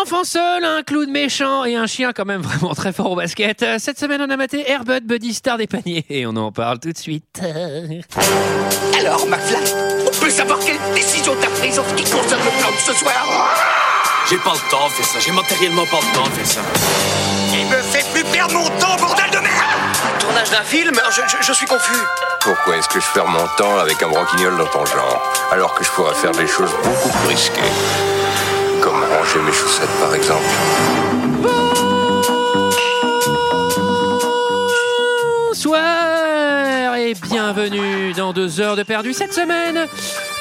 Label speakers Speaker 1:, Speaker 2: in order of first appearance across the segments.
Speaker 1: enfant seul, un clown méchant et un chien quand même vraiment très fort au basket. Euh, Cette semaine, on a maté Airbud, Buddy Star des paniers et on en parle tout de suite.
Speaker 2: Alors, McFly, on peut savoir quelle décision t'as prise en ce qui concerne le plan de ce soir
Speaker 3: J'ai pas le temps de faire ça, j'ai matériellement pas le temps de faire ça.
Speaker 2: Il me fait plus perdre mon temps, bordel de merde
Speaker 3: Tournage d'un film je, suis confus.
Speaker 4: Pourquoi est-ce que je perds mon temps avec un broquignol dans ton genre, alors que je pourrais faire des choses beaucoup plus risquées Comme ranger mes chaussettes, par exemple.
Speaker 1: Bonsoir et bienvenue dans deux heures de perdu cette semaine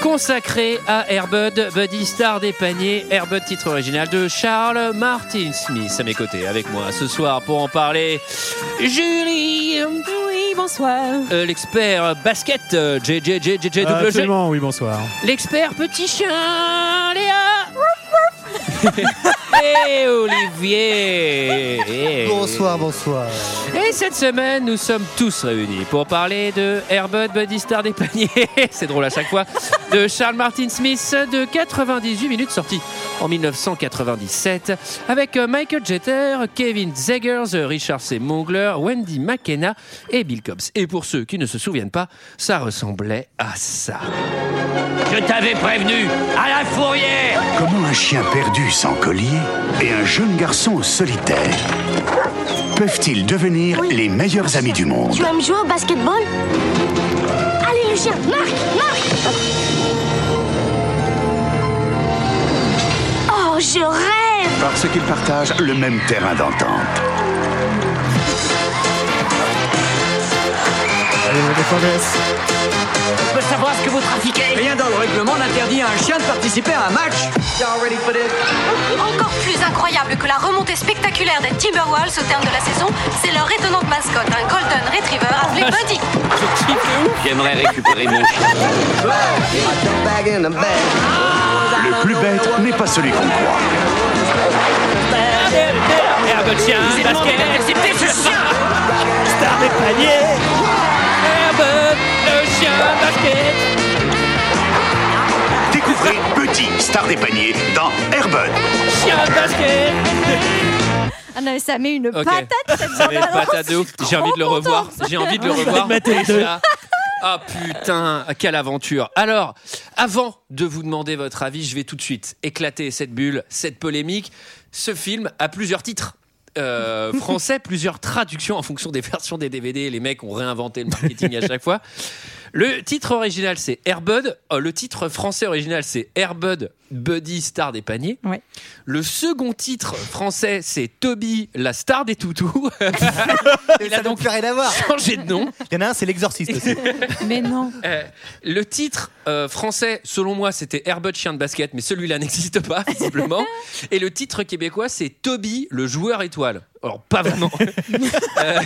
Speaker 1: consacrée à Airbud, Buddy Star des paniers, Airbud titre original de Charles Martin Smith à mes côtés avec moi ce soir pour en parler Julie,
Speaker 5: Oui, bonsoir.
Speaker 1: euh, l'expert basket euh, JJJJWG,
Speaker 6: Absolument, oui, bonsoir.
Speaker 1: l'expert petit chien Léa et Olivier Eh.
Speaker 7: Bonsoir, bonsoir.
Speaker 1: Et cette semaine, nous sommes tous réunis pour parler de Airbud Buddy Star des paniers, c'est drôle à chaque fois, de Charles Martin Smith de 98 minutes sorti en 1997 avec euh, Michael Jeter, Kevin Zegers, euh, Richard C. Mongler, Wendy McKenna et Bill Cobbs. Et pour ceux qui ne se souviennent pas, ça ressemblait à ça.
Speaker 2: Je t'avais prévenu, à la fourrière
Speaker 8: Comment un chien perdu sans collier et un jeune garçon solitaire peuvent-ils devenir les meilleurs amis du monde
Speaker 9: Tu aimes jouer au basketball Allez Lucien, marque, marque Oh, je rêve
Speaker 8: Parce qu'ils partagent le même terrain d'entente.
Speaker 6: Allez, la défense.
Speaker 2: Je veux savoir ce que vous trafiquez
Speaker 3: Rien dans le règlement n'interdit à un chien de participer à un match.
Speaker 10: Encore plus incroyable que la remontée spectaculaire des Timberwolves au terme de la saison, c'est leur étonnante mascotte, un Golden Retriever appelé
Speaker 6: Ah,
Speaker 10: Buddy.
Speaker 3: J'aimerais récupérer mon chien.
Speaker 8: Le plus bête n'est pas celui qu'on croit.
Speaker 1: Airbud chien, basket,
Speaker 2: C'était ce chien
Speaker 1: Airbud, le chien, basket.
Speaker 8: Découvrez Petit, star des paniers, dans Airbud.
Speaker 5: Ah non, mais ça met une
Speaker 1: Ok.
Speaker 5: patate cette
Speaker 1: Ça met une
Speaker 5: bande-annonce.
Speaker 1: patate de ouf. J'ai envie de le
Speaker 5: trop
Speaker 1: revoir.
Speaker 5: contente.
Speaker 1: J'ai envie de le revoir.
Speaker 6: mater les deux.
Speaker 1: Déjà. Ah putain, quelle aventure. Alors, avant de vous demander votre avis, je vais tout de suite éclater cette bulle, cette polémique. Ce film a plusieurs titres. euh, français, plusieurs traductions en fonction des versions des DVD. Les mecs ont réinventé le marketing à chaque fois. Le titre original, c'est Airbud. Euh, le titre français original, c'est Airbud, Buddy, star des paniers.
Speaker 5: Ouais.
Speaker 1: Le second titre français, c'est Toby, la star des toutous. Il a
Speaker 7: Ça
Speaker 1: donc
Speaker 7: donc plus rien à voir.
Speaker 1: changé de nom.
Speaker 7: Il y en a un, c'est l'exorciste aussi.
Speaker 5: Mais non.
Speaker 1: Euh, le titre euh, français, selon moi, c'était Airbud chien de basket, mais celui-là n'existe pas, visiblement. Et le titre québécois, c'est Toby, le joueur étoile. Alors, pas vraiment. Euh,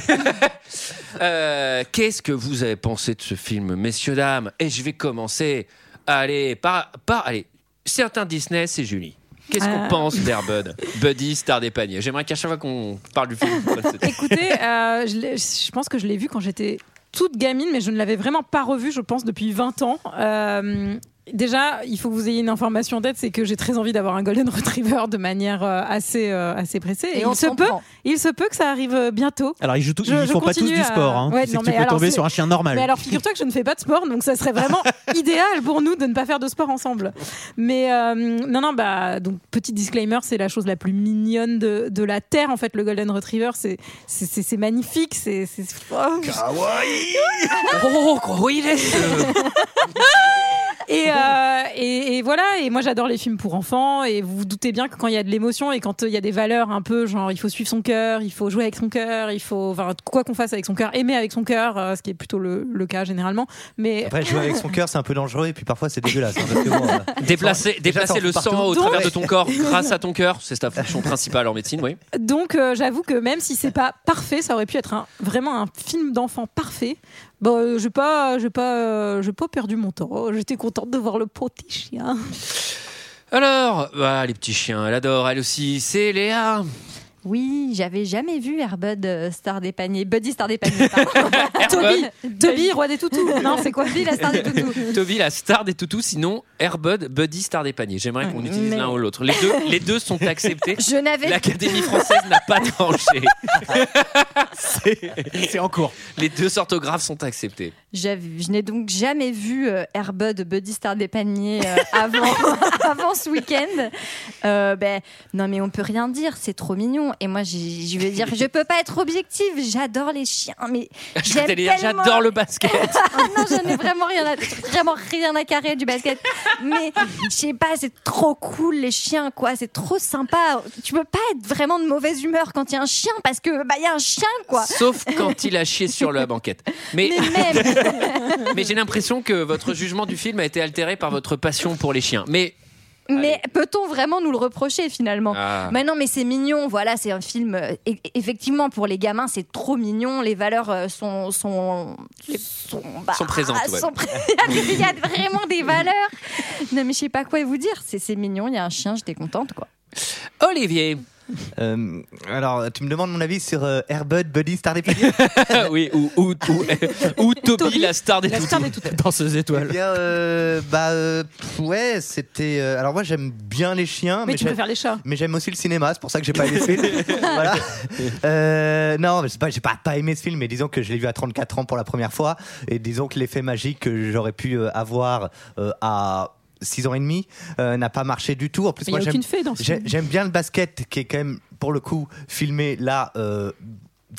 Speaker 1: euh, Qu'est-ce que vous avez pensé de ce film, messieurs, dames Et je vais commencer. Allez, par, par, allez. certains Disney, c'est Julie. Qu'est-ce qu'on
Speaker 5: Euh.
Speaker 1: pense d'Airbud Buddy, star des paniers. J'aimerais qu'à chaque fois qu'on parle du film, on fasse cette-
Speaker 5: Écoutez, euh, je, l'ai- je pense que je l'ai vu quand j'étais toute gamine, mais je ne l'avais vraiment pas revu, je pense, depuis 20 ans. Euh, Déjà, il faut que vous ayez une information en tête, c'est que j'ai très envie d'avoir un golden retriever de manière euh, assez euh, assez pressée. Et, il se peut, il se peut que ça arrive euh, bientôt.
Speaker 6: Alors, ils jouent tous-
Speaker 5: Je-
Speaker 6: ils
Speaker 5: je
Speaker 6: font pas tous
Speaker 5: continue
Speaker 6: du
Speaker 5: à-
Speaker 6: sport. Hein.
Speaker 5: Ouais,
Speaker 6: C'est
Speaker 5: non,
Speaker 6: que tu
Speaker 5: mais
Speaker 6: peux
Speaker 5: alors,
Speaker 6: tomber
Speaker 5: c'est-
Speaker 6: sur un chien
Speaker 7: Ah
Speaker 6: normal.
Speaker 5: Mais alors, figure-toi que je ne fais pas de sport, donc ça serait vraiment idéal pour nous de ne pas faire de sport ensemble. Mais euh, non, non, bah, donc petit disclaimer, c'est la chose la plus mignonne de, de la terre. En fait, le golden retriever, c'est c'est- c'est c'est magnifique, c'est c'est- oh.
Speaker 1: Oh, quoi, oui, laisse, euh,
Speaker 5: et, euh, et, et voilà. Et moi, j'adore les films pour enfants. Et vous vous doutez bien que quand il y a de l'émotion et quand euh, il y a des valeurs un peu genre, il faut suivre son cœur, il faut jouer avec son cœur, il faut, enfin, quoi qu'on fasse avec son cœur, aimer avec son cœur, euh, ce qui est plutôt le, le cas généralement. Mais
Speaker 7: Après, jouer avec son cœur, c'est un peu dangereux et puis parfois c'est dégueulasse. hein, parce que bon, euh,
Speaker 1: Déplacer,
Speaker 7: Déjà, ça
Speaker 1: déplacer
Speaker 7: en fout
Speaker 1: le
Speaker 7: partout.
Speaker 1: sang au
Speaker 5: Donc-
Speaker 1: travers de ton corps grâce à ton cœur, c'est ta fonction principale en médecine, oui.
Speaker 7: bah.
Speaker 5: Donc euh, j'avoue que même si c'est pas parfait, ça aurait pu être un, vraiment un film d'enfant parfait. Bon, euh, j'ai pas, j'ai pas, euh, j'ai pas perdu mon temps. Oh, J'étais contente de voir le petit chien.
Speaker 1: Alors, bah, les petits chiens, elle adore, elle aussi, c'est Léa.
Speaker 6: Oui, j'avais jamais vu Airbud euh, Star des Paniers. Buddy Star des Paniers, pardon.
Speaker 5: Toby,
Speaker 7: Bah,
Speaker 5: Toby, roi des toutous. Non, c'est quoi
Speaker 6: Buddy, la star des toutous.
Speaker 1: Toby, la star des toutous, sinon Airbud, Buddy, star des paniers. J'aimerais qu'on utilise
Speaker 6: mais-
Speaker 1: l'un ou l'autre. Les deux, les deux sont acceptés.
Speaker 9: Je n'avais
Speaker 1: L'Académie française n'a pas tranché.
Speaker 7: C'est en cours.
Speaker 1: Les deux orthographes sont acceptées.
Speaker 6: J'avais- Je n'ai donc jamais vu euh, Airbud Buddy Star des Paniers euh, avant, avant ce week-end. Euh, ben, non, mais on peut rien dire, c'est trop mignon. Et moi, j'ai- je veux dire, je peux pas être objective. J'adore les chiens, mais
Speaker 1: Je
Speaker 6: J'aime
Speaker 1: voulais dire,
Speaker 6: tellement-
Speaker 1: J'adore le basket.
Speaker 6: Ah non, je n'ai vraiment rien à vraiment rien à carrer du basket. Mais je sais pas, c'est trop cool les chiens quoi, c'est trop sympa. Tu peux pas être vraiment de mauvaise humeur quand il y a un chien parce que bah il y a un chien quoi.
Speaker 1: Sauf quand il a chié sur la banquette. Mais,
Speaker 6: Mais même
Speaker 1: mais j'ai l'impression que votre jugement du film a été altéré par votre passion pour les chiens. Mais
Speaker 6: mais peut-on vraiment nous le reprocher finalement
Speaker 1: Ah.
Speaker 6: Mais non, mais c'est mignon, voilà, c'est un film. euh, e- effectivement, pour les gamins, c'est trop mignon, les valeurs euh, sont. sont, sont, bah,
Speaker 1: Sont présentes, ouais.
Speaker 6: sont pré- il y a vraiment des valeurs. Non, mais je sais pas quoi vous dire, c'est c'est mignon, il y a un chien, j'étais contente, quoi.
Speaker 1: Olivier,
Speaker 7: Euh, alors, tu me demandes mon avis sur euh, Airbud, Buddy, Star des Paniers
Speaker 1: Ah oui, ou, ou, ou, ou Toby, la star des
Speaker 5: La star des
Speaker 1: toutous.
Speaker 5: toutous.
Speaker 11: Dans ces
Speaker 7: Eh
Speaker 11: étoiles.
Speaker 7: bien, euh, bah, euh, pff, ouais, c'était. euh, alors, moi, j'aime bien les chiens, mais,
Speaker 5: Mais tu
Speaker 7: j'aime-
Speaker 5: préfères les chats.
Speaker 7: mais j'aime aussi le cinéma, c'est pour ça que j'ai pas aimé ce film. voilà. Euh, non, mais c'est pas, j'ai pas, pas aimé ce film, mais disons que je l'ai vu à 34 ans pour la première fois. Et disons que l'effet magique que j'aurais pu euh, avoir euh, à 6 ans et demi euh, n'a pas marché du tout. En plus,
Speaker 5: Mais il y
Speaker 7: moi,
Speaker 5: a
Speaker 7: j'aime-
Speaker 5: aucune fée dans ce
Speaker 7: j'ai-
Speaker 5: film.
Speaker 7: J'aime bien le basket qui est quand même, pour le coup, filmé là. euh,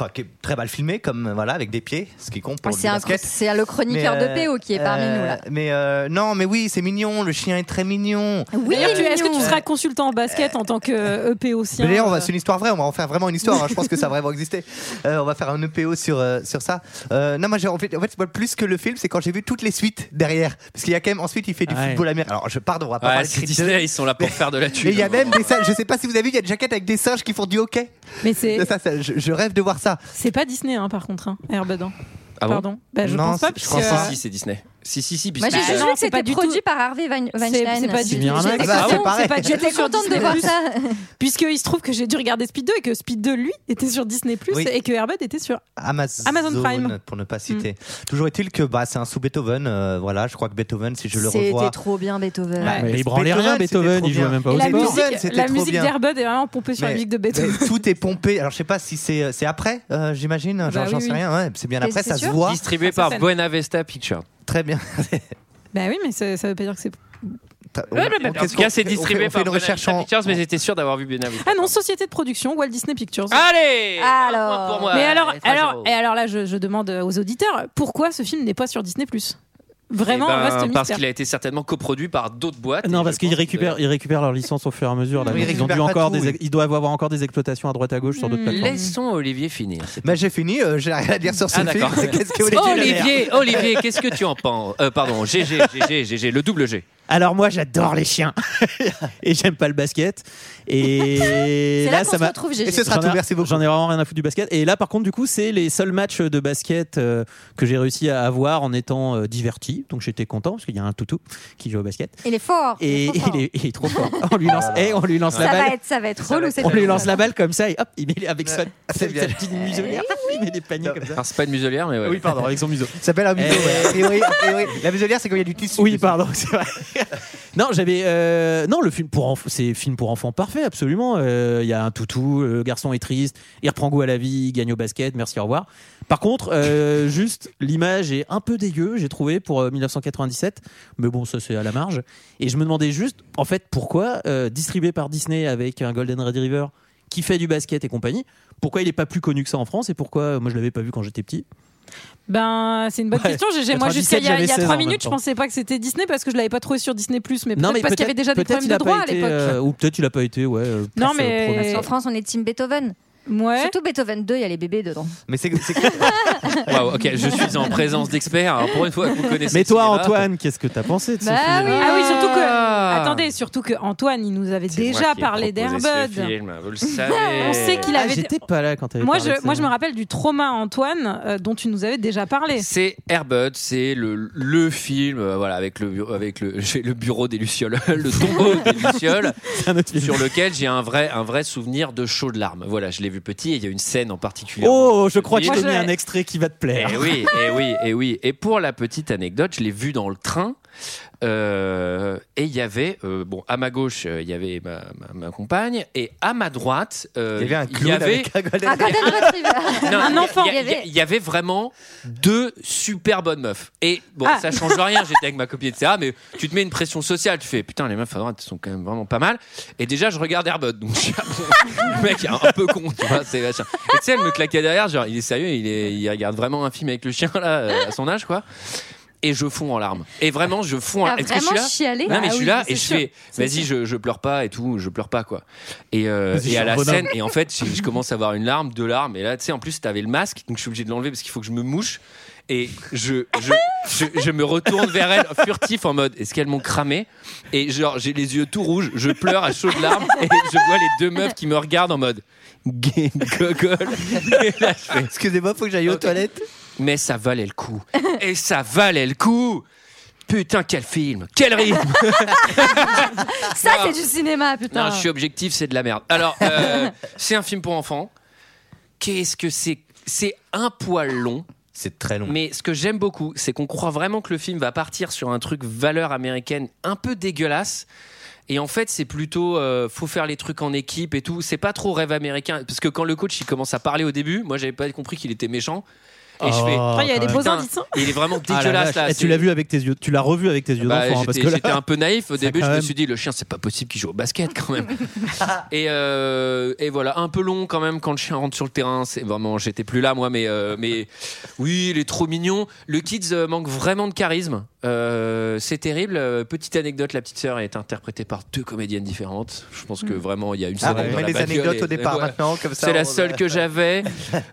Speaker 7: Enfin, qui est très mal filmé, comme euh, voilà, avec des pieds, ce qui compte pour
Speaker 6: Ah, C'est
Speaker 7: le
Speaker 6: un-
Speaker 7: basket.
Speaker 6: c'est un- le chroniqueur
Speaker 7: Mais, euh,
Speaker 6: de PO qui est parmi
Speaker 7: euh,
Speaker 6: nous, là.
Speaker 7: Mais euh, non, mais oui, c'est mignon. Le chien est très mignon.
Speaker 6: Oui,
Speaker 5: D'ailleurs, tu- est-ce que tu
Speaker 6: mignon.
Speaker 5: seras consultant en basket en tant que euh, EPO
Speaker 7: Mais
Speaker 5: sien
Speaker 7: D'ailleurs, on
Speaker 5: euh,
Speaker 7: va- c'est une histoire vraie. On va en faire vraiment une histoire. hein, Je pense que ça a vraiment existé. Euh, on va faire un EPO sur euh, sur ça. Euh, non, moi, j'ai- en fait, en fait, moi, plus que le film, c'est quand j'ai vu toutes les suites derrière, parce qu'il y a quand même ensuite, il fait du
Speaker 11: Ouais.
Speaker 7: football américain. Alors, je pardon, on va pas
Speaker 1: Ouais,
Speaker 7: parler de
Speaker 1: c'est
Speaker 7: Creed
Speaker 1: Disney, ils sont là pour faire de la
Speaker 7: deux. Et
Speaker 1: thune. hein.
Speaker 7: il y a même des singes. Je sais pas si vous avez vu, il y a des jaquettes avec des singes qui font du hockey.
Speaker 5: Mais c'est
Speaker 7: Ça, ça, je, je rêve de voir ça.
Speaker 5: c'est pas Disney hein, par contre, hein, Airbud. hein.
Speaker 1: Ah bon
Speaker 5: Pardon. Bah, je
Speaker 7: Non,
Speaker 5: pense pas
Speaker 7: c'est- je
Speaker 5: parce
Speaker 7: crois
Speaker 5: que-
Speaker 7: pas.
Speaker 1: Si, si, c'est Disney. Si, si, si.
Speaker 6: Moi,
Speaker 1: puisque
Speaker 6: j'ai
Speaker 1: Bah, c'est-
Speaker 6: juste
Speaker 5: non,
Speaker 6: vu que
Speaker 5: c'est pas
Speaker 6: c'était
Speaker 5: du
Speaker 6: produit
Speaker 5: tout-
Speaker 6: par Harvey Wein- Weinstein.
Speaker 5: c'est pas
Speaker 11: C'est
Speaker 5: du tout.
Speaker 11: Miramax.
Speaker 5: j'étais
Speaker 7: Ah bah, c'est
Speaker 5: contente,
Speaker 7: pareil.
Speaker 5: pas du tout
Speaker 6: J'étais
Speaker 5: sur
Speaker 6: contente de
Speaker 5: Disney+.
Speaker 6: voir ça.
Speaker 5: Puisqu'il se trouve que j'ai dû regarder Speed 2 et que Speed 2, lui, était sur Disney
Speaker 7: Oui.
Speaker 5: et que Airbud était sur.
Speaker 7: Amazon,
Speaker 5: Amazon Prime. Mm.
Speaker 7: pour ne pas citer. Toujours est-il que bah, c'est un sous Beethoven. euh, voilà, je crois que Beethoven, si je le
Speaker 6: C'était
Speaker 7: revois.
Speaker 6: trop bien, Beethoven.
Speaker 7: Ouais.
Speaker 11: Mais il branlait rien,
Speaker 7: Beethoven, c'était trop
Speaker 11: Beethoven. Il
Speaker 7: bien.
Speaker 11: jouait même pas
Speaker 5: Et
Speaker 11: au
Speaker 5: la
Speaker 11: sport.
Speaker 7: Beethoven,
Speaker 5: musique,
Speaker 7: c'était
Speaker 5: la
Speaker 7: trop
Speaker 5: musique
Speaker 7: bien.
Speaker 5: d'Airbud est vraiment pompée sur la
Speaker 7: Mais-
Speaker 5: musique de Beethoven.
Speaker 7: Mais tout est pompé. Alors, je sais pas si c'est euh, c'est après, euh, j'imagine. J'en
Speaker 5: Bah oui,
Speaker 7: j'en sais
Speaker 5: oui.
Speaker 7: rien. Ouais, c'est bien
Speaker 6: Et
Speaker 7: après,
Speaker 6: c'est
Speaker 7: ça se
Speaker 6: sûr
Speaker 7: voit.
Speaker 1: Distribué
Speaker 5: Ah, ça
Speaker 1: par
Speaker 5: sonne.
Speaker 1: Buena Vista Pictures.
Speaker 7: Très bien.
Speaker 5: Bah oui, mais ça, ça veut pas dire que c'est.
Speaker 1: En tout cas, c'est distribué
Speaker 7: on fait,
Speaker 1: par
Speaker 7: une
Speaker 1: Buena
Speaker 7: recherche
Speaker 1: Vista
Speaker 7: en.
Speaker 1: Pictures, mais j'étais sûr d'avoir vu Buena Vista.
Speaker 5: Ah non, société de production, Walt Disney Pictures.
Speaker 6: Ah,
Speaker 1: Allez
Speaker 6: Alors.
Speaker 1: Un point pour moi.
Speaker 5: mais alors,
Speaker 1: Allez, 3-0.
Speaker 5: alors, eh, et alors là, je, je demande aux auditeurs pourquoi ce film n'est pas sur Disney Vraiment,
Speaker 1: Eh ben,
Speaker 5: reste mystère.
Speaker 1: Parce qu'il a été certainement coproduit par d'autres boîtes.
Speaker 11: Non,
Speaker 1: Et
Speaker 11: parce
Speaker 1: je
Speaker 11: qu'ils
Speaker 1: pense que-
Speaker 11: récupèrent, ils récupèrent leur licence au fur et à mesure. là.
Speaker 7: Oui, ils
Speaker 11: Donc, ils, ont dû
Speaker 7: récupèrent pas
Speaker 11: encore
Speaker 7: tout,
Speaker 11: des,
Speaker 7: oui.
Speaker 11: ils doivent avoir encore des exploitations à droite à gauche sur d'autres
Speaker 5: Hmm.
Speaker 6: Mm.
Speaker 11: plateformes.
Speaker 1: Laissons Olivier finir. c'est
Speaker 7: Bah, j'ai fini. euh, j'ai rien à dire sur ce
Speaker 1: Ah,
Speaker 7: film.
Speaker 1: d'accord.
Speaker 7: Qu'est-ce que vous voulez
Speaker 5: Oh,
Speaker 1: tout.
Speaker 7: dire
Speaker 1: Olivier, Olivier, qu'est-ce que tu en penses Euh, Pardon, GG, GG, GG, le double G.
Speaker 11: Alors moi j'adore les chiens et j'aime pas le basket et
Speaker 6: C'est là, qu'on se
Speaker 11: m'a-
Speaker 6: retrouve,
Speaker 7: Et
Speaker 6: GG.
Speaker 7: ce sera
Speaker 11: J'en ai-
Speaker 7: tout. Merci beaucoup.
Speaker 11: J'en ai vraiment rien à foutre du basket. Et là, par contre, du coup, c'est les seuls matchs de basket euh, que j'ai réussi à avoir en étant euh, diverti. Donc j'étais content parce qu'il y a un toutou qui joue au basket.
Speaker 6: Il est fort.
Speaker 11: Et
Speaker 6: il est trop fort.
Speaker 11: il est, il est trop fort. On lui lance, et on lui lance la
Speaker 6: Ça va
Speaker 11: balle.
Speaker 6: être, ça va être
Speaker 1: Ça va
Speaker 6: relou
Speaker 1: être
Speaker 6: cette
Speaker 11: On lui
Speaker 6: année.
Speaker 11: lance la balle comme ça et hop, il met avec son,
Speaker 7: c'est bien.
Speaker 11: sa petite muselière. Il met des paniers comme ça.
Speaker 1: Alors, Hein, c'est pas une muselière, mais ouais.
Speaker 11: Ah Oui, pardon, avec son museau.
Speaker 7: Ça s'appelle un museau.
Speaker 11: Eh.
Speaker 7: ouais. A priori- a priori, La muselière, c'est quand il y a du tissu.
Speaker 11: Oui, pardon, c'est vrai. non, j'avais euh, non le film pour enf- c'est film pour enfants parfait absolument. Euh, Il y a un toutou, le garçon est triste, il reprend goût à la vie, il gagne au basket, merci au revoir. Par contre, euh, juste l'image est un peu dégueu, j'ai trouvé pour euh, 1997, mais bon ça c'est à la marge. Et je me demandais juste en fait pourquoi euh, distribué par Disney avec un Golden Red River qui fait du basket et compagnie, pourquoi il n'est pas plus connu que ça en France et pourquoi euh, moi je l'avais pas vu quand j'étais petit.
Speaker 5: Ben, c'est une bonne
Speaker 11: Ouais.
Speaker 5: question. GG.
Speaker 11: Le
Speaker 5: Moi,
Speaker 11: 97,
Speaker 5: jusqu'à il y a,
Speaker 11: j'avais
Speaker 5: il y a
Speaker 11: 16 ans
Speaker 5: 3
Speaker 11: en même
Speaker 5: minutes, je
Speaker 11: temps.
Speaker 5: pensais pas que c'était Disney parce que je l'avais pas trouvé sur Disney, mais
Speaker 11: Non,
Speaker 5: peut-être parce qu'il y avait déjà des
Speaker 11: peut-être
Speaker 5: problèmes
Speaker 11: il a
Speaker 5: de
Speaker 11: pas
Speaker 5: droit à
Speaker 11: été,
Speaker 5: l'époque.
Speaker 11: euh, ou peut-être il a pas été ouais. euh,
Speaker 5: Non,
Speaker 11: presse,
Speaker 5: mais-
Speaker 11: euh, progressiste.
Speaker 6: En France, on est Team Beethoven. Surtout Beethoven 2, il y a les bébés dedans.
Speaker 7: Mais c'est c'est-
Speaker 1: Waouh, ok, je suis en présence d'experts. Alors, pour une fois que vous connaissez.
Speaker 11: Mais
Speaker 1: le
Speaker 11: toi,
Speaker 1: cinéma-
Speaker 11: Antoine, qu'est-ce que t'as pensé de ce
Speaker 6: Bah
Speaker 11: film
Speaker 6: oui.
Speaker 5: Ah oui, surtout que.
Speaker 1: Ah.
Speaker 5: Attendez, surtout que Antoine, il nous avait
Speaker 1: C'est moi
Speaker 5: déjà
Speaker 1: qui ai
Speaker 5: parlé
Speaker 1: proposé ce
Speaker 5: d'Airbud.
Speaker 1: film, Vous le savez.
Speaker 5: On sait qu'il
Speaker 11: Ah,
Speaker 5: avait.
Speaker 11: j'étais pas là quand t'avais
Speaker 5: Moi
Speaker 11: parlé de
Speaker 5: je,
Speaker 11: ça.
Speaker 5: moi, je me rappelle du trauma Antoine euh, dont tu nous avais déjà parlé.
Speaker 1: C'est Airbud, c'est le, le film, euh, voilà, avec le bu- avec le j'ai le bureau des lucioles, le tombeau des lucioles,
Speaker 11: C'est un autre film.
Speaker 1: sur lequel j'ai un vrai un vrai souvenir de chaud de larmes. Voilà, je l'ai vu petit et il y a une scène en particulier.
Speaker 11: Oh, je crois que je
Speaker 1: Moi,
Speaker 11: t'ai
Speaker 5: je
Speaker 11: mis
Speaker 5: l'ai-
Speaker 11: un extrait qui va te plaire.
Speaker 1: Eh oui, eh oui, eh oui. Et pour la petite anecdote, je l'ai vu dans le train. euh, et il y avait, euh, bon, à ma gauche, euh, il y avait ma, ma- ma compagne, et à ma droite, euh,
Speaker 7: Il y avait un clown avec un
Speaker 5: Ah,
Speaker 7: golden
Speaker 6: Un Golden Retriever
Speaker 1: Non,
Speaker 5: Un
Speaker 1: il y a-
Speaker 5: enfant.
Speaker 1: Il y, a- il y a- il y avait vraiment deux super bonnes meufs. Et bon,
Speaker 5: Ah.
Speaker 1: ça change rien. J'étais avec ma copine, etc. Mais tu te mets une pression sociale. Tu fais putain, les meufs à droite sont quand même vraiment pas mal. Et déjà, je regarde Airbud. Donc, je suis ah bon, le mec est un peu con. Tu vois, c'est machin. Et tu sais, elle me claquait derrière. Genre, il est sérieux. Il, est, il regarde vraiment un film avec le chien là, euh, à son âge, quoi. Et je fonds en larmes. Et vraiment, je fonds en
Speaker 6: a
Speaker 1: larmes. Est-ce que je suis
Speaker 6: Ah, vraiment
Speaker 1: là
Speaker 6: chialé.
Speaker 1: non mais
Speaker 5: Ah
Speaker 1: je suis
Speaker 5: oui,
Speaker 1: là
Speaker 5: c'est
Speaker 1: et je
Speaker 5: sûr,
Speaker 1: fais
Speaker 5: c'est
Speaker 1: vas-y je, je pleure pas et tout je pleure pas quoi et, euh,
Speaker 11: Vas-y,
Speaker 1: et à la
Speaker 11: charbonne.
Speaker 1: scène et en fait je, je commence à avoir une larme deux larmes et là tu sais en plus t'avais le masque donc je suis obligé de l'enlever parce qu'il faut que je me mouche et je, je, je, je me retourne vers elle furtif en mode est-ce qu'elles m'ont cramé et genre j'ai les yeux tout rouges je pleure à chaudes larmes et je vois les deux meufs qui me regardent en mode gay gogol Et là, je fais,
Speaker 7: Excusez-moi, faut que j'aille aux
Speaker 1: Ok.
Speaker 7: toilettes.
Speaker 1: mais ça valait le coup et ça valait le coup putain quel film quel rythme
Speaker 6: Ça, c'est du cinéma, putain.
Speaker 1: Ah. Non, je suis objectif, c'est de la merde. Alors, euh, c'est un film pour enfants. Qu'est-ce que c'est C'est un poil long.
Speaker 7: C'est très long.
Speaker 1: Mais ce que j'aime beaucoup, c'est qu'on croit vraiment que le film va partir sur un truc valeur américaine un peu dégueulasse. Et en fait, c'est plutôt euh, faut faire les trucs en équipe et tout. C'est pas trop rêve américain. Parce que quand le coach il commence à parler au début, moi j'avais pas compris qu'il était méchant. Et je fais.
Speaker 5: Après, il y a des beaux
Speaker 1: putain,
Speaker 5: indices. hein.
Speaker 1: Il est vraiment
Speaker 11: Oh. Ah la
Speaker 1: dégueulasse
Speaker 11: vache.
Speaker 1: là.
Speaker 11: Eh,
Speaker 1: c'est-
Speaker 11: tu l'as vu avec tes yeux, tu l'as revu avec tes yeux
Speaker 1: bah,
Speaker 11: d'enfant hein, parce
Speaker 1: j'étais
Speaker 11: que là-
Speaker 1: j'étais un peu naïf au
Speaker 11: Ça,
Speaker 1: début. Je
Speaker 11: quand
Speaker 1: me
Speaker 11: même.
Speaker 1: suis dit, le chien, c'est pas possible qu'il joue au basket quand même. et, euh, et voilà, un peu long quand même quand le chien rentre sur le terrain. C'est vraiment, j'étais plus là moi, mais, euh, mais oui, il est trop mignon. Le kids euh, manque vraiment de charisme. Euh, c'est terrible. Euh, petite anecdote, la petite sœur est interprétée par deux comédiennes différentes. Je pense que vraiment, il y a une
Speaker 7: Ah,
Speaker 1: scène.
Speaker 7: on
Speaker 1: dans
Speaker 7: met
Speaker 1: la
Speaker 7: les
Speaker 1: bagnole
Speaker 7: anecdotes
Speaker 1: et-
Speaker 7: au départ
Speaker 1: Ouais.
Speaker 7: maintenant, comme ça.
Speaker 1: C'est la
Speaker 7: on-
Speaker 1: seule que j'avais.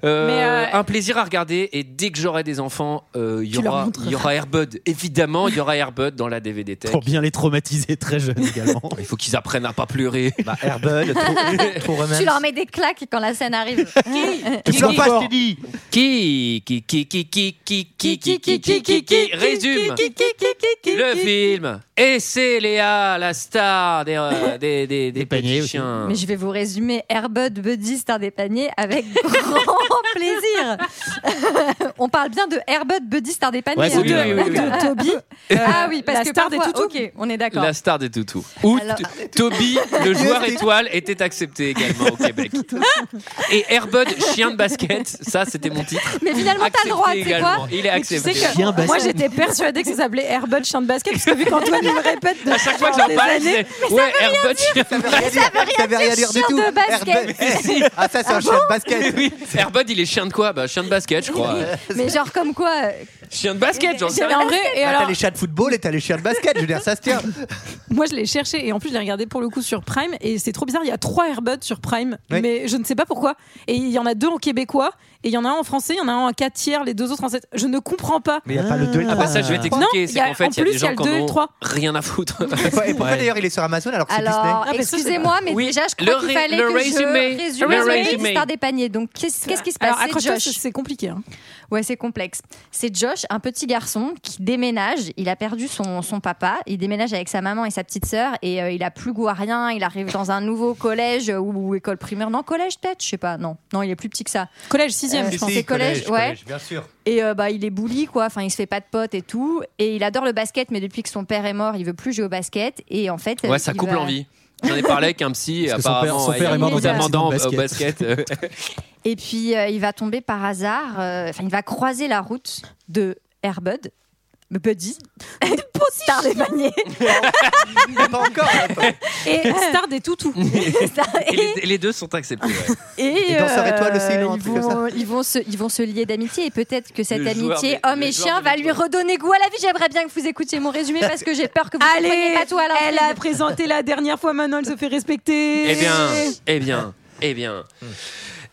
Speaker 1: Euh,
Speaker 5: Mais, euh,
Speaker 1: Un plaisir à regarder. Et dès que j'aurai des enfants, euh, il y
Speaker 5: Tu leur
Speaker 1: aura,
Speaker 5: montreras.
Speaker 1: il y aura Airbud. Évidemment, il y aura Airbud dans la DVD Tech.
Speaker 11: Pour bien les traumatiser très jeunes également.
Speaker 1: Il faut qu'ils apprennent à pas pleurer.
Speaker 7: Bah, Airbud, True- True Romance.
Speaker 6: Tu leur mets des claques quand la scène arrive.
Speaker 11: Tu
Speaker 1: Qui-
Speaker 11: pleures
Speaker 1: qui-
Speaker 11: pas, je
Speaker 7: t'ai
Speaker 11: t'ai
Speaker 7: dit
Speaker 1: Qui qui qui qui qui qui qui qui qui qui qui qui résume le film Et c'est Léa, la star des euh, des des, des
Speaker 11: paniers
Speaker 1: petits
Speaker 11: aussi.
Speaker 1: chiens.
Speaker 6: Mais je vais vous résumer Airbud Buddy Star des paniers avec grand plaisir. On parle bien de Airbud Buddy Star des paniers.
Speaker 11: Ouais, c'est
Speaker 5: Ou
Speaker 6: hein.
Speaker 1: Oui, oui, oui,
Speaker 5: de, ou
Speaker 1: oui.
Speaker 5: de Toby.
Speaker 6: Ah oui, parce
Speaker 5: La
Speaker 6: que
Speaker 5: star des
Speaker 6: parfois,
Speaker 5: toutous.
Speaker 6: Ok, on est d'accord.
Speaker 1: La star des toutous. Ou
Speaker 6: Alors-
Speaker 1: T- Toby, le joueur étoile, était accepté également au Québec. Et Airbud, chien de basket, ça c'était mon titre.
Speaker 6: Mais finalement, t'as le droit, tu sais quoi
Speaker 1: également. Il est
Speaker 5: Mais tu
Speaker 1: accepté.
Speaker 5: sais que
Speaker 11: Chien basket.
Speaker 5: moi j'étais persuadée que ça s'appelait Airbud chien de basket parce que vu qu'Antoine il me répète de-
Speaker 1: À chaque fois que
Speaker 5: genre
Speaker 1: j'en
Speaker 5: des
Speaker 1: parle, je
Speaker 5: années,
Speaker 1: disais, ouais, Airbud, chien de basket.
Speaker 7: T'avais rien à dire du
Speaker 6: chien
Speaker 7: tout.
Speaker 6: de basket.
Speaker 7: Airbud. Eh, Ah, ça, c'est un chien de basket.
Speaker 1: Oui, Airbud, il est chien de quoi Bah, chien de basket, je crois.
Speaker 6: Mais genre comme quoi, euh,
Speaker 1: Chien de basket, j'en sais
Speaker 5: mais
Speaker 1: rien.
Speaker 5: en vrai, et
Speaker 7: Ah, T'as
Speaker 5: alors,
Speaker 7: les chats de football et t'as les chiens de basket. Je veux dire, ça se tient.
Speaker 5: moi je l'ai cherché et en plus je l'ai regardé pour le coup sur Prime et c'est trop bizarre. Il y a trois Airbud sur Prime,
Speaker 7: Oui.
Speaker 5: mais je ne sais pas pourquoi. Et il y en a deux en québécois et il y en a un en français, il y en a un en 4 tiers, les deux autres en 7. Je ne comprends pas.
Speaker 7: Mais y a pas le 2 et le
Speaker 11: Ah, bah,
Speaker 1: Ça, je vais
Speaker 5: Non,
Speaker 1: t'expliquer.
Speaker 5: il
Speaker 1: C'est
Speaker 5: y a-
Speaker 1: qu'en fait,
Speaker 5: en
Speaker 1: il y a
Speaker 5: plus,
Speaker 1: des
Speaker 5: il y a
Speaker 1: gens
Speaker 5: le
Speaker 1: qui
Speaker 5: deux,
Speaker 1: en
Speaker 5: le
Speaker 1: ont
Speaker 5: trois.
Speaker 1: rien à foutre.
Speaker 7: Et pourquoi
Speaker 11: Ouais.
Speaker 7: d'ailleurs il est sur Amazon alors que c'est Disney
Speaker 6: alors
Speaker 5: Ah, mais ça, c'est-
Speaker 6: excusez-moi, mais
Speaker 1: Oui,
Speaker 6: déjà je
Speaker 1: le
Speaker 6: crois qu'il
Speaker 1: ré-
Speaker 6: fallait
Speaker 1: le
Speaker 6: que
Speaker 1: résumé.
Speaker 6: je résume
Speaker 1: Le
Speaker 6: le
Speaker 1: résumé.
Speaker 6: Star des paniers. Donc qu'est-ce qu'est-ce qui se passe
Speaker 5: Alors
Speaker 6: C'est
Speaker 5: accroche-toi,
Speaker 6: Josh.
Speaker 5: c'est c'est compliqué. hein.
Speaker 6: Ouais, c'est complexe. C'est Josh, un petit garçon qui déménage. Il a perdu son, son papa. Il déménage avec sa maman et sa petite sœur et euh, il a plus goût à rien. Il arrive dans un nouveau collège ou, ou école primaire. Non, collège peut-être, je sais pas. Non, non, il est plus petit que ça.
Speaker 5: Collège 6
Speaker 6: Euh,
Speaker 5: je
Speaker 6: si,
Speaker 5: pense.
Speaker 6: si. collège, ouais.
Speaker 7: bien sûr.
Speaker 6: Et euh, bah, il est bouli, quoi. Enfin, il se fait pas de potes et tout. Et il adore le basket, mais depuis que son père est mort, il veut plus jouer au basket. Et en fait,
Speaker 1: Ouais, ça
Speaker 6: il
Speaker 1: coupe
Speaker 6: va-
Speaker 1: l'envie. J'en ai parlé avec un psy, et
Speaker 11: Parce que son
Speaker 1: apparemment,
Speaker 11: père- son
Speaker 1: ouais,
Speaker 11: père
Speaker 1: il y a
Speaker 11: est mort
Speaker 1: beaucoup
Speaker 6: dans un
Speaker 1: d'amendants au
Speaker 11: accident de
Speaker 1: basket.
Speaker 6: Et puis, euh, il va tomber par hasard. euh, Enfin, il va croiser la route de Airbud, Buddy, star des paniers.
Speaker 7: Pas encore. attends.
Speaker 5: Et Star des toutous.
Speaker 1: Et les, les deux sont acceptés. ouais.
Speaker 6: Et, euh,
Speaker 7: Et dans Sœur Étoile aussi, non, un
Speaker 6: ils,
Speaker 7: truc comme
Speaker 6: vont, ils, vont se, ils vont se lier d'amitié et peut-être que cette
Speaker 1: Le joueur
Speaker 6: amitié
Speaker 1: des-
Speaker 6: homme
Speaker 1: le
Speaker 6: et
Speaker 1: joueur
Speaker 6: chien
Speaker 1: des
Speaker 6: va lui
Speaker 1: étoiles.
Speaker 6: redonner goût à la vie. J'aimerais bien que vous écoutiez mon résumé parce que j'ai peur que vous ne
Speaker 5: Allez,
Speaker 6: compreniez pas tout à
Speaker 5: elle a
Speaker 6: l'intrigue.
Speaker 5: présenté la dernière fois, maintenant elle se fait respecter.
Speaker 1: Eh bien, eh bien, Eh bien.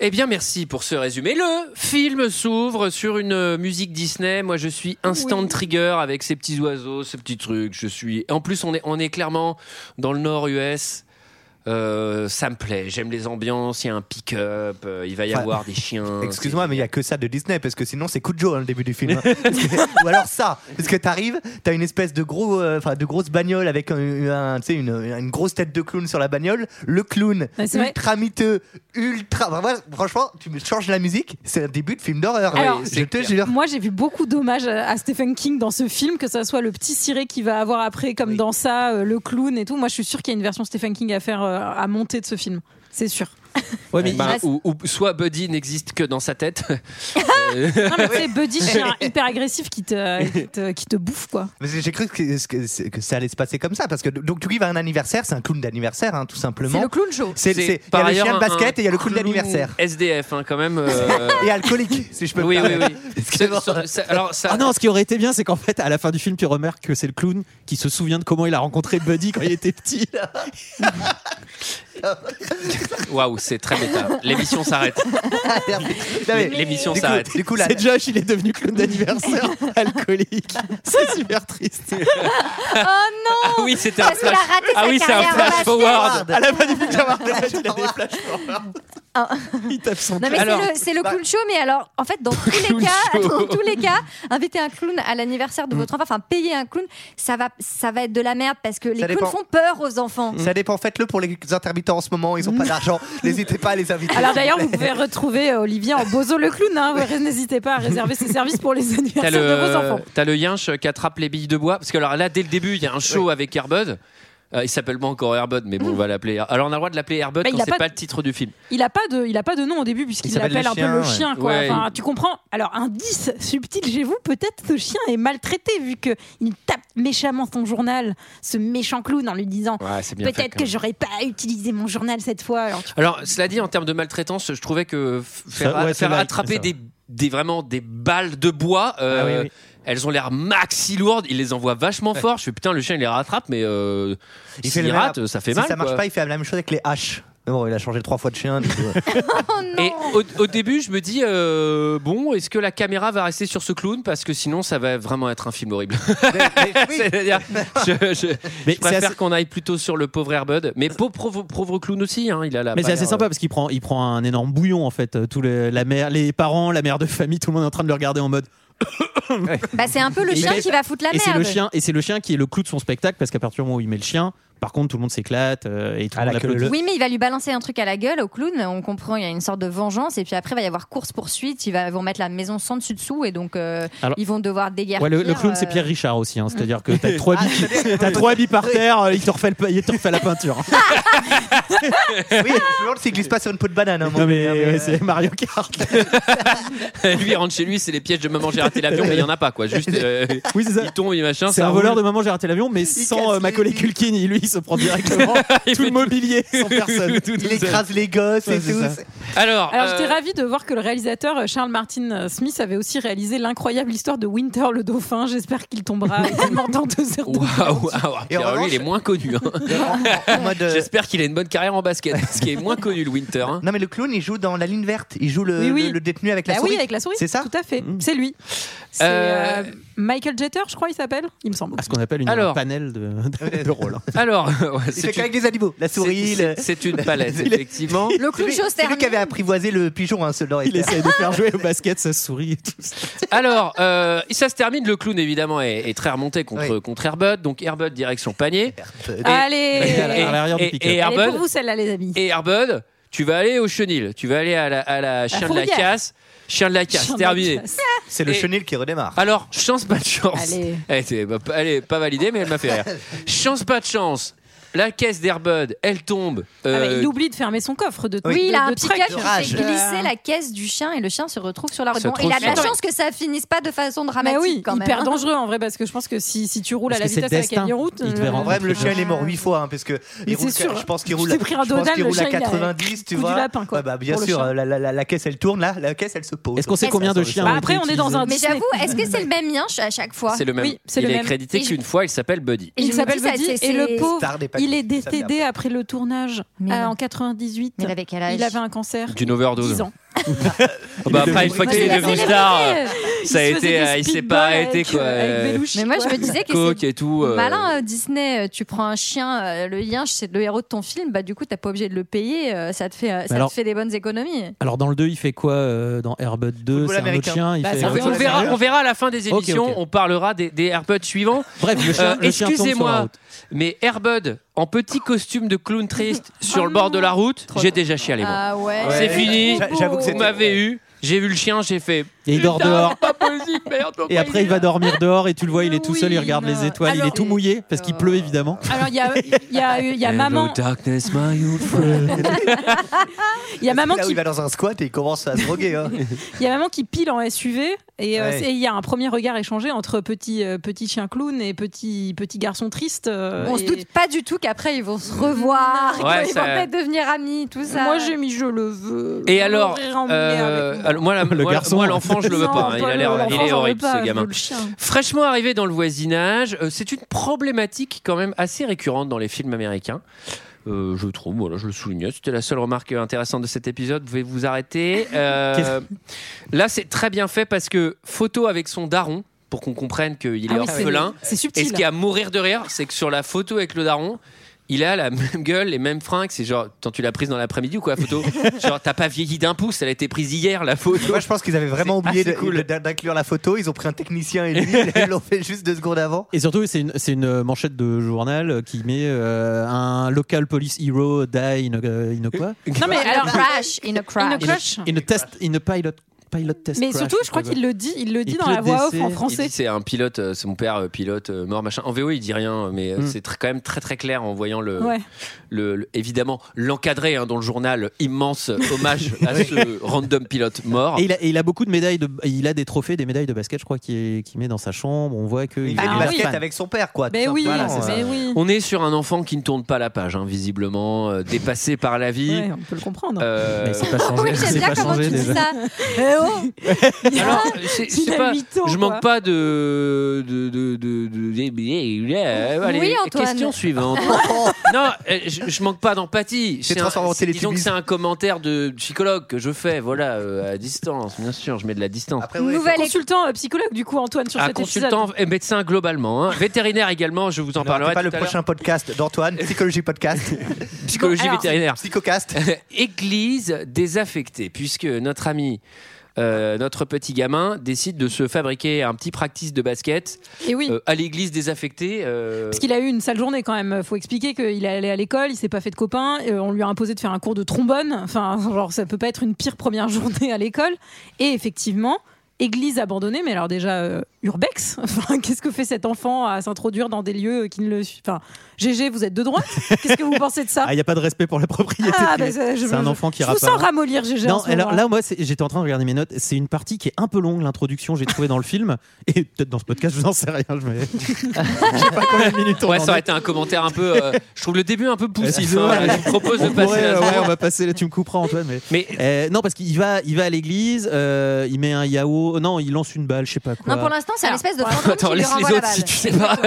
Speaker 1: Eh bien, merci pour ce résumé. Le film s'ouvre sur une euh, musique Disney. Moi, je suis instant trigger avec ces petits oiseaux, ces petits trucs. Je suis. En plus, on est, on est clairement dans le nord US. Euh, ça me plaît. J'aime les ambiances. Il y a un pick-up. euh, il va y
Speaker 7: Enfin,
Speaker 1: avoir des chiens.
Speaker 7: Excuse-moi, mais il n'y a que ça de Disney, parce que sinon c'est Cujo hein, le début du film. Parce que- ou alors ça, parce que t'arrives, t'as une espèce de gros, euh, enfin de grosse bagnole avec un, un- tu sais, une, une grosse tête de clown sur la bagnole, le clown
Speaker 5: Ouais, c'est vrai.
Speaker 7: ultra miteux, ultra. Enfin, voilà, franchement, tu me changes la musique, c'est un début de film d'horreur.
Speaker 5: Alors,
Speaker 7: je te jure.
Speaker 5: Moi, j'ai vu beaucoup d'hommages à à Stephen King dans ce film, que ça soit le petit ciré qui va avoir après, comme dans ça, euh, le clown et tout. Moi, je suis sûr qu'il y a une version Stephen King à faire, euh, à monter de ce film. C'est sûr.
Speaker 1: Ouais, mais
Speaker 5: Bah,
Speaker 1: ou, ou soit Buddy n'existe que dans sa tête.
Speaker 5: Non, mais tu sais, Buddy, c'est un hyper agressif qui te, qui te, qui te bouffe, quoi.
Speaker 7: Parce que J'ai cru que, que- que ça allait se passer comme ça, parce que donc tu arrives à un anniversaire, c'est un clown d'anniversaire, hein, tout simplement.
Speaker 5: C'est le clown show.
Speaker 7: C'est- c'est- Il y
Speaker 1: par
Speaker 7: a le
Speaker 1: ailleurs
Speaker 7: chien de
Speaker 1: un-
Speaker 7: basket et il y a le clown
Speaker 1: clown
Speaker 7: d'anniversaire.
Speaker 1: SDF, hein, quand même. euh,
Speaker 7: Et alcoolique, si je peux me
Speaker 1: oui, oui,
Speaker 7: permettre.
Speaker 1: oui. Ce- ce- ce- alors, ça,
Speaker 11: Ah non, ce qui aurait été bien, c'est qu'en fait, à la fin du film, tu remarques que c'est le clown qui se souvient de comment il a rencontré Buddy quand il était petit.
Speaker 1: Waouh, c'est très méta. L'émission s'arrête.
Speaker 7: Non, mais-
Speaker 1: L'émission
Speaker 7: du coup-
Speaker 1: s'arrête.
Speaker 7: Du coup, la-
Speaker 11: C'est Josh, il est devenu clown d'anniversaire alcoolique. C'est super triste.
Speaker 6: Oh non
Speaker 1: Ah oui, c'était un
Speaker 6: Parce qu'il a
Speaker 1: flash.
Speaker 6: raté
Speaker 1: Ah
Speaker 6: sa
Speaker 1: oui, c'est un
Speaker 6: carrière
Speaker 1: flash
Speaker 6: basket.
Speaker 1: forward.
Speaker 11: À la fin du film, tu remarques que Josh, il a des flashs.
Speaker 6: Ah.
Speaker 11: Il tape son
Speaker 6: Non mais
Speaker 1: Alors-
Speaker 6: c'est le- c'est le, clown show, mais alors en fait dans tous
Speaker 1: Clown
Speaker 6: les cas,
Speaker 1: show.
Speaker 6: dans tous les cas, inviter un clown à l'anniversaire de votre enfant, enfin payer un clown, ça va, ça va être de la merde parce que les
Speaker 7: Ça
Speaker 6: clowns
Speaker 7: dépend. Mm.
Speaker 6: font peur aux enfants.
Speaker 7: Ça dépend, faites-le pour les intermittents en ce moment, ils n'ont pas d'argent. N'hésitez pas à les inviter.
Speaker 5: Alors d'ailleurs, vous pouvez retrouver euh, Olivier en Bozo le clown. hein. Ouais, N'hésitez pas à réserver ses services pour les
Speaker 1: T'as
Speaker 5: anniversaires de vos enfants.
Speaker 1: le, t'as le yinche qui attrape les billes de bois. Parce que alors là, dès le début, il y a un show avec Airbud. Euh, il s'appelle pas encore Airbud, mais bon, on va l'appeler. Air- Alors on a le droit de l'appeler Airbud
Speaker 5: Bah, Mm. il
Speaker 1: quand
Speaker 5: a
Speaker 1: c'est
Speaker 5: pas
Speaker 1: pas,
Speaker 5: de-
Speaker 1: le titre du film.
Speaker 5: Il a pas de, il a pas de nom au début puisqu'il
Speaker 7: Il s'appelle
Speaker 5: appelle
Speaker 7: le
Speaker 5: un
Speaker 7: chien,
Speaker 5: peu le
Speaker 7: ouais.
Speaker 5: chien. Quoi.
Speaker 1: Ouais,
Speaker 5: Enfin, tu comprends Alors indice subtil chez vous, peut-être ce chien est maltraité vu que il tape méchamment son journal, ce méchant clown en lui disant
Speaker 1: Ouais, c'est bien. fait,
Speaker 5: peut-être
Speaker 1: quand
Speaker 5: que
Speaker 1: même.
Speaker 5: j'aurais pas utilisé mon journal cette fois. Alors tu-
Speaker 1: Alors cela dit, en termes de maltraitance, je trouvais que f- faire,
Speaker 11: Ça, ouais, c'est
Speaker 1: faire
Speaker 11: light,
Speaker 1: attraper
Speaker 11: ça.
Speaker 1: des, des- vraiment des balles de bois, euh,
Speaker 11: Ah oui, oui.
Speaker 1: elles ont l'air maxi lourdes. Il les envoie vachement fort. Je fais putain, le chien il les rattrape, mais euh,
Speaker 7: Il fait
Speaker 1: s'il
Speaker 7: le même-
Speaker 1: rate, ça fait
Speaker 7: si
Speaker 1: mal.
Speaker 7: ça marche
Speaker 1: quoi.
Speaker 7: pas, il fait la même chose avec les haches. Mais Bon, il a changé trois fois de chien. du coup, ouais.
Speaker 6: Oh non
Speaker 1: Et au, au début, je me dis euh, bon, est-ce que la caméra va rester sur ce clown parce que sinon, ça va vraiment être un film horrible. C'est-à-dire, je, je- je
Speaker 11: Mais c'est
Speaker 1: préfère
Speaker 11: assez-
Speaker 1: qu'on aille plutôt sur le pauvre Airbud, mais pauvre, pauvre, pauvre clown aussi. hein, il a la.
Speaker 11: Mais
Speaker 1: pas
Speaker 11: c'est assez
Speaker 1: l'air,
Speaker 11: sympa parce qu'il prend, il prend un énorme bouillon en fait. Euh, Tout le- la mère, les parents, la mère de famille, tout le monde est en train de le regarder en mode.
Speaker 6: Bah c'est un peu le
Speaker 11: Et
Speaker 6: chien
Speaker 11: il-
Speaker 6: qui va foutre la
Speaker 11: et c'est
Speaker 6: merde.
Speaker 11: le chien, et c'est le chien qui est le clou de son spectacle parce qu'à partir du moment où il met le chien, par contre tout le monde s'éclate euh, et tout
Speaker 7: Ah,
Speaker 11: le
Speaker 7: la
Speaker 11: monde
Speaker 7: queue leu-
Speaker 11: applaudit.
Speaker 6: Oui, mais il va lui balancer un truc à la gueule au clown. On comprend, il y a une sorte de vengeance. Et puis après, il va y avoir course-poursuite. Ils va- vont mettre la maison sans dessus-dessous. Et donc, euh,
Speaker 11: Alors-
Speaker 6: ils vont devoir déguerpir.
Speaker 11: Ouais, le, le clown
Speaker 6: euh,
Speaker 11: c'est Pierre Richard aussi, hein. c'est-à-dire que t'as trois
Speaker 7: Ah,
Speaker 11: billes,
Speaker 7: c'est-à-dire-
Speaker 11: t'as trois billes par terre, euh, il te refait, le pe- il te refait la peinture.
Speaker 7: oui, le plus drôle, c'est qu'il glisse pas sur une peau de banane. hein, mon
Speaker 11: non mais,
Speaker 7: gars,
Speaker 11: ouais,
Speaker 7: euh,
Speaker 11: c'est Mario Kart.
Speaker 1: euh, lui il rentre chez lui, c'est les pièges de maman j'ai raté l'avion, mais il y en a pas quoi. Juste, euh,
Speaker 11: Oui c'est ça.
Speaker 1: il tombe, il machin.
Speaker 11: C'est
Speaker 1: ça
Speaker 11: un voleur de
Speaker 1: roule.
Speaker 11: maman j'ai raté l'avion, mais
Speaker 7: casse
Speaker 11: sans euh,
Speaker 7: les
Speaker 11: Macaulay
Speaker 7: billes.
Speaker 11: Culkin, il- lui il se prend directement tout le mobilier sans personne.
Speaker 7: euh, Il écrase les gosses
Speaker 11: Ouais,
Speaker 7: et
Speaker 11: c'est
Speaker 7: tout.
Speaker 11: ça.
Speaker 7: c'est-
Speaker 1: Alors,
Speaker 5: Alors j'étais
Speaker 1: euh,
Speaker 5: ravie de voir que le réalisateur euh, Charles Martin euh, Smith avait aussi réalisé l'incroyable histoire de Winter le dauphin. J'espère qu'il tombera également dans deux heures. de-
Speaker 1: Waouh, waouh,
Speaker 7: Et
Speaker 1: Pierre,
Speaker 7: en
Speaker 1: lui,
Speaker 7: revanche-
Speaker 1: il est moins connu. hein.
Speaker 7: En- en- en mode, euh,
Speaker 1: J'espère qu'il a une bonne carrière en basket, parce qu'il est moins connu le Winter. hein.
Speaker 7: Non, mais le clown, il joue dans la ligne verte. Il joue le,
Speaker 5: Oui, oui.
Speaker 7: le- le détenu avec la
Speaker 5: Bah
Speaker 7: souris.
Speaker 5: oui, avec la souris.
Speaker 7: C'est ça
Speaker 5: Tout à fait.
Speaker 11: Mm.
Speaker 5: C'est lui. C'est
Speaker 1: Euh,
Speaker 5: euh, Michael Jeter, je crois, il s'appelle. Il me semble.
Speaker 11: À ce qu'on appelle une
Speaker 1: Alors.
Speaker 11: panel de, de, de rôles.
Speaker 1: Alors, ouais,
Speaker 7: Il fait
Speaker 1: c'est une-
Speaker 7: qu'avec des animaux. La souris.
Speaker 1: c'est-
Speaker 7: le-
Speaker 1: c'est- c'est une palette, effectivement.
Speaker 6: Le clown
Speaker 7: C'est
Speaker 6: show
Speaker 7: lui- C'est lui qui avait apprivoisé le pigeon, hein, ce dans les
Speaker 11: Il
Speaker 7: terres.
Speaker 11: essaye de faire jouer au basket sa souris et tout.
Speaker 1: Alors, euh, ça se termine. Le clown, évidemment, est, est très remonté contre,
Speaker 7: Oui.
Speaker 1: contre Airbud. Donc, Airbud, direction panier.
Speaker 7: Euh,
Speaker 11: Et à la-
Speaker 5: Allez.
Speaker 11: à l'arrière du
Speaker 1: et-
Speaker 11: pick-up.
Speaker 1: et
Speaker 5: Elle est
Speaker 1: Airbud,
Speaker 5: pour vous celle-là, les amis.
Speaker 1: et Airbud, tu vas aller au chenil. Tu vas aller à la, à la chien de la
Speaker 5: fourrière.
Speaker 1: casse. Chien de la casse,
Speaker 5: Chien de la
Speaker 1: terminé.
Speaker 5: classe.
Speaker 7: C'est le
Speaker 1: Et-
Speaker 7: chenil qui redémarre.
Speaker 1: Alors, chance, pas de chance.
Speaker 5: Allez.
Speaker 1: Elle, était- bah, elle est pas validée, mais elle m'a fait rire. Chance, pas de chance. La caisse d'Airbud, elle tombe.
Speaker 5: Ah, mais
Speaker 1: Euh,
Speaker 5: il oublie de fermer son coffre de
Speaker 6: Oui, il a
Speaker 5: de-
Speaker 6: un
Speaker 5: de
Speaker 6: petit
Speaker 5: truc.
Speaker 6: gars qui
Speaker 7: de
Speaker 6: fait
Speaker 7: rage.
Speaker 5: Ah.
Speaker 6: glisser la caisse du chien et le chien se retrouve sur la route.
Speaker 1: Ça
Speaker 6: Bon,
Speaker 1: trouve
Speaker 6: il a de la
Speaker 1: sur-
Speaker 6: chance que ça finisse pas de façon
Speaker 5: Mais
Speaker 6: dramatique
Speaker 5: oui,
Speaker 6: quand même.
Speaker 5: hyper dangereux en vrai parce que je pense que si, si tu roules
Speaker 11: Parce
Speaker 5: à la
Speaker 11: que c'est
Speaker 5: vitesse à
Speaker 11: destin.
Speaker 5: laquelle il route,
Speaker 11: Il devait
Speaker 5: euh,
Speaker 7: En vrai, le chien, il est mort huit fois, hein, parce que il
Speaker 5: c'est
Speaker 7: roule,
Speaker 5: sûr.
Speaker 7: je pense qu'il
Speaker 5: Tu
Speaker 7: roule,
Speaker 5: t'es pris un
Speaker 7: je pense
Speaker 5: dodal,
Speaker 7: qu'il
Speaker 5: le
Speaker 7: roule
Speaker 5: chien,
Speaker 7: à
Speaker 5: il a
Speaker 7: 90, tu
Speaker 5: coup du
Speaker 7: vois.
Speaker 5: lapin, quoi,
Speaker 7: Ouais, bah, bien
Speaker 5: pour le
Speaker 7: sûr,
Speaker 5: chien.
Speaker 7: la, la- la- la caisse, elle tourne, là, la caisse, elle se pose.
Speaker 11: Est-ce qu'on sait
Speaker 6: Est-ce-
Speaker 11: combien de chiens
Speaker 5: Bah,
Speaker 11: ont
Speaker 5: après,
Speaker 11: été
Speaker 5: on est dans un-
Speaker 6: Mais
Speaker 11: utilisés
Speaker 6: j'avoue, est-ce que c'est le même lien ch- à chaque fois
Speaker 1: c'est le même.
Speaker 5: Oui, c'est
Speaker 1: il
Speaker 5: le
Speaker 1: est
Speaker 5: même.
Speaker 1: crédité
Speaker 6: Et je-
Speaker 1: qu'une fois, il s'appelle Buddy.
Speaker 6: Et je
Speaker 5: il
Speaker 6: me
Speaker 5: s'appelle
Speaker 6: dis, ça,
Speaker 5: Buddy
Speaker 6: c'est-
Speaker 5: et le
Speaker 6: c'est-
Speaker 5: pauvre,
Speaker 7: Star des
Speaker 5: il il est décédé après le tournage euh, en 98.
Speaker 6: Mais il avait quel âge
Speaker 5: Il avait un cancer.
Speaker 1: D'une overdose.
Speaker 5: 10 ans.
Speaker 1: Oh bah, après, une fois qu'il est devenu star, euh,
Speaker 6: Il
Speaker 1: ça a
Speaker 6: se
Speaker 1: été,
Speaker 6: faisait des
Speaker 1: euh, il s'est
Speaker 6: speedballs
Speaker 1: pas
Speaker 6: avec,
Speaker 1: arrêté quoi.
Speaker 5: avec Belouchi,
Speaker 6: Mais moi, je me disais que
Speaker 1: Coke
Speaker 6: c'est
Speaker 1: et tout. euh,
Speaker 6: malin, euh, Disney. euh, Tu prends un chien, euh, le lien, c'est le héros de ton film, bah du coup, t'as pas obligé de le payer. euh, Ça te fait, euh, ça
Speaker 11: alors-
Speaker 6: te fait des bonnes économies.
Speaker 11: Alors dans le 2, il fait quoi euh, dans Airbud 2 C'est un autre
Speaker 7: américain.
Speaker 11: chien. Il
Speaker 5: Bah,
Speaker 11: fait...
Speaker 5: c'est un
Speaker 1: On, on verra, on verra à la fin des
Speaker 11: Ok,
Speaker 1: émissions,
Speaker 11: ok.
Speaker 1: on parlera des, des Airbuds suivants.
Speaker 11: Bref, le chien,
Speaker 1: Euh,
Speaker 11: le chien tombe sur la
Speaker 1: Excusez-moi,
Speaker 11: route.
Speaker 1: mais Airbud en petit costume de clown triste sur le bord de la route, j'ai déjà chialé moi.
Speaker 6: Ah ouais.
Speaker 1: C'est fini.
Speaker 7: J'a- J'avoue que
Speaker 1: Vous
Speaker 7: c'était-
Speaker 1: m'avez eu. J'ai vu le chien, j'ai fait.
Speaker 11: Et il dort
Speaker 1: Putain,
Speaker 11: dehors.
Speaker 1: c'est Pas possible, merde, pourquoi
Speaker 11: Et après, il va
Speaker 1: est
Speaker 11: dormir dehors et tu le vois, il est tout
Speaker 6: Oui,
Speaker 11: seul, il regarde
Speaker 6: non.
Speaker 11: les étoiles, il
Speaker 5: Alors-
Speaker 11: est tout mouillé parce qu'il pleut évidemment.
Speaker 5: Alors il y a, il y a, il y
Speaker 1: là
Speaker 5: a
Speaker 1: Hello,
Speaker 5: maman,
Speaker 1: darkness, my old friend.
Speaker 5: il y a maman
Speaker 7: Là où
Speaker 5: qui,
Speaker 7: il va dans un squat et il commence à se droguer. hein.
Speaker 5: il y a maman qui pile en SUV et euh,
Speaker 7: Ouais.
Speaker 5: c'est- il y a un premier regard échangé entre petit euh, petit chien clown et petit petit garçon triste. euh,
Speaker 6: On se
Speaker 5: et-
Speaker 6: doute pas du tout qu'après ils vont se revoir,
Speaker 1: Ouais,
Speaker 6: qu'ils
Speaker 1: ça-
Speaker 6: vont peut-être devenir amis, tout ça.
Speaker 5: Moi j'ai mis je le veux.
Speaker 1: Et
Speaker 5: Je
Speaker 1: alors,
Speaker 5: mourrai en mer
Speaker 1: euh,
Speaker 5: avec moi.
Speaker 1: alors, moi, la-
Speaker 11: Le
Speaker 1: moi,
Speaker 11: garçon.
Speaker 1: moi, l'enfant, je le veux
Speaker 5: Non,
Speaker 1: pas. hein. Il a l'air,
Speaker 5: l'enfant,
Speaker 1: il est
Speaker 5: j'en veux
Speaker 1: horrible
Speaker 5: pas,
Speaker 1: ce
Speaker 5: je
Speaker 1: gamin.
Speaker 5: veux le chien.
Speaker 1: Fraîchement arrivé dans le voisinage, euh, c'est une problématique quand même assez récurrente dans les films américains. Euh, je trouve, voilà, je le soulignais. C'était la seule remarque intéressante de cet épisode. Vous pouvez vous arrêter. Euh, là, c'est très bien fait parce que photo avec son daron pour qu'on comprenne qu'il est
Speaker 5: Ah oui, c'est-
Speaker 1: orphelin.
Speaker 5: C'est
Speaker 1: Et
Speaker 5: subtil.
Speaker 1: ce qui est à mourir de rire, c'est que sur la photo avec le daron, il a la même gueule, les mêmes fringues. C'est genre, tant tu l'as prise dans l'après-midi ou quoi, la photo Genre, t'as pas vieilli d'un pouce, elle a été prise hier, la photo.
Speaker 7: Moi, je pense qu'ils avaient vraiment
Speaker 1: C'est
Speaker 7: oublié
Speaker 1: assez
Speaker 7: de-
Speaker 1: cool.
Speaker 7: de- d'inclure la photo. Ils ont pris un technicien et lui, ils l'ont fait juste deux secondes avant.
Speaker 11: Et surtout, c'est une, c'est une manchette de journal euh, qui met euh, un local police hero die in a, euh, in a quoi
Speaker 5: Non mais
Speaker 6: In a
Speaker 5: alors
Speaker 6: crash, in a
Speaker 5: in a
Speaker 6: crash.
Speaker 5: crash.
Speaker 11: In a test, in a pilot, pilot test.
Speaker 5: Mais
Speaker 11: crash,
Speaker 5: surtout, je crois
Speaker 11: quoi.
Speaker 5: qu'il le dit, il le dit
Speaker 11: Il
Speaker 5: dans la
Speaker 11: pilote
Speaker 5: voix off
Speaker 11: d'essai.
Speaker 5: en
Speaker 1: Il dit
Speaker 5: français.
Speaker 1: c'est un pilote, euh, c'est mon père euh, pilote euh, mort machin. En VO il dit rien, mais euh,
Speaker 11: Mm.
Speaker 1: c'est tr- quand même très très clair en voyant le,
Speaker 5: Ouais.
Speaker 1: le, le- évidemment l'encadré hein, dans le journal immense hommage à ce random pilote mort.
Speaker 11: Et il, a, et il a beaucoup de médailles, de, il a des trophées, des médailles de basket, je crois, qu'il est- qu'il met dans sa chambre. On voit que
Speaker 7: Ah Il
Speaker 11: il
Speaker 7: fait
Speaker 11: est
Speaker 7: du
Speaker 11: fan.
Speaker 7: basket avec son père,
Speaker 1: ah,
Speaker 7: quoi. tout
Speaker 5: Ben oui,
Speaker 7: simplement.
Speaker 5: mais oui.
Speaker 1: On est sur un enfant qui ne tourne pas la page, hein, visiblement euh, dépassé par la vie.
Speaker 5: Ouais, on peut le comprendre.
Speaker 1: Euh,
Speaker 11: Mais c'est pas changé.
Speaker 6: Oui, j'aime
Speaker 11: c'est
Speaker 6: bien
Speaker 11: pas
Speaker 6: comment
Speaker 11: changé
Speaker 6: tu dis
Speaker 11: déjà.
Speaker 6: ça. Eh oh,
Speaker 1: alors, c'est-
Speaker 5: Il
Speaker 1: c'est
Speaker 5: a
Speaker 1: pas-
Speaker 5: huit ans,
Speaker 1: je
Speaker 5: quoi.
Speaker 1: manque pas de de de de, de- de- de- euh,
Speaker 6: Oui,
Speaker 1: allez,
Speaker 6: Antoine.
Speaker 1: question suivante. non, euh, je, je manque pas d'empathie. C'est un-
Speaker 7: transformé en
Speaker 1: c'est- Disons que
Speaker 7: Teletubbies.
Speaker 1: c'est un commentaire de psychologue que je fais, voilà, euh, à distance, bien sûr, je mets de la distance.
Speaker 7: Après, ouais,
Speaker 6: Nouvelle
Speaker 5: Consultant euh, psychologue, du coup, Antoine, Ah, sur
Speaker 1: un
Speaker 5: cet
Speaker 1: Ah, consultant
Speaker 5: épisode.
Speaker 1: et médecin globalement, hein. vétérinaire également, je vous en
Speaker 7: Non,
Speaker 1: parlerai.
Speaker 7: c'est pas
Speaker 1: tout
Speaker 7: le
Speaker 1: à l'heure.
Speaker 7: prochain podcast d'Antoine, Psychologie Podcast,
Speaker 1: Psychologie
Speaker 5: Bon, alors-
Speaker 1: vétérinaire.
Speaker 7: Psychocast.
Speaker 1: Église désaffectée, puisque notre ami, euh, notre petit gamin, décide de se fabriquer un petit practice de basket
Speaker 5: Et oui.
Speaker 1: euh, à l'église désaffectée. euh,
Speaker 5: Parce qu'il a eu une sale journée quand même. Faut expliquer qu'il est allé à l'école, il s'est pas fait de copains, euh, on lui a imposé de faire un cours de trombone. Enfin, genre, ça peut pas être une pire première journée à l'école. Et effectivement, église abandonnée, mais alors déjà euh, urbex. Enfin, qu'est-ce que fait cet enfant à s'introduire dans des lieux euh, qui ne le. Enfin, GG, vous êtes de droite. Qu'est-ce que vous pensez de ça
Speaker 11: Ah, il n'y a pas de respect pour la propriété.
Speaker 5: Ah, bah, ça, je-
Speaker 11: c'est un
Speaker 5: je-
Speaker 11: enfant qui
Speaker 5: Je vous
Speaker 11: rapporte.
Speaker 5: sens ramollir, GG. en
Speaker 11: Non,
Speaker 5: ce
Speaker 11: alors
Speaker 5: moment-là.
Speaker 11: là, moi, c'est- j'étais en train de regarder mes notes. C'est une partie qui est un peu longue, l'introduction, j'ai trouvé dans le film. Et peut-être dans ce podcast, je n'en sais rien. Je mets- je sais pas combien de minutes on
Speaker 1: Ouais,
Speaker 11: en
Speaker 1: ça aurait
Speaker 11: est.
Speaker 1: été un commentaire un peu. euh, je trouve le début un peu poussif.
Speaker 11: Excuse-moi.
Speaker 1: hein. je vous propose de
Speaker 11: On
Speaker 1: passer
Speaker 11: pourrait,
Speaker 1: à la
Speaker 11: euh, ouais,
Speaker 1: seconde.
Speaker 11: on va passer là, tu me couperas, Antoine. Mais...
Speaker 1: Mais
Speaker 11: Euh, non, parce qu'il va, il va à l'église, euh, il met un yao. Non, il lance une balle, je sais pas quoi.
Speaker 6: Non, pour l'instant, c'est un
Speaker 5: Alors,
Speaker 6: espèce de fantôme
Speaker 1: attends,
Speaker 6: qui lui
Speaker 1: laisse les
Speaker 6: renvoie la
Speaker 1: autres
Speaker 6: balle.
Speaker 1: si tu sais pas.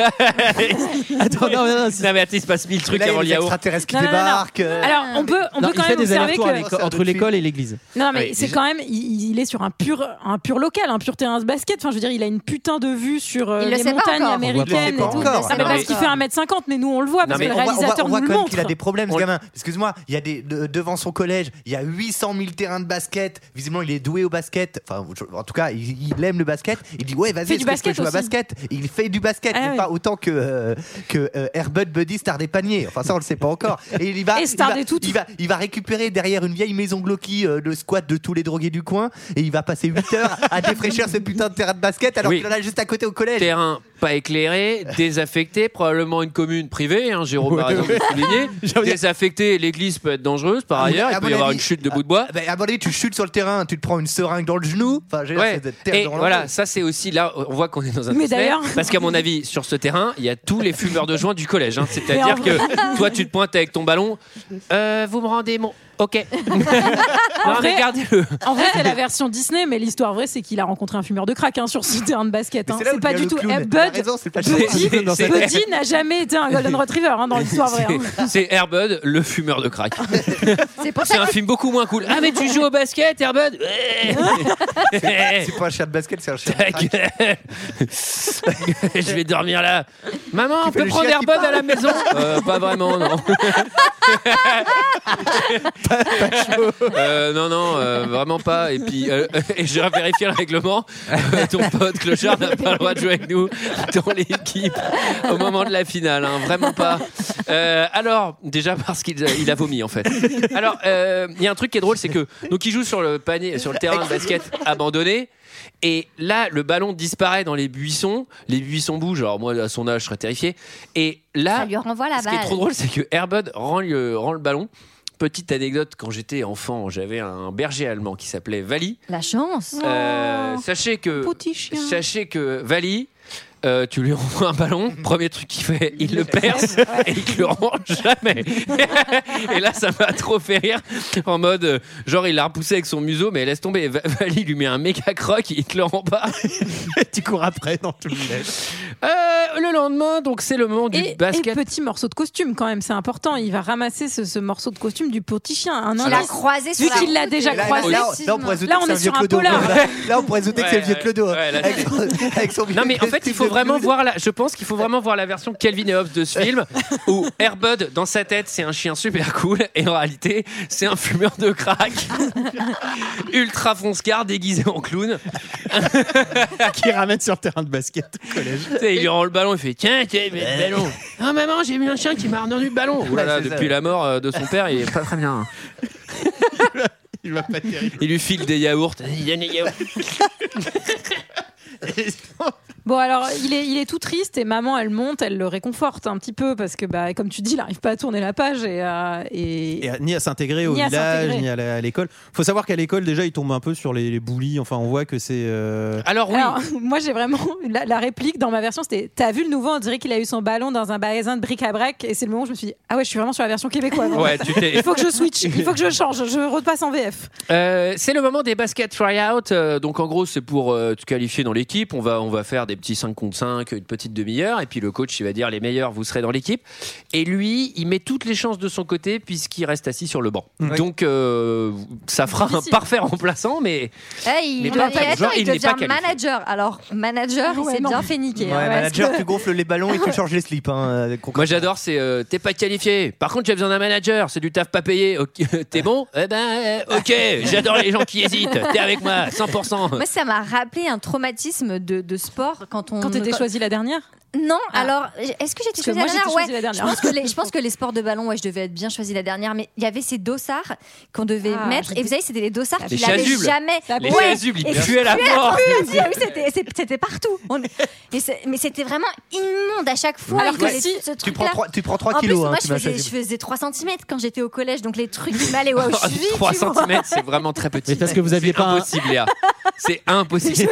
Speaker 11: Attends, non, non, non, c'est-
Speaker 1: non, mais attends, il se passe mille trucs
Speaker 7: Là, il y a
Speaker 1: avant le
Speaker 7: les
Speaker 1: yaourt.
Speaker 7: extraterrestres qui
Speaker 5: Non, non, non, non.
Speaker 7: débarquent. euh,
Speaker 5: Alors, on peut, on
Speaker 11: Non,
Speaker 5: peut
Speaker 11: il
Speaker 5: quand
Speaker 11: fait
Speaker 5: même
Speaker 11: des
Speaker 5: observer
Speaker 11: allers-retours à
Speaker 5: que.
Speaker 11: l'école- entre l'école et l'église.
Speaker 5: Non,
Speaker 7: Ah
Speaker 5: mais
Speaker 1: Oui,
Speaker 5: c'est
Speaker 1: déjà-
Speaker 5: quand même, il, il est sur un pur, un pur local, un pur terrain de basket. Enfin, je veux dire, il a une putain de vue sur euh,
Speaker 6: Il
Speaker 5: les
Speaker 6: le sait pas
Speaker 5: montagnes
Speaker 6: encore.
Speaker 5: américaines
Speaker 7: Il le sait
Speaker 5: et
Speaker 7: pas
Speaker 5: tout.
Speaker 7: encore.
Speaker 5: Ah, mais
Speaker 1: Non,
Speaker 5: parce
Speaker 1: mais-
Speaker 5: qu'il fait 1m50, mais nous on le voit, parce que
Speaker 1: mais
Speaker 5: le
Speaker 7: on voit- on voit,
Speaker 5: réalisateur
Speaker 7: on voit
Speaker 5: nous
Speaker 7: quand
Speaker 5: le
Speaker 7: même
Speaker 5: montre.
Speaker 7: qu'il a des problèmes,
Speaker 1: On-
Speaker 7: ce gamin. Excuse-moi, il y a des de- devant son collège, il y a 800 000 terrains de basket. Visiblement, il est doué au basket. Enfin, je- en tout cas, il, il aime le basket. Il dit ouais, vas-y,
Speaker 5: Fait du
Speaker 7: est-ce que je peux
Speaker 5: basket
Speaker 7: jouer à
Speaker 5: aussi.
Speaker 7: basket. Il fait du basket,
Speaker 5: Ah
Speaker 7: mais
Speaker 5: ouais.
Speaker 7: pas autant que euh, que euh, Airbud Buddy Star des paniers. Enfin, ça, on le sait pas encore. Et il y va,
Speaker 5: Et Star
Speaker 7: il va-
Speaker 5: des toutes.
Speaker 7: il va, il va récupérer derrière une vieille maison glauque euh, le squat de tous les drogués du coin et il va passer 8 heures à défraîchir ce putain de terrain de basket alors
Speaker 1: Oui.
Speaker 7: qu'il en a juste à côté au collège.
Speaker 1: Terrain pas éclairé, désaffecté, probablement une commune privée, hein, Jérôme par exemple le souligné. Désaffecté, l'église peut être dangereuse
Speaker 11: Ah
Speaker 1: par ailleurs, il
Speaker 7: À
Speaker 1: peut y
Speaker 7: mon
Speaker 1: avoir
Speaker 7: avis-
Speaker 1: une chute de bout de bois.
Speaker 7: Ah, bah, à un moment donné, tu chutes sur le terrain, tu te prends une seringue dans le genou. Enfin, j'ai
Speaker 1: Ouais.
Speaker 7: l'air de
Speaker 1: Et
Speaker 7: terre dans
Speaker 1: voilà, ça c'est aussi là, on voit qu'on est dans un
Speaker 5: Mais
Speaker 1: Disney,
Speaker 5: d'ailleurs-
Speaker 1: parce qu'à mon avis, sur ce terrain, il y a tous les fumeurs de joint du collège. hein.
Speaker 5: Mais en
Speaker 1: C'est-à-dire
Speaker 5: vrai-
Speaker 1: que toi, tu te pointes avec ton ballon, Euh, vous me rendez mon, Ok. Non,
Speaker 5: vrai-
Speaker 1: Regardez-le.
Speaker 5: En vrai, c'est la version Disney, mais l'histoire vraie, c'est qu'il a rencontré un fumeur de crack hein, sur ce terrain de basket.
Speaker 7: Mais
Speaker 5: hein.
Speaker 7: c'est là où
Speaker 5: C'est
Speaker 7: il
Speaker 5: pas
Speaker 7: y a
Speaker 5: du
Speaker 7: le
Speaker 5: tout.
Speaker 7: clown.
Speaker 5: Eh,
Speaker 7: T'as
Speaker 5: Bud,
Speaker 7: raison, c'est pas
Speaker 1: C'est-
Speaker 7: Buddy.
Speaker 1: c'est- c'est-
Speaker 5: Buddy n'a jamais été un Golden Retriever hein, dans l'histoire vraie. hein.
Speaker 1: C'est- C'est Airbud, le fumeur de crack.
Speaker 6: C'est pour
Speaker 1: C'est
Speaker 6: ça
Speaker 1: un
Speaker 6: que
Speaker 1: film beaucoup moins cool. Ah, mais tu joues au basket, Airbud Ouais.
Speaker 7: C'est pas un chien de basket, c'est un chien de
Speaker 1: Ta
Speaker 7: crack.
Speaker 1: gueule. Je vais dormir là. Maman, on
Speaker 7: fais
Speaker 1: peut
Speaker 7: le
Speaker 1: prendre
Speaker 7: chien qui
Speaker 1: Airbud à la maison Euh, Pas vraiment, non. Euh, non, non, euh, vraiment pas. Et puis, euh, et je vais vérifier le règlement. Euh, ton pote Clochard n'a pas le droit de jouer avec nous dans l'équipe au moment de la finale. hein, vraiment pas. Euh, alors, déjà parce qu'il a- il a vomi en fait. Alors, euh, il y a un truc qui est drôle, c'est que donc il joue sur le panier, sur le terrain de basket abandonné. Et là, le ballon disparaît dans les buissons. Les buissons bougent. Alors moi, à son âge, je serais terrifié. Et là,
Speaker 6: ça lui renvoie la
Speaker 1: ce qui est
Speaker 6: balle.
Speaker 1: trop drôle, c'est que Airbud rend le, rend le ballon. Petite anecdote, quand j'étais enfant, j'avais un berger allemand qui s'appelait Vali.
Speaker 6: La chance.
Speaker 1: Euh, sachez que
Speaker 5: Petit chien.
Speaker 1: sachez que Vali, euh, tu lui renvoies un ballon, premier truc qu'il fait, il le perce et il te le rend jamais. et là, ça m'a trop fait rire. En mode, euh, genre, il l'a repoussé avec son museau, mais laisse tomber. Va- Vali lui met un méga croc, il te le rend pas.
Speaker 11: tu cours après dans tout le village.
Speaker 1: Euh, le lendemain, donc c'est le moment du
Speaker 5: Et, et
Speaker 1: basket.
Speaker 5: petit morceau de costume quand même, c'est important. Il va ramasser ce, ce morceau de costume du petit chien. Un
Speaker 6: Il a
Speaker 5: indice.
Speaker 6: croisé sur
Speaker 5: Vu
Speaker 6: la
Speaker 5: qu'il l'a
Speaker 6: route
Speaker 5: déjà
Speaker 6: et il a
Speaker 5: croisé.
Speaker 7: Là,
Speaker 6: croisé.
Speaker 7: là, on pourrait
Speaker 5: Là,
Speaker 7: douter que
Speaker 5: on
Speaker 7: c'est
Speaker 5: est
Speaker 7: un vieux
Speaker 5: sur un
Speaker 7: clodo.
Speaker 5: polar.
Speaker 7: Là, là, on pourrait douter que c'est le vieux
Speaker 1: Ouais,
Speaker 7: clodo.
Speaker 1: ouais, là,
Speaker 7: avec, son- avec son
Speaker 1: Non
Speaker 7: vieux
Speaker 1: mais en fait il
Speaker 7: costume
Speaker 1: faut
Speaker 7: de
Speaker 1: vraiment
Speaker 7: clown.
Speaker 1: voir la je pense qu'il faut vraiment voir la version Calvin et Hobbes de ce film où Airbud dans sa tête c'est un chien super cool et en réalité c'est un fumeur de crack ultra fonce-car déguisé en clown
Speaker 11: Qui ramène sur le terrain de basket au collège.
Speaker 1: Tu sais, il lui rend le ballon il fait tiens tiens mets le ballon ah maman j'ai vu un chien qui m'a rendu le ballon Ouh là là,
Speaker 7: Ouais, c'est ça,
Speaker 1: depuis
Speaker 7: ouais.
Speaker 1: la mort euh, de son père il est pas très bien hein.
Speaker 11: Il va pas terrible.
Speaker 1: il lui file des yaourts il donne des yaourts
Speaker 5: Bon alors il est, il est tout triste et maman elle monte, elle le réconforte un petit peu parce que bah comme tu dis, il n'arrive pas à tourner la page et, euh, et-
Speaker 11: Et à- ni à s'intégrer au
Speaker 5: Ni à
Speaker 11: village,
Speaker 5: s'intégrer.
Speaker 11: ni à la- à l'école. Faut savoir qu'à l'école, déjà, il tombe un peu sur les, les bullies. Enfin, on voit que c'est. euh,
Speaker 1: alors oui
Speaker 5: Alors, moi, j'ai vraiment. La, la réplique dans ma version, c'était T'as vu le nouveau On dirait qu'il a eu son ballon dans un magasin de bric-à-brac. Et c'est le moment où je me suis dit Ah ouais, je suis vraiment sur la version québécoise.
Speaker 1: ouais tu t'es
Speaker 5: Il faut que je switch, il faut que je change, je repasse en VF.
Speaker 1: Euh, c'est le moment des basket try-out. Euh, donc, en gros, c'est pour euh, te qualifier dans l'équipe. On va, on va faire des petits 5 contre 5, une petite demi-heure. Et puis, le coach, il va dire les meilleurs, vous serez dans l'équipe. Et lui, il met toutes les chances de son côté puisqu'il reste assis sur le banc. Donc, euh, ça fera un
Speaker 5: Difficile.
Speaker 1: parfait remplaçant, mais
Speaker 6: Eh, il,
Speaker 1: Mais
Speaker 6: doit-
Speaker 1: pas
Speaker 6: et
Speaker 1: qualifié.
Speaker 6: attends,
Speaker 1: Genre,
Speaker 6: il
Speaker 1: il n'est
Speaker 6: devient
Speaker 1: pas qualifié.
Speaker 6: manager. Alors, manager,
Speaker 5: Ah ouais,
Speaker 6: il s'est
Speaker 5: non.
Speaker 6: bien fait niquer.
Speaker 7: Ouais,
Speaker 6: hein, parce
Speaker 7: manager,
Speaker 6: que-
Speaker 7: tu gonfles les ballons et tu changes les slips. hein, euh, concrètement.
Speaker 1: moi, j'adore. C'est euh, t'es pas qualifié. Par contre, j'ai besoin d'un manager. C'est du taf pas payé. Ok, T'es bon Eh ben, euh, ok. J'adore les gens qui hésitent. T'es avec moi, 100%.
Speaker 6: Moi, ça m'a rappelé un traumatisme de, de sport quand on.
Speaker 5: Quand t'étais choisi la dernière
Speaker 6: Non,
Speaker 5: Ah.
Speaker 6: alors, est-ce que
Speaker 5: Parce que
Speaker 6: j'étais choisie
Speaker 5: moi,
Speaker 6: la
Speaker 5: j'étais
Speaker 6: dernière
Speaker 5: choisie
Speaker 6: Ouais,
Speaker 5: la dernière.
Speaker 6: Je pense, que les, je pense que les sports de ballon, ouais, je devais être bien choisie la dernière, mais il y avait ces dossards qu'on devait
Speaker 5: Ah,
Speaker 6: mettre.
Speaker 5: je
Speaker 6: Et vous savez, c'était les dossards
Speaker 1: Les
Speaker 6: qu'il avait
Speaker 1: chasubles.
Speaker 6: jamais.
Speaker 5: La
Speaker 1: Les
Speaker 5: Ouais,
Speaker 1: chasubles,
Speaker 6: et
Speaker 1: ils puaient la mort.
Speaker 6: Oui, oui, c'était- c'est- c'était partout. On- et c'est- mais c'était vraiment immonde à chaque fois.
Speaker 5: Alors
Speaker 6: Et
Speaker 5: que
Speaker 6: les-
Speaker 5: si-
Speaker 6: ce
Speaker 7: Tu
Speaker 6: truc-là-
Speaker 7: prends 3, tu prends trois
Speaker 6: en
Speaker 7: kilos.
Speaker 6: plus,
Speaker 7: hein,
Speaker 6: moi,
Speaker 7: tu
Speaker 6: je
Speaker 7: m'as
Speaker 6: faisais,
Speaker 7: choisi.
Speaker 6: je faisais 3 cm quand j'étais au collège, donc les trucs qui m'allaient au cheville.
Speaker 1: 3 cm, c'est vraiment très petit.
Speaker 11: Mais parce que vous aviez
Speaker 1: C'est
Speaker 11: pas un-
Speaker 1: impossible, Léa. C'est impossible.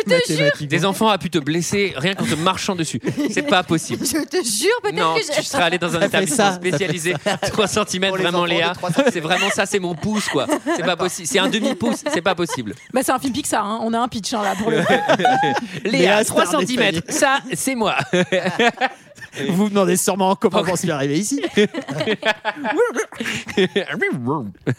Speaker 1: Des enfants a pu te blesser rien qu'en te marchant dessus. C'est pas possible.
Speaker 6: Je te jure,
Speaker 1: Non,
Speaker 6: peut-être que
Speaker 1: tu
Speaker 6: je-
Speaker 1: serais allé dans un
Speaker 11: fait ça,
Speaker 1: établissement
Speaker 11: ça fait
Speaker 1: spécialisé. 3 cm,
Speaker 7: Pour les
Speaker 1: vraiment,
Speaker 7: enfants de
Speaker 1: Léa.
Speaker 7: 3 centimètres.
Speaker 1: C'est vraiment ça, c'est mon pouce, quoi. C'est pas possible. C'est un demi-pouce, c'est pas possible.
Speaker 5: Bah, c'est un film Pixar, hein. on a un pitch hein, là pour le.
Speaker 1: Léa,
Speaker 11: Léa,
Speaker 1: 3
Speaker 11: star des
Speaker 1: cm,
Speaker 11: familles.
Speaker 1: ça, c'est moi.
Speaker 11: Vous vous demandez sûrement comment on s'est arrivé ici.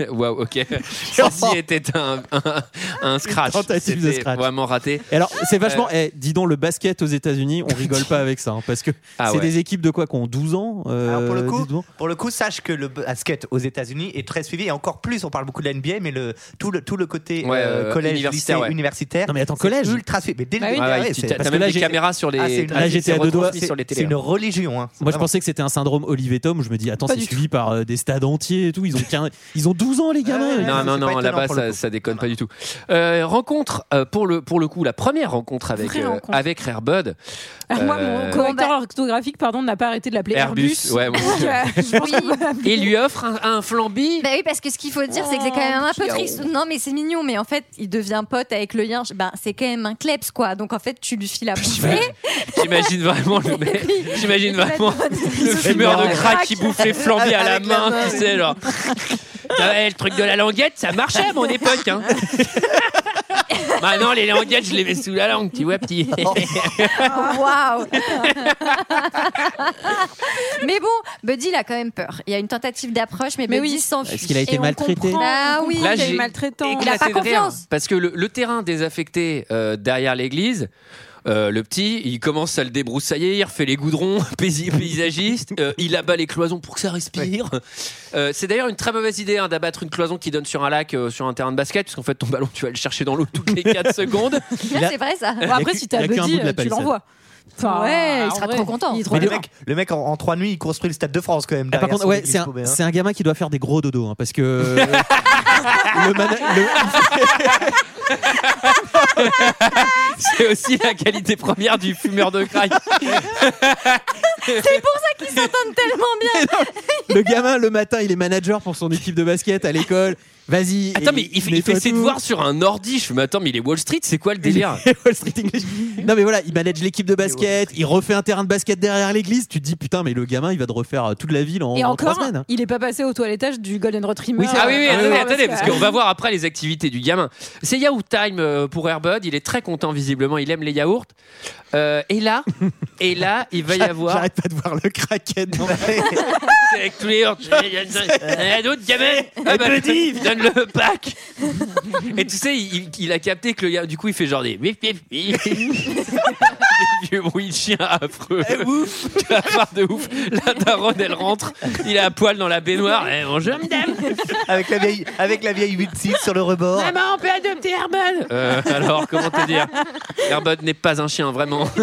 Speaker 1: Waouh, ok. Ceci était un, un, un scratch.
Speaker 11: Tentative de
Speaker 1: C'était
Speaker 11: scratch.
Speaker 1: vraiment raté.
Speaker 11: Et Alors, c'est vachement. eh, dis donc, le basket aux États-Unis, on rigole pas avec ça. hein, parce que
Speaker 1: Ah
Speaker 11: c'est
Speaker 1: ouais.
Speaker 11: des équipes de quoi Qui ont 12 ans euh,
Speaker 7: Alors, pour le coup,
Speaker 11: 12 ans.
Speaker 7: Pour le coup, sache que le basket aux États-Unis est très suivi et encore plus. On parle beaucoup de la NBA, mais le, tout, le, tout le côté
Speaker 1: Ouais,
Speaker 7: euh,
Speaker 1: euh,
Speaker 7: collège,
Speaker 1: universitaire,
Speaker 7: lycée,
Speaker 1: ouais.
Speaker 7: universitaire.
Speaker 11: Non, mais attends,
Speaker 7: c'est
Speaker 11: collège.
Speaker 7: Ultra suivi. Mais dès le
Speaker 5: Bah oui.
Speaker 7: début,
Speaker 1: Ah ouais,
Speaker 7: ouais,
Speaker 1: tu-
Speaker 7: c'est-
Speaker 1: t'as
Speaker 11: parce que
Speaker 1: même
Speaker 11: là,
Speaker 1: des
Speaker 11: j'ai-
Speaker 1: caméras sur les.
Speaker 7: Ah, c'est une-
Speaker 1: t'as-
Speaker 11: là, j'étais
Speaker 1: c'est
Speaker 11: à deux doigts.
Speaker 1: retransmis sur les
Speaker 7: c'est
Speaker 1: télés.
Speaker 7: une religion. hein.
Speaker 11: Moi, je
Speaker 7: Vraiment.
Speaker 11: pensais que c'était un syndrome Olivetum. Je me dis, attends,
Speaker 5: Pas
Speaker 11: c'est
Speaker 5: du
Speaker 11: suivi par euh, des stades entiers et tout. Ils ont, quin- ils ont 12 ans, les gamins.
Speaker 7: Ouais, ouais,
Speaker 1: Non, non,
Speaker 7: c'est pas
Speaker 1: non,
Speaker 7: étonnant
Speaker 1: là-bas,
Speaker 7: pour le
Speaker 1: ça,
Speaker 7: coup.
Speaker 1: ça déconne pas du tout. Euh, rencontre, euh, pour, le, pour le coup, la première rencontre avec,
Speaker 5: Vraie
Speaker 1: euh,
Speaker 5: rencontre.
Speaker 1: avec Airbud.
Speaker 5: Alors, moi,
Speaker 1: Euh,
Speaker 5: mon correcteur orthographique, pardon, n'a pas arrêté de l'appeler Airbus.
Speaker 1: ouais, bon.
Speaker 5: Je pense qu'on va
Speaker 1: Et lui offre un, un flambi.
Speaker 6: Bah oui, parce que ce qu'il faut dire, c'est que c'est quand même un peu triste. Non, mais c'est mignon, mais en fait, il devient pote avec le lien. Ben, c'est quand même un kleps, quoi. Donc en fait, tu lui files à bouffer.
Speaker 1: J'imagine vraiment le mec. J'imagine vraiment le fumeur de crack qui bouffe les flambis à la
Speaker 7: Avec la
Speaker 1: main,
Speaker 7: main.
Speaker 1: tu sais, genre. Ouais, le truc de la languette, ça marchait à mon époque. Hein. Maintenant, les languettes, je les mets sous la langue, tu vois, petit.
Speaker 5: Oh.
Speaker 6: Bah Waouh Mais bon, Buddy, il a quand même peur. Il y a une tentative d'approche, mais,
Speaker 5: Mais
Speaker 6: Buddy
Speaker 5: oui.
Speaker 6: s'enfuit.
Speaker 11: Est-ce qu'il a été
Speaker 5: Et on
Speaker 11: maltraité
Speaker 5: comprend,
Speaker 6: Bah
Speaker 5: on
Speaker 6: oui.
Speaker 5: comprend
Speaker 1: Là,
Speaker 5: qu'il y Ah a eu
Speaker 1: j'ai
Speaker 5: maltraitant.
Speaker 6: Il a pas
Speaker 1: éclaté de rire.
Speaker 6: confiance.
Speaker 1: Parce que le, le terrain désaffecté euh, derrière l'église, euh, le petit, il commence à le débroussailler, il refait les goudrons, paisi- paysagiste, euh, il abat les cloisons pour que ça respire. Euh, c'est d'ailleurs une très mauvaise idée hein, d'abattre une cloison qui donne sur un lac, euh, sur un terrain de basket, parce qu'en fait, ton ballon, tu vas le chercher dans l'eau toutes les 4 secondes.
Speaker 11: a-
Speaker 6: C'est vrai ça.
Speaker 5: Bon, après,
Speaker 11: que-
Speaker 5: si
Speaker 11: il y
Speaker 5: t'as
Speaker 11: a qu'un bout
Speaker 5: Buddy, euh,
Speaker 11: de la
Speaker 5: tu
Speaker 11: palissade.
Speaker 5: l'envoies. Enfin,
Speaker 6: Ouais, il
Speaker 5: en
Speaker 6: sera
Speaker 5: vrai,
Speaker 6: trop content.
Speaker 5: il est trop
Speaker 7: Mais le
Speaker 5: content.
Speaker 7: mec, le mec en, en trois nuits, il construit le Stade de France quand même.
Speaker 11: Ah, par
Speaker 7: derrière
Speaker 11: contre,
Speaker 7: son
Speaker 11: ouais,
Speaker 7: église
Speaker 11: c'est un,
Speaker 7: paumée, hein.
Speaker 11: c'est un gamin qui doit faire des gros dodos, hein, parce que euh, le, mana- le-
Speaker 1: C'est aussi la qualité première du fumeur de crack.
Speaker 6: Ils s'entendent tellement bien.
Speaker 11: le gamin le matin, il est manager pour son équipe de basket à l'école. Vas-y.
Speaker 1: Attends,
Speaker 11: et-
Speaker 1: mais il, fait- il
Speaker 11: nettoie
Speaker 1: fait ses
Speaker 11: tout.
Speaker 1: devoirs sur un ordi. Je me attends, mais il est Wall Street, c'est quoi le délire
Speaker 11: Wall Street English. Non mais voilà, il manage l'équipe de basket, il refait un terrain de basket derrière l'église. Tu te dis putain, mais le gamin, il va te refaire euh, toute la ville en,
Speaker 5: Et
Speaker 11: en trois
Speaker 5: encore,
Speaker 11: semaines. hein.
Speaker 5: il est pas passé au toilettage du Golden Retriever.
Speaker 11: Oui, c'est-
Speaker 1: Ah oui, oui,
Speaker 5: Euh,
Speaker 1: attendez,
Speaker 5: parce
Speaker 1: attendez,
Speaker 5: que-
Speaker 1: parce qu'on va voir après les activités du gamin. C'est Yahoo Time euh, pour Airbud. Il est très content, visiblement. Il aime les yaourts. Euh, et là, et là, il
Speaker 7: hein.
Speaker 1: va y avoir.
Speaker 11: J'arrête pas de voir le kraken.
Speaker 1: C'est avec tous les yaourts. Il y en a d'autres gamins. Ah bah, donne le pack. Et tu sais, il, il a capté que le gars, du coup, il fait genre des. Mif, mif, mif. Des vieux bruits de chien affreux. Eh, ouf. La part de ouf. La daronne, elle rentre. Il est à poil dans la baignoire. Eh, bonjour, madame.
Speaker 7: Avec la vieille, avec la vieille 8-6 sur le rebord.
Speaker 1: Maman, Eh ben, on peut adopter Airbud euh, Alors, comment te dire Airbud n'est pas un chien, vraiment.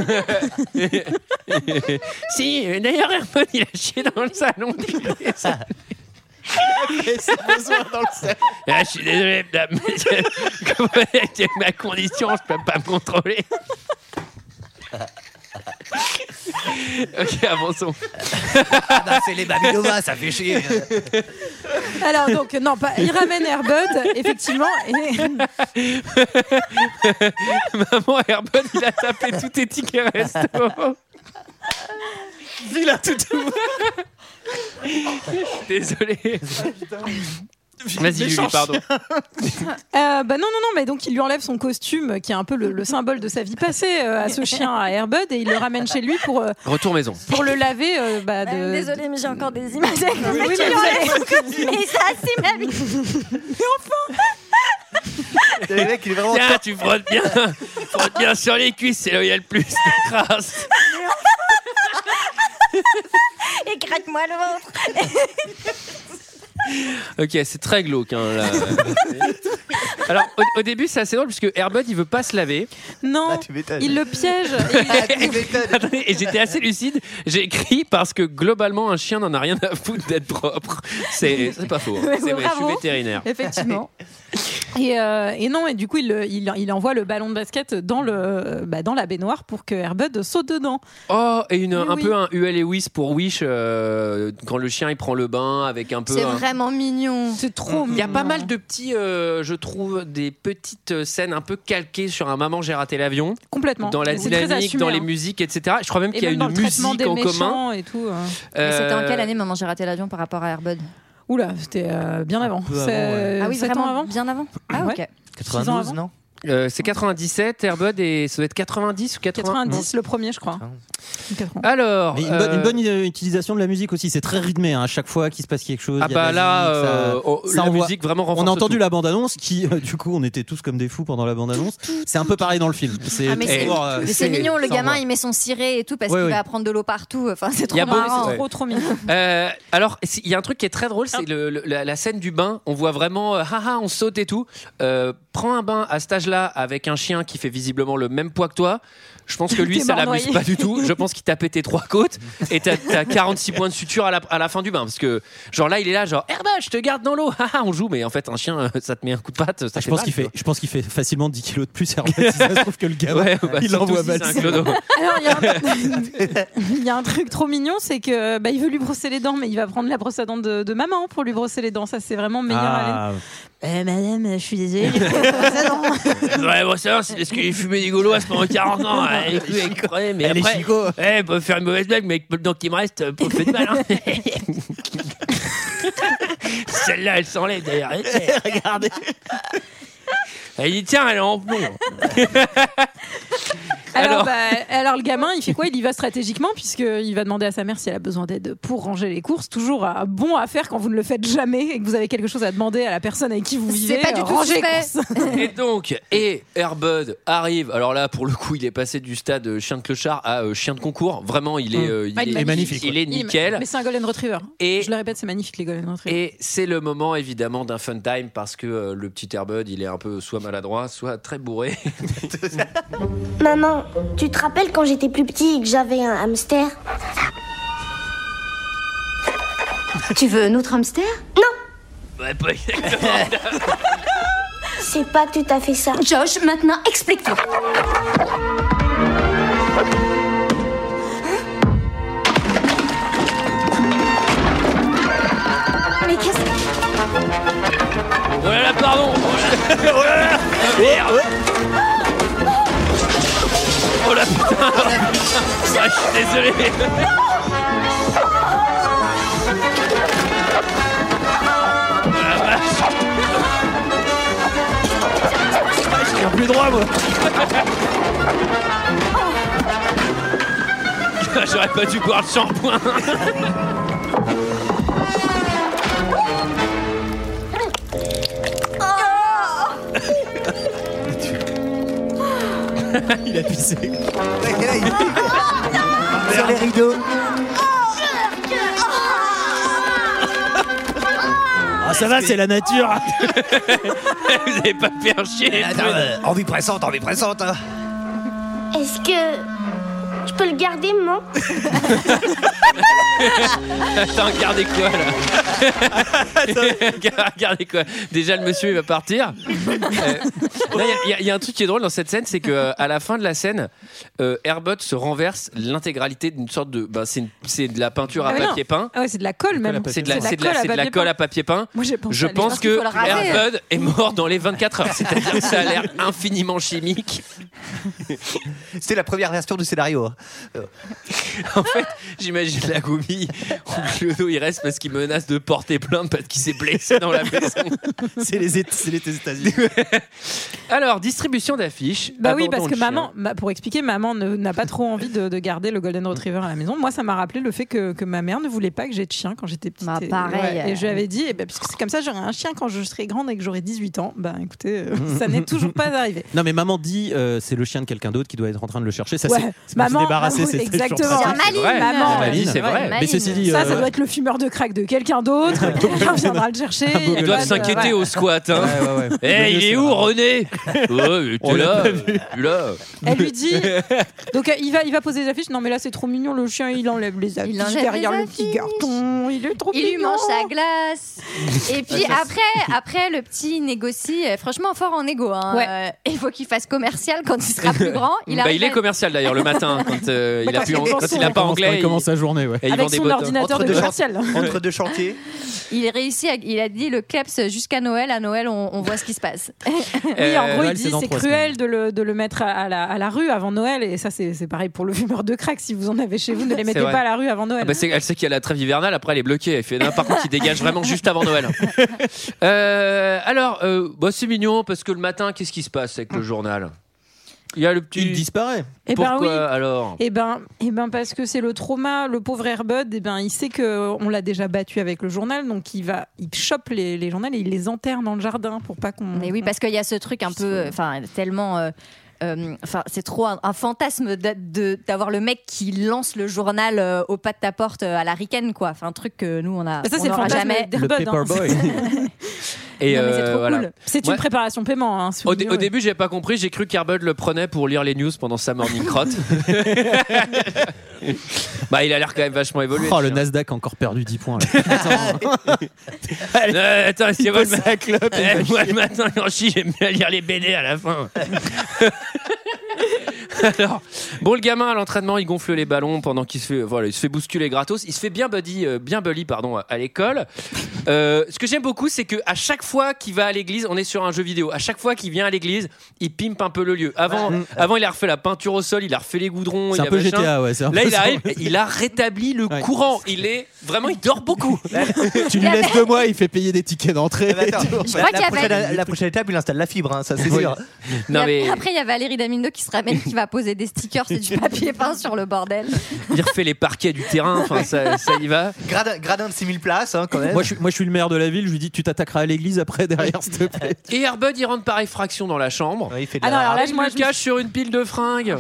Speaker 1: si, euh, d'ailleurs, Airbud, il a chié dans le salon. Ah, je suis désolé, madame, mais c'est- comme c'est ma condition, je peux pas me contrôler. ok, avançons.
Speaker 7: Ah c'est les Babylova, ça fait chier.
Speaker 5: euh, Alors donc non, pas, il ramène Airbud effectivement. Et...
Speaker 1: Maman Airbud, il a tapé tous tes tickets resto. Il a tout Désolé. Vas-y, Julie, pardon.
Speaker 5: Euh, bah non, non, non, mais donc il lui enlève son costume qui est un peu le, le symbole de sa vie passée euh, à ce chien à Airbud et il le ramène chez lui pour, euh,
Speaker 1: Retour maison.
Speaker 5: pour le laver. euh, bah, de...
Speaker 6: Désolée, mais j'ai encore des images avec le
Speaker 5: Oui,
Speaker 6: mec
Speaker 5: mais
Speaker 6: qui
Speaker 5: vous avez-
Speaker 6: enlève. Mais c'est assez mal.
Speaker 7: Le mec, il est vraiment.
Speaker 1: Tiens, tu frottes bien. Frottes bien sur les cuisses, c'est là où il y a le plus de traces.
Speaker 6: Et gratte-moi le ventre.
Speaker 1: Ok, c'est très glauque. hein, là. Alors, au, au début, c'est assez drôle parce que Airbud, il veut pas se laver.
Speaker 5: Non,
Speaker 7: Ah, tu m'étonnes.
Speaker 5: il le piège.
Speaker 7: Ah, tu m'étonnes.
Speaker 1: Attendez, et j'étais assez lucide. J'ai écrit parce que globalement, un chien n'en a rien à foutre d'être propre. C'est c'est pas faux. hein. C'est vrai, je suis
Speaker 6: Bravo.
Speaker 1: vétérinaire.
Speaker 6: Effectivement.
Speaker 5: Et, euh, et non, et du coup, il, le- il, il envoie le ballon de basket dans, le, bah, dans la baignoire pour que Airbud saute dedans.
Speaker 1: Oh, et une,
Speaker 5: Mais
Speaker 1: un
Speaker 5: oui.
Speaker 1: peu un UL et Wish pour Wish euh, quand le chien il prend le bain avec un peu.
Speaker 6: C'est
Speaker 11: hein.
Speaker 1: un-
Speaker 6: vraiment mignon.
Speaker 5: C'est trop
Speaker 1: Il y a
Speaker 5: mignon.
Speaker 1: pas mal de petits, euh, je trouve, des petites scènes un peu calquées sur un maman j'ai raté l'avion,
Speaker 5: Complètement.
Speaker 1: dans la
Speaker 5: C'est très
Speaker 1: dynamique,
Speaker 5: assumé,
Speaker 1: dans les
Speaker 5: hein.
Speaker 1: musiques, etc. Je crois même
Speaker 5: Et
Speaker 1: qu'il y a
Speaker 5: même dans
Speaker 1: une
Speaker 5: le traitement
Speaker 1: musique
Speaker 5: des
Speaker 1: en commun.
Speaker 5: méchants Et tout, euh.
Speaker 6: Mais C'était en
Speaker 1: Euh,
Speaker 6: quelle année, maman, j'ai raté l'avion par rapport à Airbud
Speaker 5: Oula, c'était euh, bien avant.
Speaker 7: peu avant,
Speaker 5: C'est-
Speaker 6: Ah oui,
Speaker 5: sept
Speaker 6: vraiment
Speaker 5: ans avant.
Speaker 6: Bien avant Ah, ok.
Speaker 5: Ouais. Six ans
Speaker 7: 92,
Speaker 5: avant.
Speaker 7: non
Speaker 1: euh, C'est 97, Airbud, et ça doit être 90 ou 80.
Speaker 5: 90, le premier, je crois. 80.
Speaker 1: Alors,
Speaker 11: Mais une,
Speaker 1: euh,
Speaker 11: bonne, une bonne, euh, utilisation de la musique aussi, c'est très rythmé. hein, à chaque fois qu'il se passe quelque chose,
Speaker 1: Ah
Speaker 11: il y a
Speaker 1: bah
Speaker 11: de la
Speaker 1: là,
Speaker 11: musique, ça-
Speaker 1: euh, oh,
Speaker 11: ça
Speaker 1: la
Speaker 11: envoie.
Speaker 1: musique vraiment renforce
Speaker 11: On a entendu
Speaker 1: tout.
Speaker 11: la bande-annonce qui, euh, du coup, on était tous comme des fous pendant la bande-annonce. C'est un peu pareil dans le film. C'est
Speaker 6: Ah, mais c'est-
Speaker 11: toujours, euh,
Speaker 6: Mais c'est mignon, le
Speaker 11: ça
Speaker 6: gamin
Speaker 11: envoie.
Speaker 6: il met son ciré et tout parce
Speaker 11: Ouais,
Speaker 6: qu'il
Speaker 11: ouais.
Speaker 6: va prendre de l'eau partout. Enfin, c'est trop
Speaker 1: Il y a beau-
Speaker 6: marrant.
Speaker 1: Ouais.
Speaker 5: Trop, trop mignon.
Speaker 1: Euh, alors, si- il y a un truc qui est très drôle, c'est le- le- la, la scène du bain. On voit vraiment, euh, haha, on saute et tout. Euh, prends un bain à cet âge-là avec un chien qui fait visiblement le même poids que toi. Je pense que lui,
Speaker 5: T'es
Speaker 1: ça
Speaker 5: mort
Speaker 1: l'amuse
Speaker 5: noyé.
Speaker 1: pas du tout. Je pense qu'il t'a pété trois côtes et t'as t'as 46 points de suture à la, à la fin du bain. Parce que, genre là, il est là, genre, Herba, je te garde dans l'eau. Haha, on joue, mais en fait, un chien, euh, ça te met un coup de patte. Ça
Speaker 11: Ah, je
Speaker 1: fait
Speaker 11: pense
Speaker 1: mal,
Speaker 11: qu'il fait,
Speaker 1: quoi.
Speaker 11: je pense qu'il fait facilement 10 kilos de plus. Herbert, si ça se trouve que le gamin,
Speaker 1: Ouais, bah,
Speaker 11: il
Speaker 1: surtout
Speaker 11: l'envoie
Speaker 1: si
Speaker 11: mal.
Speaker 1: c'est un clodo.
Speaker 5: Alors, il y a un- il y, a un truc trop mignon, c'est que bah, il veut lui brosser les dents, mais il va prendre la brosse à dents de, de maman pour lui brosser les dents. Ça, c'est vraiment meilleur. haleine.
Speaker 11: Ah,
Speaker 6: Euh, madame, je suis désolée. j'ai pas la brosse à dents.
Speaker 1: Ouais, bon, ça, c'est parce qu'il fumait des gauloises pendant 40 ans. hein. Les couilles, elles crevaient, mais
Speaker 11: Elle est
Speaker 1: après,
Speaker 11: chico.
Speaker 1: Eh, euh, peut faire une mauvaise blague, mais avec peu de dents qui me reste, pas fait de mal. hein. Celle-là, elle s'enlève d'ailleurs. Regardez. Elle dit tiens, elle est en plomb.
Speaker 5: Alors,
Speaker 1: Alors-
Speaker 5: bah, alors, le gamin, il fait quoi Il y va stratégiquement, puisqu'il va demander à sa mère si elle a besoin d'aide pour ranger les courses. Toujours un bon à faire quand vous ne le faites jamais et que vous avez quelque chose à demander à la personne avec qui vous vivez.
Speaker 6: pas du
Speaker 5: euh,
Speaker 6: tout
Speaker 5: ranger les
Speaker 6: suspect.
Speaker 5: courses.
Speaker 1: Et donc, et Airbud arrive. Alors là, pour le coup, il est passé du stade euh, chien de clochard à euh, chien de concours. Vraiment, il est, euh, il
Speaker 5: Ah, il
Speaker 1: est-
Speaker 5: est
Speaker 11: magnifique,
Speaker 1: Il est
Speaker 5: Il-
Speaker 1: nickel.
Speaker 5: Mais c'est un Golden Retriever.
Speaker 1: Et-
Speaker 5: Je le répète, c'est magnifique les Golden Retrievers.
Speaker 1: Et c'est le moment évidemment d'un fun time parce que euh, le petit Airbud, il est un peu soit maladroit, soit très bourré.
Speaker 9: Maman, tu te rappelles quand j'étais plus petit et que j'avais un hamster
Speaker 6: Tu veux un autre hamster
Speaker 1: Ouais, pas exactement.
Speaker 9: C'est pas tout à fait ça.
Speaker 6: Josh, maintenant, explique-toi.
Speaker 9: Mais qu'est-ce que...
Speaker 1: oh là là, pardon. Oh là là. Oh là là. Merde. Oh la putain. Ah, je suis désolé.
Speaker 11: J'ai plus droit, moi.
Speaker 1: J'aurais pas dû boire le shampoing.
Speaker 11: Il a pissé.
Speaker 7: Sur les rideaux.
Speaker 11: Ah, ça va, c'est la nature.
Speaker 1: Vous avez pas fait un chien.
Speaker 7: Attends, euh, envie pressante, envie pressante. hein.
Speaker 9: Est-ce que... Je peux le garder, maman
Speaker 1: Attends, regardez quoi là Regardez quoi Déjà le monsieur il va partir. Euh, non, Il y, a- il y a un truc qui est drôle dans cette scène, c'est que euh, à la fin de la scène, euh, Airbot se renverse l'intégralité d'une sorte de, bah, c'est une- c'est de la peinture à
Speaker 5: Ah, mais non.
Speaker 1: papier peint.
Speaker 5: Ah ouais, c'est de la colle même.
Speaker 1: C'est de la, c'est de la-
Speaker 5: colle à
Speaker 1: c'est de la
Speaker 5: papier
Speaker 1: colle
Speaker 5: peint.
Speaker 1: à papier peint.
Speaker 5: Moi j'ai pensé.
Speaker 1: Je
Speaker 5: à des-
Speaker 1: pense
Speaker 6: qu'il
Speaker 1: que
Speaker 6: faut le raser.
Speaker 1: Airbud est mort dans les 24 heures. C'est-à-dire que ça a l'air infiniment chimique.
Speaker 7: C'était la première version du scénario. hein.
Speaker 1: En fait, j'imagine la goumille où Clodo il reste parce qu'il menace de porter plainte parce qu'il s'est blessé dans la maison.
Speaker 11: C'est les, Éta- c'est les États-Unis.
Speaker 1: Alors, distribution d'affiches.
Speaker 5: Bah oui, parce
Speaker 1: Abandon
Speaker 5: que
Speaker 1: le chien.
Speaker 5: maman, ma- pour expliquer, maman ne- n'a pas trop envie de, de garder le Golden Retriever à la maison. Moi, ça m'a rappelé le fait que, que ma mère ne voulait pas que j'aie de chien quand j'étais petite.
Speaker 6: Bah,
Speaker 5: Et-
Speaker 6: pareil.
Speaker 5: ouais, Et je lui avais dit, eh ben, puisque c'est comme ça, j'aurai un chien quand je serai grande et que j'aurai 18 ans. Bah écoutez, euh, ça n'est toujours pas arrivé.
Speaker 11: Non, mais maman dit euh, c'est le chien de quelqu'un d'autre qui doit être en train de le chercher. Ça,
Speaker 5: Ouais.
Speaker 11: c'est- c'est
Speaker 5: Maman,
Speaker 11: pour se débarrasser.
Speaker 5: maman,
Speaker 11: c'est- c'est toujours
Speaker 5: exactement.
Speaker 11: pratique.
Speaker 6: C'est un
Speaker 1: C'est vrai.
Speaker 6: Maline,
Speaker 5: maman.
Speaker 1: La vie,
Speaker 11: Maline,
Speaker 1: c'est vrai.
Speaker 6: Maline.
Speaker 11: Mais ceci dit,
Speaker 5: Ça,
Speaker 11: euh,
Speaker 5: ça doit être le fumeur de crack de quelqu'un d'autre. Quelqu'un viendra le chercher.
Speaker 11: Un beau
Speaker 5: y
Speaker 1: Ils
Speaker 11: gosse.
Speaker 5: a pas
Speaker 1: doivent
Speaker 5: de-
Speaker 1: s'inquiéter
Speaker 5: voilà.
Speaker 1: au squat. Hein.
Speaker 11: Ouais, ouais, ouais.
Speaker 1: Eh,
Speaker 11: Le
Speaker 1: il
Speaker 11: mieux,
Speaker 1: est
Speaker 11: c'est
Speaker 1: où,
Speaker 11: vraiment-
Speaker 1: René Ouais,
Speaker 11: On
Speaker 1: t'es
Speaker 11: l'a
Speaker 1: là,
Speaker 11: pas vu.
Speaker 1: t'es là.
Speaker 5: Elle lui dit. Donc euh, il va, il va poser des affiches. Non mais là c'est trop mignon. Le chien il enlève les affiches
Speaker 6: enlève les
Speaker 5: derrière le petit
Speaker 6: affiches.
Speaker 5: carton. Il est trop
Speaker 6: Il lui
Speaker 5: mignon.
Speaker 6: mange sa glace. Et puis après, après le petit négocie. euh, Franchement, fort en égo. Hein.
Speaker 5: Ouais.
Speaker 6: Euh, il faut qu'il fasse commercial quand il sera plus grand. Il,
Speaker 1: Bah,
Speaker 6: arrive
Speaker 1: il est
Speaker 6: à-
Speaker 1: commercial d'ailleurs le matin quand euh, il a
Speaker 5: Bah, Quand
Speaker 1: plus
Speaker 5: il
Speaker 1: en-
Speaker 5: commence
Speaker 1: quand
Speaker 5: son-
Speaker 1: il a pas
Speaker 11: commence-
Speaker 1: anglais.
Speaker 11: Il
Speaker 1: il-
Speaker 11: commence sa journée, ouais.
Speaker 1: Et il vend
Speaker 5: Avec
Speaker 1: des
Speaker 5: son
Speaker 1: bottes, hein.
Speaker 5: ordinateur
Speaker 7: Entre
Speaker 5: de
Speaker 7: deux
Speaker 5: commercial.
Speaker 7: Entre deux chantiers.
Speaker 6: il réussit. à- Il a dit le kleps jusqu'à Noël. À Noël, on, on voit ce qui se passe.
Speaker 5: Oui, en
Speaker 1: Euh,
Speaker 5: gros,
Speaker 11: Noël,
Speaker 5: il
Speaker 11: c'est
Speaker 5: dit
Speaker 11: dans
Speaker 5: c'est
Speaker 11: trois
Speaker 5: cruel de le, de le mettre à, à la, à la rue avant Noël. Et ça, c'est c'est pareil pour le fumeur de crack. Si vous en avez chez vous, ne les mettez
Speaker 1: vrai.
Speaker 5: pas à la rue avant Noël.
Speaker 1: Ah bah, c'est- elle sait qu'il y a la trêve hivernale, après elle est bloquée. Elle fait, non, par contre, il dégage vraiment juste avant Noël. Euh, alors, euh, bah, c'est mignon parce que le matin, qu'est-ce qui se passe avec le journal Il y a le petit.
Speaker 11: Il disparaît.
Speaker 5: Eh ben
Speaker 1: Pourquoi
Speaker 5: oui.
Speaker 1: alors
Speaker 5: Eh ben, eh ben parce que c'est le trauma, le pauvre Airbud, eh ben, il sait qu'on l'a déjà battu avec le journal, donc il va, il chope les, les journaux et il les enterre dans le jardin pour pas qu'on...
Speaker 6: Mais oui, parce qu'il y a ce truc un peu, enfin, tellement. euh, euh, Enfin, c'est trop un, un fantasme de- de- d'avoir le mec qui lance le journal euh, au pas de ta porte euh, à la ricaine, quoi. Enfin, un truc que nous, on a
Speaker 5: Ça,
Speaker 6: on
Speaker 5: c'est le
Speaker 6: n'aura
Speaker 5: fantasme
Speaker 6: jamais.
Speaker 11: Le
Speaker 5: d'Airbud. hein.
Speaker 11: paper boy.
Speaker 1: Et
Speaker 6: Non, mais c'est
Speaker 1: euh,
Speaker 6: trop
Speaker 1: voilà.
Speaker 6: cool.
Speaker 5: C'est
Speaker 1: Ouais.
Speaker 5: une préparation paiement. hein,
Speaker 1: Au, dé-
Speaker 5: souvenez-vous.
Speaker 1: au début, j'ai pas compris. J'ai cru qu'Airbud le prenait pour lire les news pendant sa morning crotte. bah, il a l'air quand même vachement évolué.
Speaker 11: Oh,
Speaker 1: le
Speaker 11: le
Speaker 1: chien.
Speaker 11: Nasdaq a encore perdu 10 points. là.
Speaker 1: Euh, attends, c'est Eh, moi le
Speaker 11: passe
Speaker 1: matin. Moi le matin, quand je chie, j'aime bien lire les BD à la fin. Alors, bon, le gamin à l'entraînement, il gonfle les ballons pendant qu'il se fait, voilà, il se fait bousculer gratos. Il se fait bien buddy, euh, bien bully, pardon, à l'école. Euh, ce que j'aime beaucoup, c'est que à chaque fois qu'il va à l'église, on est sur un jeu vidéo. À chaque fois qu'il vient à l'église, il pimpe un peu le lieu. Avant, avant, il a refait la peinture au sol, il a refait les goudrons.
Speaker 11: C'est
Speaker 1: il
Speaker 11: un
Speaker 1: a
Speaker 11: peu
Speaker 1: machin.
Speaker 11: GTA, ouais, c'est un
Speaker 1: Là,
Speaker 11: peu
Speaker 1: il
Speaker 11: ça.
Speaker 1: arrive, et il a rétabli le
Speaker 11: Ouais.
Speaker 1: courant. Il est vraiment, il dort beaucoup.
Speaker 11: tu lui laisses deux mois, il fait payer des tickets
Speaker 1: Eh
Speaker 11: d'entrée.
Speaker 1: ben,
Speaker 7: Mais Eh ben, attends,
Speaker 6: Je
Speaker 7: la,
Speaker 6: crois
Speaker 7: la
Speaker 6: qu'il y
Speaker 7: prochaine,
Speaker 6: avait-
Speaker 7: la prochaine étape, il installe la fibre, hein, ça c'est sûr.
Speaker 6: Et ap- Après, il y a Valérie Damido qui se ramène, qui va poser des stickers et du papier peint sur le bordel.
Speaker 1: il refait les parquets du terrain. Enfin, ça, ça y va.
Speaker 7: Gradin, gradin de 6000 places, hein, quand même.
Speaker 11: Moi je, suis, moi, je suis le maire de la ville, je lui dis tu t'attaqueras à l'église après derrière, s'il te plaît.
Speaker 1: Et Airbud, il rentre par effraction dans la chambre.
Speaker 7: il fait
Speaker 5: Ah non, alors là,
Speaker 1: il
Speaker 5: moi,
Speaker 1: le
Speaker 5: je me-
Speaker 1: cache sur une pile de fringues.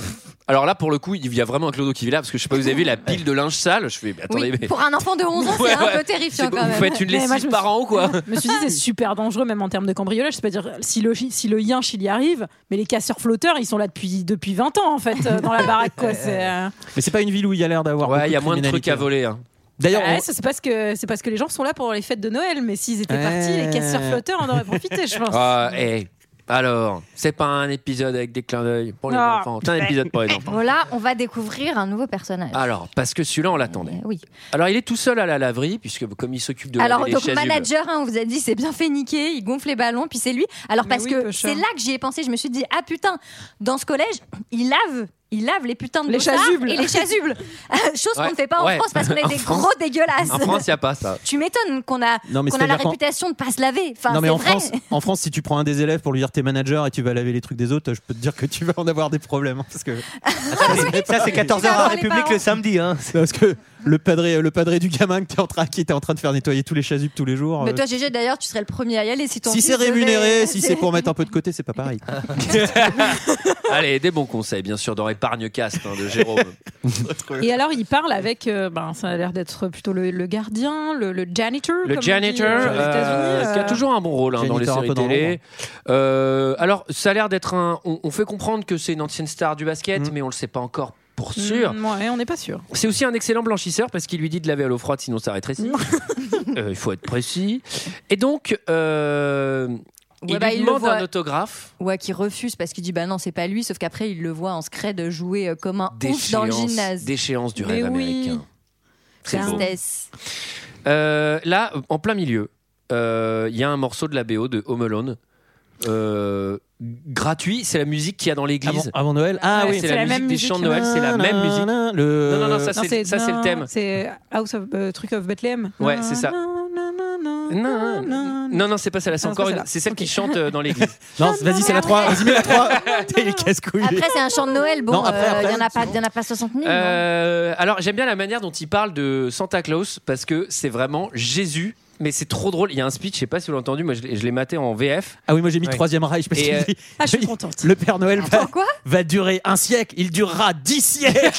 Speaker 1: Alors là, pour le coup, il y a vraiment un clodo qui vit là, parce que je sais pas, vous avez vu la pile de linge sale. Je fais, mais attendez,
Speaker 6: Oui,
Speaker 1: mais.
Speaker 6: pour un enfant de 11 ans, c'est
Speaker 1: Ouais,
Speaker 6: un
Speaker 1: ouais.
Speaker 6: peu terrifiant
Speaker 1: C'est-
Speaker 6: quand
Speaker 1: Vous
Speaker 6: même.
Speaker 1: faites une
Speaker 5: Mais moi, je
Speaker 1: lessive
Speaker 5: me
Speaker 1: par
Speaker 5: suis-
Speaker 1: an ou quoi
Speaker 5: Je me suis dit, c'est super dangereux, même en termes de cambriolage. C'est-à-dire, si le, chi- si le yinche, il y arrive, mais les casseurs flotteurs, ils sont là depuis, depuis 20 ans, en fait, euh, dans la baraque. Quoi. C'est, euh,
Speaker 11: Mais c'est pas une ville où il y a l'air d'avoir.
Speaker 1: Ouais,
Speaker 11: beaucoup
Speaker 1: il y a moins de trucs
Speaker 11: criminalité.
Speaker 1: à voler. hein.
Speaker 11: D'ailleurs,
Speaker 5: ouais,
Speaker 11: on-
Speaker 5: ça, c'est, parce que, c'est parce que les gens sont là pour les fêtes de Noël, mais s'ils étaient partis, les casseurs flotteurs en auraient profité, je pense.
Speaker 1: Ah, eh. Alors, c'est pas un épisode avec des clins d'œil pour les
Speaker 5: Ah.
Speaker 1: enfants. C'est un épisode pour les enfants.
Speaker 6: Voilà, on va découvrir un nouveau personnage.
Speaker 1: Alors, parce que celui-là, on l'attendait.
Speaker 6: Euh, oui.
Speaker 1: Alors, il est tout seul à la laverie, puisque comme il s'occupe de
Speaker 6: Alors,
Speaker 1: laver les
Speaker 6: donc,
Speaker 1: chasubles.
Speaker 6: manager, hein, on vous a dit, c'est bien fait niquer, il gonfle les ballons, puis c'est lui. Alors,
Speaker 5: Mais
Speaker 6: parce
Speaker 5: oui,
Speaker 6: que
Speaker 5: Pocha.
Speaker 6: c'est là que j'y ai pensé, je me suis dit, ah putain, dans ce collège, il lave. Il lave les putains de
Speaker 5: Les
Speaker 6: dossards
Speaker 5: chasubles.
Speaker 6: et les chasubles. Euh, Chose qu'on
Speaker 1: Ouais,
Speaker 6: ne fait pas en
Speaker 1: ouais.
Speaker 6: France parce qu'on
Speaker 1: En
Speaker 6: est des
Speaker 1: France-
Speaker 6: gros dégueulasses.
Speaker 1: En France, il n'y a pas ça.
Speaker 6: Tu m'étonnes qu'on a,
Speaker 11: Non, mais
Speaker 6: qu'on a la
Speaker 11: c'est-à-dire qu'en-
Speaker 6: réputation de pas se laver. Enfin,
Speaker 11: non mais
Speaker 6: c'est
Speaker 11: en
Speaker 6: vrai.
Speaker 11: France, en France, si tu prends un des élèves pour lui dire t'es manager et tu vas laver les trucs des autres, je peux te dire que tu vas en avoir des problèmes hein, parce que
Speaker 7: Ça c'est 14h
Speaker 6: vas
Speaker 7: en
Speaker 6: voir les
Speaker 7: République
Speaker 6: parents.
Speaker 7: le samedi. Hein.
Speaker 11: parce que le padré, le padré du gamin que t'es en train, qui était en train de faire nettoyer tous les chasubles tous les jours.
Speaker 6: Mais
Speaker 11: euh,
Speaker 6: toi, GG, d'ailleurs, tu serais le premier à y aller si ton
Speaker 11: si
Speaker 6: fils
Speaker 11: c'est rémunéré,
Speaker 6: devait-
Speaker 11: si c'est pour mettre un peu de côté, c'est pas pareil.
Speaker 1: Ah, Allez, des bons conseils, bien sûr, dans Épargne Cast hein, de Jérôme.
Speaker 5: Et alors, il parle avec, euh, ben, ça a l'air d'être plutôt le, le gardien, le, le janitor.
Speaker 1: Le
Speaker 5: comme on dit,
Speaker 1: janitor,
Speaker 5: euh, aux
Speaker 1: euh,
Speaker 5: États-Unis,
Speaker 1: qui a
Speaker 5: euh,
Speaker 1: toujours un bon rôle hein, dans les
Speaker 11: Janitor un
Speaker 1: séries
Speaker 11: peu dans
Speaker 1: télé. Euh, alors, ça a l'air d'être un. On, on fait comprendre que c'est une ancienne star du basket,
Speaker 11: Mm.
Speaker 1: mais on le sait pas encore pour sûr.
Speaker 5: Mm, ouais, on n'est pas sûr.
Speaker 1: C'est aussi un excellent blanchisseur parce qu'il lui dit de laver à l'eau froide, sinon ça rétrécit.
Speaker 6: Mm.
Speaker 1: Euh, il faut être précis. Et donc, euh, il
Speaker 6: Ouais, bah,
Speaker 1: lui
Speaker 6: il le
Speaker 1: demande
Speaker 6: voit.
Speaker 1: un autographe.
Speaker 6: Ouais, qui refuse parce qu'il dit bah non, c'est pas lui. Sauf qu'après, il le voit en scred jouer euh, comme un ouf dans le
Speaker 1: Déchéance,
Speaker 6: gymnase.
Speaker 1: déchéance du
Speaker 5: Mais
Speaker 1: rêve
Speaker 5: oui.
Speaker 1: américain. C'est beau.
Speaker 6: Tristesse.
Speaker 1: Euh, là, en plein milieu, euh, il y a un morceau de la BO de Home Alone. Euh, gratuit, c'est la musique qu'il y a dans
Speaker 11: Avant,
Speaker 1: l'église.
Speaker 11: avant Noël, ah
Speaker 5: Ouais,
Speaker 11: oui.
Speaker 1: c'est la,
Speaker 5: la
Speaker 1: musique
Speaker 5: même
Speaker 1: des
Speaker 5: musique.
Speaker 1: chants de Noël, c'est la même musique.
Speaker 11: Le...
Speaker 1: Non, non, non, ça
Speaker 5: Non,
Speaker 1: c'est ça, c'est le
Speaker 5: non,
Speaker 1: thème.
Speaker 5: C'est House of euh, Truc of Bethlehem.
Speaker 1: Ouais, c'est ça.
Speaker 5: Non,
Speaker 1: Non, non, non, c'est pas celle-là, c'est
Speaker 5: Ah, c'est
Speaker 1: encore
Speaker 5: pas
Speaker 1: une.
Speaker 5: celle-là.
Speaker 1: C'est celle qui
Speaker 5: Ok.
Speaker 1: chante euh, dans l'église.
Speaker 11: Non, vas-y, c'est la 3. Vas-y, mets la 3. T'es les casse-couilles.
Speaker 6: Après, c'est un chant de Noël. Bon,
Speaker 11: Non, après,
Speaker 6: euh,
Speaker 11: après,
Speaker 6: il y en a
Speaker 11: c'est
Speaker 6: pas,
Speaker 11: bon.
Speaker 6: il y en a pas 60 000. non
Speaker 1: Euh, alors, j'aime bien la manière dont il parle de Santa Claus parce que c'est vraiment Jésus, mais c'est trop drôle. Il y a un speech, je sais pas si vous l'avez entendu, moi je, l'ai- je l'ai maté en VF.
Speaker 11: Ah oui, moi j'ai mis
Speaker 7: Ouais.
Speaker 11: troisième Reich parce
Speaker 1: Et,
Speaker 11: qu'il
Speaker 1: euh,
Speaker 11: dit-
Speaker 5: Ah, je suis contente. Ah
Speaker 11: Le Père Noël va,
Speaker 6: Attends, quoi
Speaker 11: va durer un siècle, il durera dix siècles.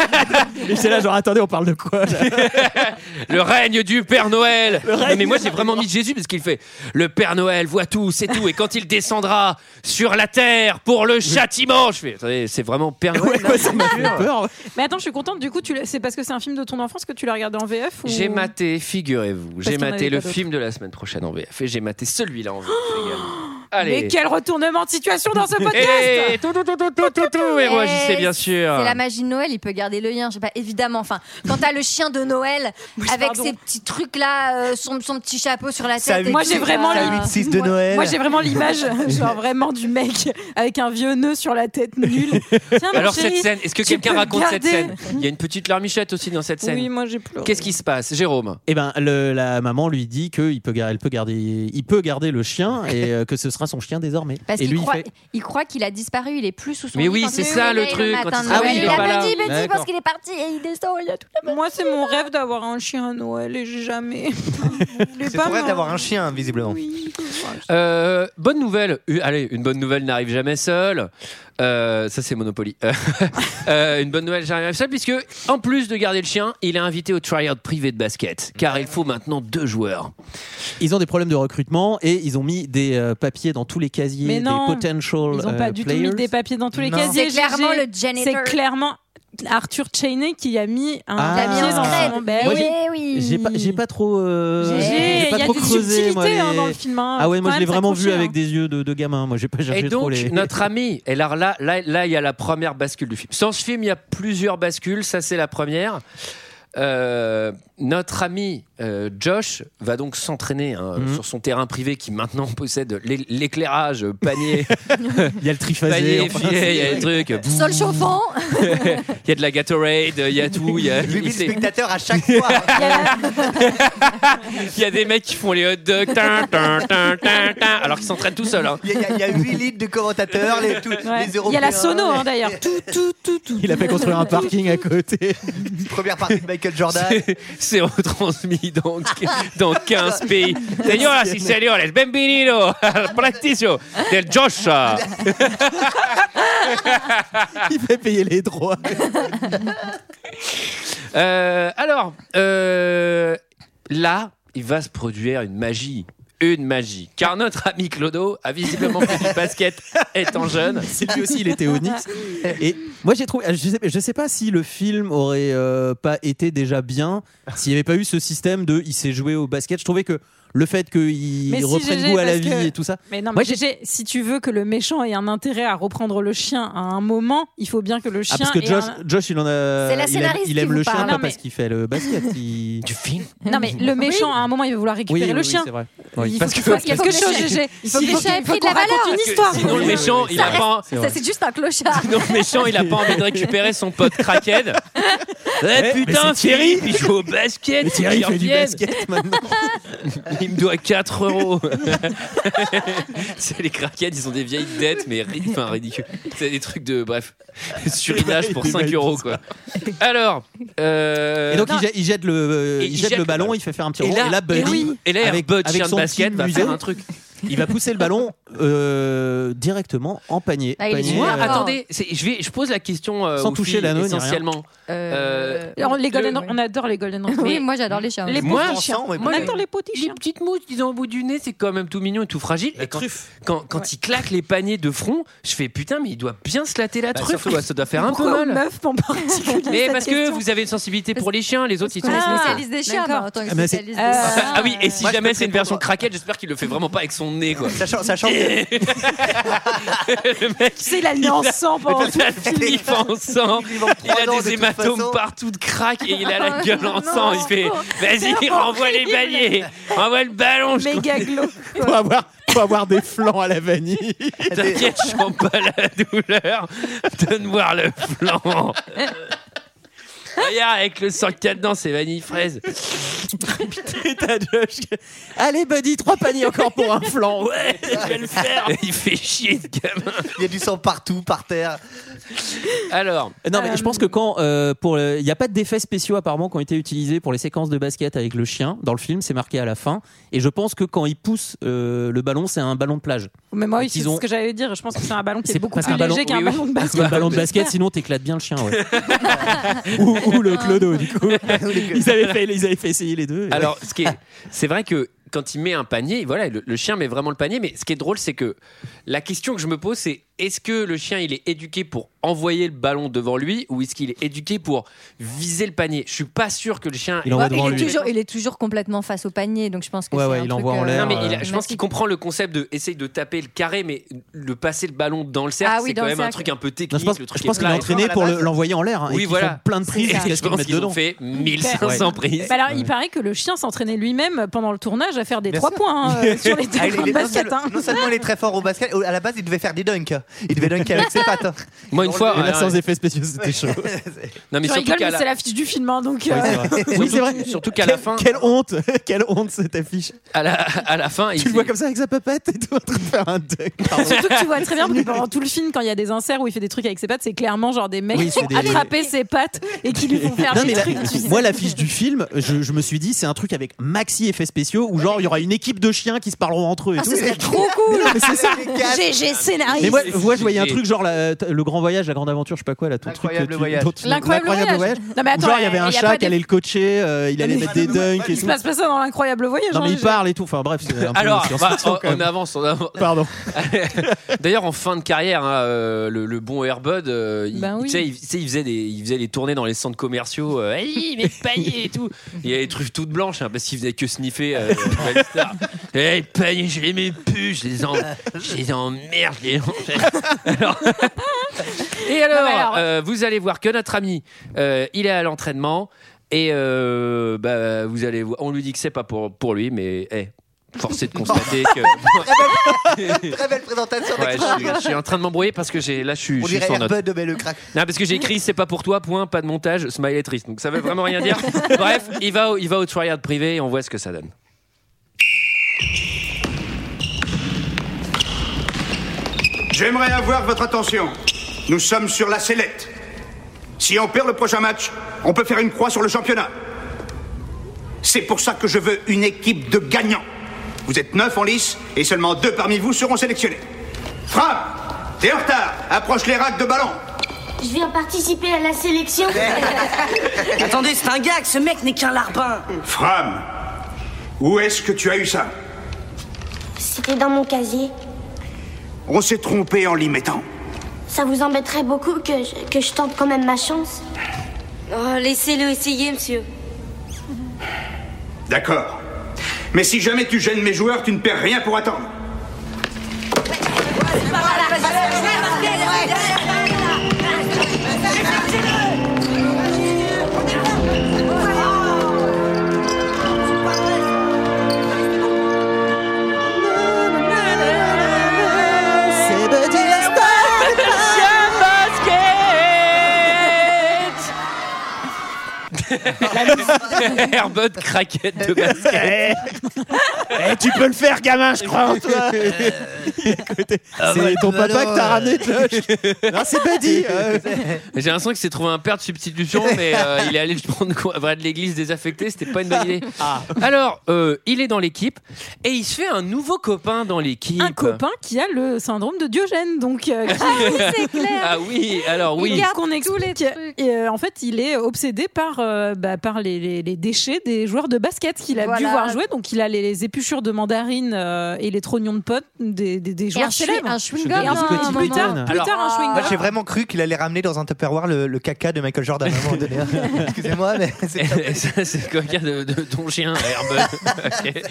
Speaker 11: Et c'est là, genre, attendez, on parle de quoi là
Speaker 1: Le règne du Père Noël
Speaker 11: Le règne
Speaker 1: Non, Mais moi
Speaker 11: du
Speaker 1: j'ai vraiment mis Jésus parce qu'il fait Le Père Noël voit tout, c'est tout, et quand il descendra sur la terre pour le châtiment, je fais Attendez, c'est vraiment Père Noël.
Speaker 11: Ouais, moi, ça m'a fait peur.
Speaker 5: Mais attends, je suis contente. Du coup, tu l'as- c'est parce que c'est un film de ton enfance que tu l'as regardé en VF ou...
Speaker 1: J'ai maté, figurez-vous, j'ai
Speaker 5: qu'il y en
Speaker 1: maté
Speaker 5: avait
Speaker 1: le
Speaker 5: pas d'autres.
Speaker 1: film de la semaine prochaine en VF et j'ai maté celui-là en VF également.
Speaker 5: Oh, Mais
Speaker 1: Allez. Eh.
Speaker 5: quel retournement de situation dans ce podcast Eh,
Speaker 1: Et tout, tout, tout, tout, tout, tout, tout, et réagissez, bien sûr.
Speaker 6: C'est la magie de Noël, il peut garder le lien, je sais pas, évidemment. Enfin, quand t'as le chien de Noël avec
Speaker 5: pardon.
Speaker 6: ses petits trucs là, euh, son, son petit chapeau sur la
Speaker 7: Ça
Speaker 6: tête. et
Speaker 5: Moi
Speaker 6: tout,
Speaker 5: j'ai vraiment
Speaker 6: euh,
Speaker 7: Ça,
Speaker 5: l'im-
Speaker 7: 8-6 de
Speaker 5: moi-
Speaker 7: Noël.
Speaker 5: Moi j'ai vraiment l'image, genre vraiment du mec avec un vieux nœud sur la tête nul. Tiens, mon
Speaker 1: Alors
Speaker 5: chéri,
Speaker 1: cette scène, est-ce que
Speaker 5: tu
Speaker 1: quelqu'un
Speaker 5: peux
Speaker 1: raconte cette scène
Speaker 5: garder.
Speaker 1: Il y a une petite larmichette aussi dans cette scène.
Speaker 5: Oui, moi j'ai pleuré.
Speaker 1: Qu'est-ce qui se passe, Jérôme
Speaker 11: Et ben, le- la maman lui dit qu'il peut, gar- elle peut garder, il peut garder le chien et euh, que ce sera son chien désormais.
Speaker 6: Parce
Speaker 11: et
Speaker 6: qu'il
Speaker 11: lui,
Speaker 6: croit,
Speaker 11: il fait.
Speaker 6: il croit qu'il a disparu, il est plus sous son
Speaker 1: Mais
Speaker 6: lit
Speaker 1: oui,
Speaker 6: quand
Speaker 1: c'est
Speaker 6: il se
Speaker 1: ça, le
Speaker 6: réveille
Speaker 1: truc, quand
Speaker 6: matin
Speaker 1: il
Speaker 6: de
Speaker 1: se- Ah oui,
Speaker 6: Noël.
Speaker 1: il
Speaker 6: il
Speaker 1: est
Speaker 6: a
Speaker 1: pas là.
Speaker 6: petit, petit,
Speaker 11: D'accord.
Speaker 6: parce qu'il est parti et il descend, il a tout la
Speaker 5: Moi c'est mon rêve d'avoir un chien à Noël et j'ai jamais.
Speaker 7: C'est pour rêve d'avoir un chien, visiblement.
Speaker 5: Oui.
Speaker 1: Euh, Bonne nouvelle. Euh, allez, une bonne nouvelle n'arrive jamais seule. Euh, ça c'est Monopoly. Euh, euh, une bonne nouvelle n'arrive jamais seule puisque en plus de garder le chien, il est invité au try-out privé de basket car il faut maintenant deux joueurs.
Speaker 11: Ils ont des problèmes de recrutement et ils ont mis des euh, papiers dans tous les casiers
Speaker 5: Mais non,
Speaker 11: des potential
Speaker 5: Ils ont
Speaker 11: euh,
Speaker 5: pas du tout
Speaker 11: players.
Speaker 5: mis des papiers dans tous les
Speaker 7: Non.
Speaker 5: casiers.
Speaker 6: C'est clairement
Speaker 5: GG.
Speaker 6: le janitor.
Speaker 5: C'est clairement Arthur Cheney qui a mis un
Speaker 11: Ah.
Speaker 6: T'as mis
Speaker 5: pied
Speaker 6: en
Speaker 5: dans
Speaker 6: scred.
Speaker 5: son- Ben
Speaker 11: Moi,
Speaker 5: oui.
Speaker 6: Eh oui.
Speaker 11: J'ai pas, j'ai pas trop. euh,
Speaker 6: J'ai-
Speaker 11: j'ai
Speaker 5: J'ai-
Speaker 11: pas
Speaker 5: Il y a
Speaker 11: trop
Speaker 5: des
Speaker 11: creusé,
Speaker 5: subtilités
Speaker 11: moi,
Speaker 5: hein,
Speaker 11: les-
Speaker 5: dans le film. hein.
Speaker 11: Ah ouais, moi je
Speaker 5: Faut quand
Speaker 11: l'ai
Speaker 5: même
Speaker 11: vraiment vu
Speaker 5: s'accrocher,
Speaker 11: avec
Speaker 5: hein.
Speaker 11: des yeux de, de gamin. Moi j'ai pas cherché
Speaker 1: Et
Speaker 11: trop
Speaker 1: donc,
Speaker 11: les.
Speaker 1: notre ami, et alors là, là, là, il y a la première bascule du film. Sans ce film, il y a plusieurs bascules. Ça, c'est la première. Euh, notre ami euh, Josh va donc s'entraîner hein,
Speaker 11: Mhm.
Speaker 1: sur son terrain privé qui maintenant possède l'é- l'éclairage euh, panier,
Speaker 11: Il y a le triphasé.
Speaker 1: panier
Speaker 11: enfin,
Speaker 1: filet, il y a des trucs, boum,
Speaker 6: Sol chauffant.
Speaker 1: il y a de la Gatorade, il y a tout, il y a,
Speaker 7: Lui,
Speaker 1: il
Speaker 7: le
Speaker 1: s'est-
Speaker 7: spectateur à chaque fois. hein.
Speaker 5: Il y a la-
Speaker 1: il y a des mecs qui font les hot dogs, tin, tin, tin, tin, tin, alors qu'ils s'entraînent tout seuls. hein.
Speaker 7: Il y, a- il y a 8 litres de commentateurs, les, tous
Speaker 5: ouais.
Speaker 7: les
Speaker 5: Il y a la
Speaker 7: Européens,
Speaker 5: sono hein,
Speaker 7: les-
Speaker 5: d'ailleurs. Tout, tout, tout, tout.
Speaker 11: Il a fait construire un parking à côté.
Speaker 7: Première partie de Michael Jordan.
Speaker 1: C'est- C'est retransmis dans, dans 15 pays. Señoras y señores, bienvenido al practicio del Josh.
Speaker 11: Il fait payer les droits.
Speaker 1: Euh, alors, euh, là, il va se produire une magie. Une magie. Car notre ami Clodo a visiblement fait du basket étant jeune.
Speaker 11: C'est lui aussi, il était Onyx. Et moi j'ai trouvé. Je sais, je sais pas si le film aurait euh, pas été déjà bien s'il n'y avait pas eu ce système de il s'est joué au basket. Je trouvais que le fait qu'il
Speaker 5: Mais si,
Speaker 11: reprenne
Speaker 5: GG,
Speaker 11: goût à la
Speaker 5: parce
Speaker 11: vie
Speaker 5: que-
Speaker 11: et tout ça.
Speaker 5: Mais non, mais
Speaker 11: Moi,
Speaker 5: GG, si tu veux que le méchant ait un intérêt à reprendre le chien à un moment, il faut bien que le chien.
Speaker 11: Ah, parce que
Speaker 5: ait
Speaker 11: Josh,
Speaker 5: un-
Speaker 11: Josh, il en a.
Speaker 6: C'est la
Speaker 11: il aime,
Speaker 6: scénariste
Speaker 11: il aime
Speaker 6: qui
Speaker 11: le
Speaker 6: vous
Speaker 11: chien,
Speaker 6: parle.
Speaker 11: pas
Speaker 5: Non, mais-
Speaker 11: parce qu'il fait le basket. Il...
Speaker 1: Du film
Speaker 5: Non, mais le méchant, à un moment, il va vouloir
Speaker 11: Oui,
Speaker 5: récupérer
Speaker 11: oui,
Speaker 5: le
Speaker 11: oui,
Speaker 5: chien.
Speaker 11: c'est vrai. Oui.
Speaker 5: Il faut
Speaker 1: Parce
Speaker 5: qu'il
Speaker 1: que-
Speaker 5: fasse quelque
Speaker 6: Parce que
Speaker 5: chose,
Speaker 6: le chien-
Speaker 5: GG. Il faut
Speaker 6: il faut
Speaker 5: qu'il
Speaker 6: qu'il ait
Speaker 5: faut
Speaker 6: pris de
Speaker 5: qu'on
Speaker 6: la valeur.
Speaker 5: raconte une histoire.
Speaker 1: Sinon, le
Speaker 5: Oui,
Speaker 1: méchant, il a pas.
Speaker 11: C'est
Speaker 6: Ça,
Speaker 11: vrai.
Speaker 6: c'est juste un clochard.
Speaker 1: Sinon, le méchant, il a pas envie de récupérer son pote crackhead. Eh
Speaker 11: mais
Speaker 1: putain,
Speaker 11: c'est Thierry.
Speaker 1: Thierry, il joue au basket.
Speaker 11: Mais Thierry, il
Speaker 1: qu'il
Speaker 11: fait du
Speaker 1: revienne.
Speaker 11: basket maintenant.
Speaker 1: Il me doit 4 euros. c'est les craquettes, ils ont des vieilles dettes, mais ri- enfin, ridicule. C'est des trucs de, bref, surinage pour
Speaker 11: Des
Speaker 1: 5
Speaker 11: mecs
Speaker 1: euros, quoi. Alors, euh,
Speaker 11: Et donc
Speaker 1: non,
Speaker 11: il jette, il jette le, euh,
Speaker 1: Et
Speaker 11: il jette le ballon, il fait faire un petit
Speaker 1: et
Speaker 11: rond.
Speaker 1: là-
Speaker 11: et là, Buddy,
Speaker 1: et oui. Et là,
Speaker 11: avec,
Speaker 1: Bud,
Speaker 11: avec
Speaker 1: chien de
Speaker 11: son
Speaker 1: basket,
Speaker 11: petit
Speaker 1: va
Speaker 11: museau,
Speaker 1: faire un truc.
Speaker 11: Il va pousser le ballon euh, directement en panier.
Speaker 6: Ah, il est
Speaker 11: Panier,
Speaker 1: moi,
Speaker 6: euh,
Speaker 1: attendez, c'est- je, vais, je pose la question euh,
Speaker 11: Sans
Speaker 1: aux
Speaker 11: toucher
Speaker 1: filles,
Speaker 11: l'anneau, ni rien.
Speaker 1: essentiellement. Euh,
Speaker 5: Alors, les Golden-
Speaker 1: Le-
Speaker 5: on adore les Golden
Speaker 6: Oui,
Speaker 5: Retriever.
Speaker 6: moi j'adore les hein. chiens.
Speaker 5: Les
Speaker 1: Moi,
Speaker 5: petits
Speaker 7: je
Speaker 5: chiens.
Speaker 7: sens, ouais,
Speaker 5: On
Speaker 7: moi,
Speaker 5: adore les petits
Speaker 1: Les
Speaker 5: chiens.
Speaker 1: petites mouches qu'ils ont au bout du nez, c'est quand même tout mignon et tout fragile. et quand, quand, quand il claque les paniers de front, je fais putain, mais il doit bien se latter la
Speaker 7: Bah,
Speaker 1: truffe,
Speaker 7: surtout-
Speaker 1: quoi. Ça doit faire un peu
Speaker 5: Pourquoi aux
Speaker 1: mal.
Speaker 5: meufs en particulier
Speaker 1: Mais
Speaker 5: cette
Speaker 1: parce que
Speaker 5: question
Speaker 1: vous avez une sensibilité pour les chiens, les autres ils sont.
Speaker 5: Ah,
Speaker 6: Ah, spécialiste des chiens,
Speaker 5: d'accord.
Speaker 6: moi, en tant que
Speaker 11: Ah, mais c'est-
Speaker 6: spécialiste des
Speaker 5: Ah.
Speaker 6: chiens.
Speaker 1: Ah oui, et si
Speaker 7: Moi, je
Speaker 1: jamais
Speaker 7: peux
Speaker 1: c'est une
Speaker 7: te répondre.
Speaker 1: version craquette, j'espère qu'il le fait vraiment pas avec son nez quoi.
Speaker 7: Sachant, sachant que
Speaker 1: le mec,
Speaker 5: Tu sais, il a le nez en sang pendant tout
Speaker 1: il a
Speaker 5: le
Speaker 1: le
Speaker 5: film.
Speaker 1: pif en sang,
Speaker 7: il vend
Speaker 1: il
Speaker 7: trois dents
Speaker 1: a
Speaker 7: Oh de toute
Speaker 1: des hématomes
Speaker 7: façon.
Speaker 1: partout de crack et il a la gueule en
Speaker 5: Oh, Non,
Speaker 1: sang. Il fait vas-y,
Speaker 5: c'est
Speaker 1: renvoie les paniers, renvoie le ballon. Je
Speaker 5: Méga glauque. quoi.
Speaker 11: Pour avoir, pour avoir des flancs à la vanille.
Speaker 1: T'inquiète, je sens pas la douleur. Donne voir le flanc. Regarde, avec le sang qu'il y a dedans, c'est vanille fraise.
Speaker 11: Et t'as Josh qui- Allez, Buddy, trois paniers encore pour un flanc. Ouais.
Speaker 1: Je vais le faire. Il fait chier, ce gamin.
Speaker 7: il y a du sang partout, par terre.
Speaker 1: Alors,
Speaker 11: Non, mais je pense que quand euh, pour le- il n'y a pas d'effets spéciaux apparemment qui ont été utilisés pour les séquences de basket avec le chien dans le film, c'est marqué à la fin. Et je pense que quand il pousse euh, le ballon, c'est un ballon de plage.
Speaker 5: Mais moi, oui,
Speaker 11: Ils
Speaker 5: c'est
Speaker 11: ont-
Speaker 5: ce que j'allais dire. Je pense que c'est un ballon qui
Speaker 11: C'est
Speaker 5: est beaucoup
Speaker 11: parce
Speaker 5: plus
Speaker 11: qu'un ballon-
Speaker 5: léger qu'un
Speaker 1: oui, oui.
Speaker 5: ballon de
Speaker 11: Parce que le
Speaker 5: basket.
Speaker 11: ballon de basket, sinon t'éclates bien le chien. ouais. ou, ou le clodo, du coup.
Speaker 7: euh,
Speaker 11: Ils avaient fait, ils avaient fait essayer les deux.
Speaker 1: Alors, ce qui est, c'est vrai que quand il met un panier, voilà, le, le chien met vraiment le panier. Mais ce qui est drôle, c'est que la question que je me pose, c'est est-ce que le chien il est éduqué pour envoyer le ballon devant lui ou est-ce qu'il est éduqué pour viser le panier Je suis pas sûr que le chien.
Speaker 11: Il envoie
Speaker 1: Ouais,
Speaker 11: devant
Speaker 6: il,
Speaker 11: lui.
Speaker 6: est toujours, il est toujours complètement face au panier, donc je pense que
Speaker 11: Ouais,
Speaker 6: c'est
Speaker 11: ouais,
Speaker 6: un
Speaker 11: il
Speaker 6: truc, euh,
Speaker 11: envoie en l'air, euh,
Speaker 1: Non, mais il a- je pense
Speaker 6: automatique.
Speaker 1: qu'il comprend le concept de essaye de taper le carré, mais le passer le ballon dans le cercle,
Speaker 6: Ah oui,
Speaker 1: c'est
Speaker 6: dans
Speaker 1: quand
Speaker 6: le
Speaker 1: même un
Speaker 6: cercle.
Speaker 1: truc un peu technique.
Speaker 11: Non, je pense,
Speaker 1: le truc
Speaker 11: je pense
Speaker 1: est
Speaker 11: qu'il est
Speaker 1: plat.
Speaker 11: entraîné pour le- l'envoyer en l'air. hein, et
Speaker 1: Oui,
Speaker 11: qu'ils
Speaker 1: voilà.
Speaker 11: font plein de prises
Speaker 6: ça.
Speaker 11: jusqu'à ce
Speaker 1: Je
Speaker 11: qu'ils
Speaker 1: pense
Speaker 11: mettent
Speaker 1: qu'ils ont
Speaker 11: dedans.
Speaker 1: fait 1500 prises.
Speaker 5: Bah alors, il paraît que le chien s'entraînait lui-même pendant le tournage à faire des
Speaker 7: Bien
Speaker 5: trois
Speaker 7: sûr.
Speaker 5: points hein, euh, sur les
Speaker 7: Ah, il est-
Speaker 5: terrains
Speaker 7: il
Speaker 5: de
Speaker 7: est- non,
Speaker 5: basket.
Speaker 7: seulement-
Speaker 5: hein.
Speaker 7: non seulement il est très fort au basket, au- à la base il devait faire des dunks. Il devait dunker avec ses pattes.
Speaker 1: Moi, une
Speaker 7: Dans
Speaker 1: fois.
Speaker 11: Et là,
Speaker 1: euh,
Speaker 11: sans effets spéciaux, c'était chaud.
Speaker 1: Non, mais
Speaker 5: Je
Speaker 1: surtout
Speaker 5: rigole,
Speaker 1: qu'à
Speaker 5: mais
Speaker 1: la-
Speaker 5: c'est la fiche du film, hein, donc. euh,
Speaker 11: Oui, c'est vrai.
Speaker 1: surtout qu'à la
Speaker 11: Quelle-
Speaker 1: fin-
Speaker 11: Quelle honte Quelle honte cette affiche.
Speaker 1: à la- à la fin,
Speaker 11: Tu le vois comme ça avec sa papette et tout en train de faire un dunk.
Speaker 5: Surtout que tu vois très bien, parce que pendant tout le film, quand il y a des inserts où il fait des trucs avec ses pattes, c'est clairement genre des mecs
Speaker 11: Oui,
Speaker 5: qui
Speaker 11: c'est
Speaker 5: ont
Speaker 11: des-
Speaker 5: attrapé ses pattes et qui lui font faire
Speaker 11: Non,
Speaker 5: des
Speaker 11: mais la-
Speaker 5: trucs. tu sais.
Speaker 11: moi, l'affiche du film, je, je me suis dit, c'est un truc avec maxi effets spéciaux où genre il y aura une équipe de chiens qui se parleront entre eux. Et
Speaker 5: Ah,
Speaker 11: tout.
Speaker 5: ce serait trop cool
Speaker 11: Mais c'est ça.
Speaker 7: Les gars,
Speaker 5: GG
Speaker 11: Mais
Speaker 5: scénariste
Speaker 11: moi, ouais, je voyais un truc genre la- t- le grand voyage, la grande aventure, je sais pas quoi, là, tout le truc.
Speaker 7: L'incroyable
Speaker 11: que tu-
Speaker 7: voyage.
Speaker 11: dont tu-
Speaker 5: L'incroyable
Speaker 11: L'incroyable
Speaker 5: voyage.
Speaker 11: voyage.
Speaker 5: Non, mais attends,
Speaker 11: Genre, il euh, y avait
Speaker 5: y
Speaker 11: un
Speaker 5: a
Speaker 11: chat
Speaker 5: pas
Speaker 11: qui
Speaker 5: des-
Speaker 11: allait le coacher, euh, il allait
Speaker 5: Mais-
Speaker 11: mettre des dunks et
Speaker 5: Il se
Speaker 11: tout.
Speaker 5: passe pas ça dans l'incroyable voyage.
Speaker 11: Non,
Speaker 5: hein,
Speaker 11: mais il
Speaker 5: je-
Speaker 11: parle et tout. Enfin, bref, c'est un peu
Speaker 1: Alors,
Speaker 11: science-fiction,
Speaker 1: bah, on,
Speaker 11: quand même.
Speaker 1: on avance, on avance.
Speaker 11: Pardon.
Speaker 1: D'ailleurs, en fin de carrière, hein, euh, le, le bon Airbud, euh, il,
Speaker 5: Ben oui.
Speaker 1: tu sais, il, tu sais, il faisait des, il faisait les tournées dans les centres commerciaux. Euh, hey, mes paniers et tout. Il y avait des truffes toutes blanches hein, parce qu'il faisait que sniffer. Euh, Nouvelle Star. hey, paniers, j'ai mes puces, je les, en, je les emmerde. je les emmerde. Alors- et alors,
Speaker 5: Non, mais alors-
Speaker 1: euh, vous allez voir que notre ami, euh, il est à l'entraînement. Et euh, bah, vous allez voir, on lui dit que c'est pas pour, pour lui, mais eh, force est de constater que.
Speaker 7: Très belle présentation.
Speaker 1: Ouais, je, suis, je suis en train de m'embrouiller parce que j'ai là, je suis, je
Speaker 7: On
Speaker 1: suis
Speaker 7: dirait
Speaker 1: sans note.
Speaker 7: Airbud, mais le crack.
Speaker 1: Non, parce que j'ai écrit c'est pas pour toi, point, pas de montage, smiley triste. Donc ça veut vraiment rien dire. Bref, il va, au- il va au tryhard privé et on voit ce que ça donne.
Speaker 12: J'aimerais avoir votre attention. Nous sommes sur la sellette. Si on perd le prochain match, on peut faire une croix sur le championnat. C'est pour ça que je veux une équipe de gagnants. Vous êtes neuf en lice et seulement deux parmi vous seront sélectionnés. Frappe T'es en retard Approche les racks de ballon
Speaker 9: Je viens participer à la sélection.
Speaker 13: Attendez, c'est un gag, ce mec n'est qu'un larbin.
Speaker 12: Fram Où est-ce que tu as eu ça
Speaker 9: C'était dans mon casier.
Speaker 12: On s'est trompé en l'y mettant.
Speaker 9: Ça vous embêterait beaucoup que je, que je tente quand même ma chance
Speaker 10: Oh, laissez-le essayer, monsieur.
Speaker 12: D'accord. Mais si jamais tu gênes mes joueurs, tu ne perds rien pour attendre.
Speaker 11: C'est Buddy
Speaker 1: Airbud craquette de basket.
Speaker 11: Eh, tu peux le faire, gamin, je crois en toi. Écoutez,
Speaker 7: Ah
Speaker 11: c'est ton papa que t'as ramené, Cloche. Non, c'est Buddy. Euh,
Speaker 1: J'ai l'impression qu'il s'est trouvé un père de substitution, mais euh, il est allé le prendre quoi, vrai, de l'église désaffectée, c'était pas une bonne idée.
Speaker 7: Ah.
Speaker 1: Alors, euh, il est dans l'équipe et il se fait un nouveau copain dans l'équipe.
Speaker 5: Un copain qui a le syndrome de Diogène, donc euh, qui-
Speaker 6: c'est clair.
Speaker 1: Ah oui, alors oui.
Speaker 5: Regarde qu'on explique. Et, euh, en fait, il est obsédé par, euh, bah, par les, les- les déchets des joueurs de basket qu'il a dû
Speaker 6: Voilà.
Speaker 5: voir jouer. Donc, il a les, les épluchures de mandarines euh, et les trognons de potes des, des- des
Speaker 6: Et un
Speaker 5: joueurs
Speaker 6: chewing-
Speaker 5: célèbres.
Speaker 6: un
Speaker 11: Je
Speaker 6: chewing-gum.
Speaker 1: hein,
Speaker 11: veux dire,
Speaker 5: Et un
Speaker 11: ce
Speaker 5: peu
Speaker 11: petit
Speaker 5: plus tard,
Speaker 11: Biden.
Speaker 5: plus tard, un
Speaker 7: Moi, j'ai
Speaker 5: chewing-gum.
Speaker 7: vraiment cru qu'il allait ramener dans un Tupperware le, le caca de Michael Jordan. à un moment donné. Excusez-moi, mais c'est
Speaker 1: Et ça, c'est le coca de, de ton chien, Herbe. Ok.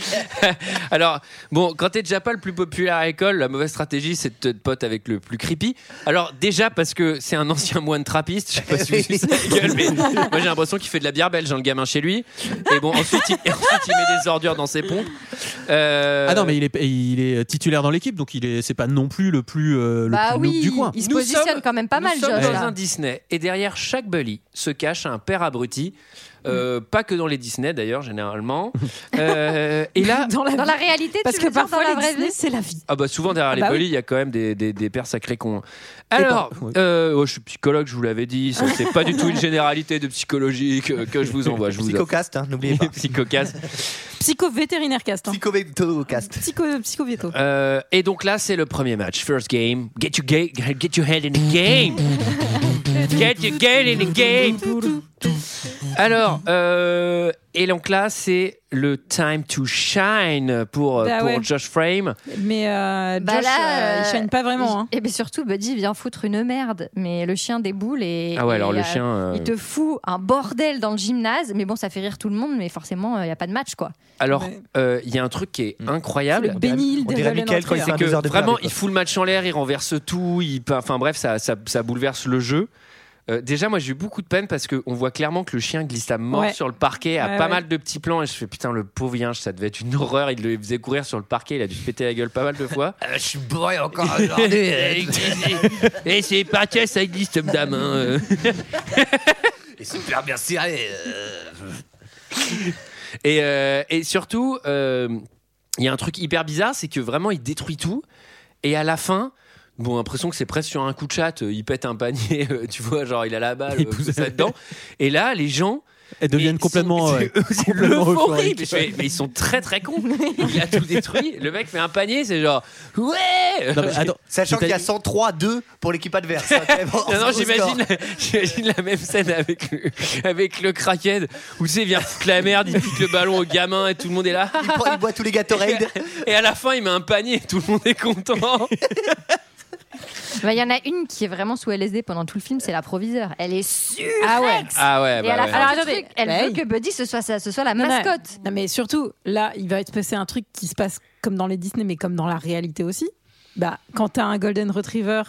Speaker 1: Alors, bon, quand t'es déjà pas le plus populaire à l'école, la mauvaise stratégie, c'est de te pote avec le plus creepy. Alors, déjà, parce que c'est un ancien moine trappiste, je sais pas si vous suivez sa gueule, mais moi j'ai l'impression qu'il fait de la bière belge, dans le gamin chez lui. Et bon, ensuite, il, ensuite, il met des ordures dans ses pompes. Euh,
Speaker 11: Ah non, mais il est, il est titulaire dans l'équipe, donc il est, c'est pas non plus le plus, euh, le
Speaker 6: Bah
Speaker 11: plus noob
Speaker 6: oui,
Speaker 11: du coin.
Speaker 6: il se
Speaker 1: Nous
Speaker 6: positionne
Speaker 1: sommes-
Speaker 6: quand même pas
Speaker 1: Nous
Speaker 6: mal,
Speaker 1: sommes
Speaker 6: Josh.
Speaker 1: dans
Speaker 6: là.
Speaker 1: un Disney et derrière chaque Bully se cache un père abruti. Euh, Pas que dans les Disney d'ailleurs, généralement. Euh, et là,
Speaker 5: dans la,
Speaker 6: Dans la réalité,
Speaker 5: parce
Speaker 6: tu
Speaker 5: que
Speaker 6: veux dire,
Speaker 5: parfois,
Speaker 6: dans la
Speaker 5: les
Speaker 6: vraie
Speaker 5: Disney,
Speaker 6: vie.
Speaker 5: c'est la vie.
Speaker 1: Ah bah souvent derrière les
Speaker 5: Bah oui.
Speaker 1: bullies, il y a quand même des, des, des pères sacrés cons. Alors,
Speaker 11: pardon, ouais.
Speaker 1: euh, oh, je suis psychologue, je vous l'avais dit, ça, c'est pas du tout une généralité de psychologie que, que je vous envoie. Je vous
Speaker 7: psychocaste, hein, n'oubliez pas.
Speaker 1: Psychocaste.
Speaker 5: Psycho-vétérinaire cast. hein.
Speaker 7: Psychocaste.
Speaker 5: Psycho- Psycho-véto.
Speaker 1: Euh, et donc là, c'est le premier match, first game. Get your, ga- get your head in the game. Get your head in the game. Alors, euh, et donc là, c'est le time to shine pour,
Speaker 5: Bah
Speaker 1: pour
Speaker 5: ouais.
Speaker 1: Josh Frame.
Speaker 5: Mais euh, Josh,
Speaker 6: Bah là,
Speaker 5: euh, il
Speaker 6: euh,
Speaker 5: shine pas vraiment. hein.
Speaker 6: Et bien surtout, Buddy vient foutre une merde. Mais le chien déboule et.
Speaker 1: Ah ouais, alors
Speaker 6: et,
Speaker 1: le
Speaker 6: euh,
Speaker 1: chien. euh,
Speaker 6: Il te fout un bordel dans le gymnase. Mais bon, ça fait rire tout le monde, mais forcément, euh, il n'y a pas de match, quoi.
Speaker 1: Alors,
Speaker 5: Ouais.
Speaker 1: euh, il y a un truc qui est incroyable.
Speaker 5: Le Benny Hill
Speaker 7: On dirait
Speaker 5: d'Evelyn
Speaker 7: Michael quand il
Speaker 5: Entrée,
Speaker 7: fait
Speaker 5: hein.
Speaker 7: un
Speaker 1: que
Speaker 7: deux heures de
Speaker 1: vraiment,
Speaker 7: perdu,
Speaker 1: il
Speaker 7: quoi.
Speaker 1: fout le match en l'air, il renverse tout, il... enfin bref, ça, ça, ça bouleverse le jeu. Euh, déjà, moi j'ai eu beaucoup de peine parce qu'on voit clairement que le chien glisse à mort
Speaker 5: Ouais.
Speaker 1: sur le parquet à
Speaker 5: Ouais,
Speaker 1: pas
Speaker 5: ouais.
Speaker 1: mal de petits plans. Et je fais putain, le pauvre Yinche, ça devait être une horreur. Il le faisait courir sur le parquet, il a dû se péter la gueule pas mal de fois.
Speaker 2: Euh, Je suis bourré encore aujourd'hui.
Speaker 1: et c'est pas que ça glisse, cette dame. hein, euh.
Speaker 2: Et super bien serré.
Speaker 1: Et, euh, et surtout, euh, il y a un truc hyper bizarre, c'est que vraiment, il détruit tout. Et à la fin, bon, l'impression que c'est presque sur un coup de chat, euh, il pète un panier, euh, tu vois, genre il a la balle,
Speaker 11: Il
Speaker 1: euh,
Speaker 11: pousse-
Speaker 1: ça dedans. Et là, les gens,
Speaker 11: Elles deviennent complètement. ouais, complètement
Speaker 1: L'euphorie,
Speaker 11: euphoriques.
Speaker 1: mais, je fais, mais ils sont très très cons. Il a tout détruit. Le mec fait un panier, c'est genre ouais.
Speaker 7: Non, mais attends, Sachant qu'il y a 103-2 pour l'équipe adverse. hein, quand même, en
Speaker 1: Non, non,
Speaker 7: score.
Speaker 1: j'imagine, j'imagine la même scène avec le, avec le crackhead où tu sais, il vient foutre la merde, il pique le ballon au gamin et tout le monde est là.
Speaker 7: Il, prend- il boit tous les Gatorade.
Speaker 1: Et à la fin, il met un panier et tout le monde est content.
Speaker 6: Bah, Il y en a une qui est vraiment sous LSD pendant tout le film, c'est la proviseur. Elle est sûre.
Speaker 5: Ah ouais.
Speaker 1: Ah ouais,
Speaker 6: Et à la
Speaker 1: bah ouais.
Speaker 6: fin
Speaker 5: Alors,
Speaker 6: du
Speaker 5: attendez.
Speaker 6: truc, elle
Speaker 5: Bah,
Speaker 6: veut
Speaker 5: oui.
Speaker 6: que Buddy ce soit, ça- ce soit la
Speaker 5: Non, non.
Speaker 6: mascotte.
Speaker 5: Non, mais surtout, là, il va se passer un truc qui se passe comme dans les Disney, mais comme dans la réalité aussi. Bah, quand t'as un Golden Retriever,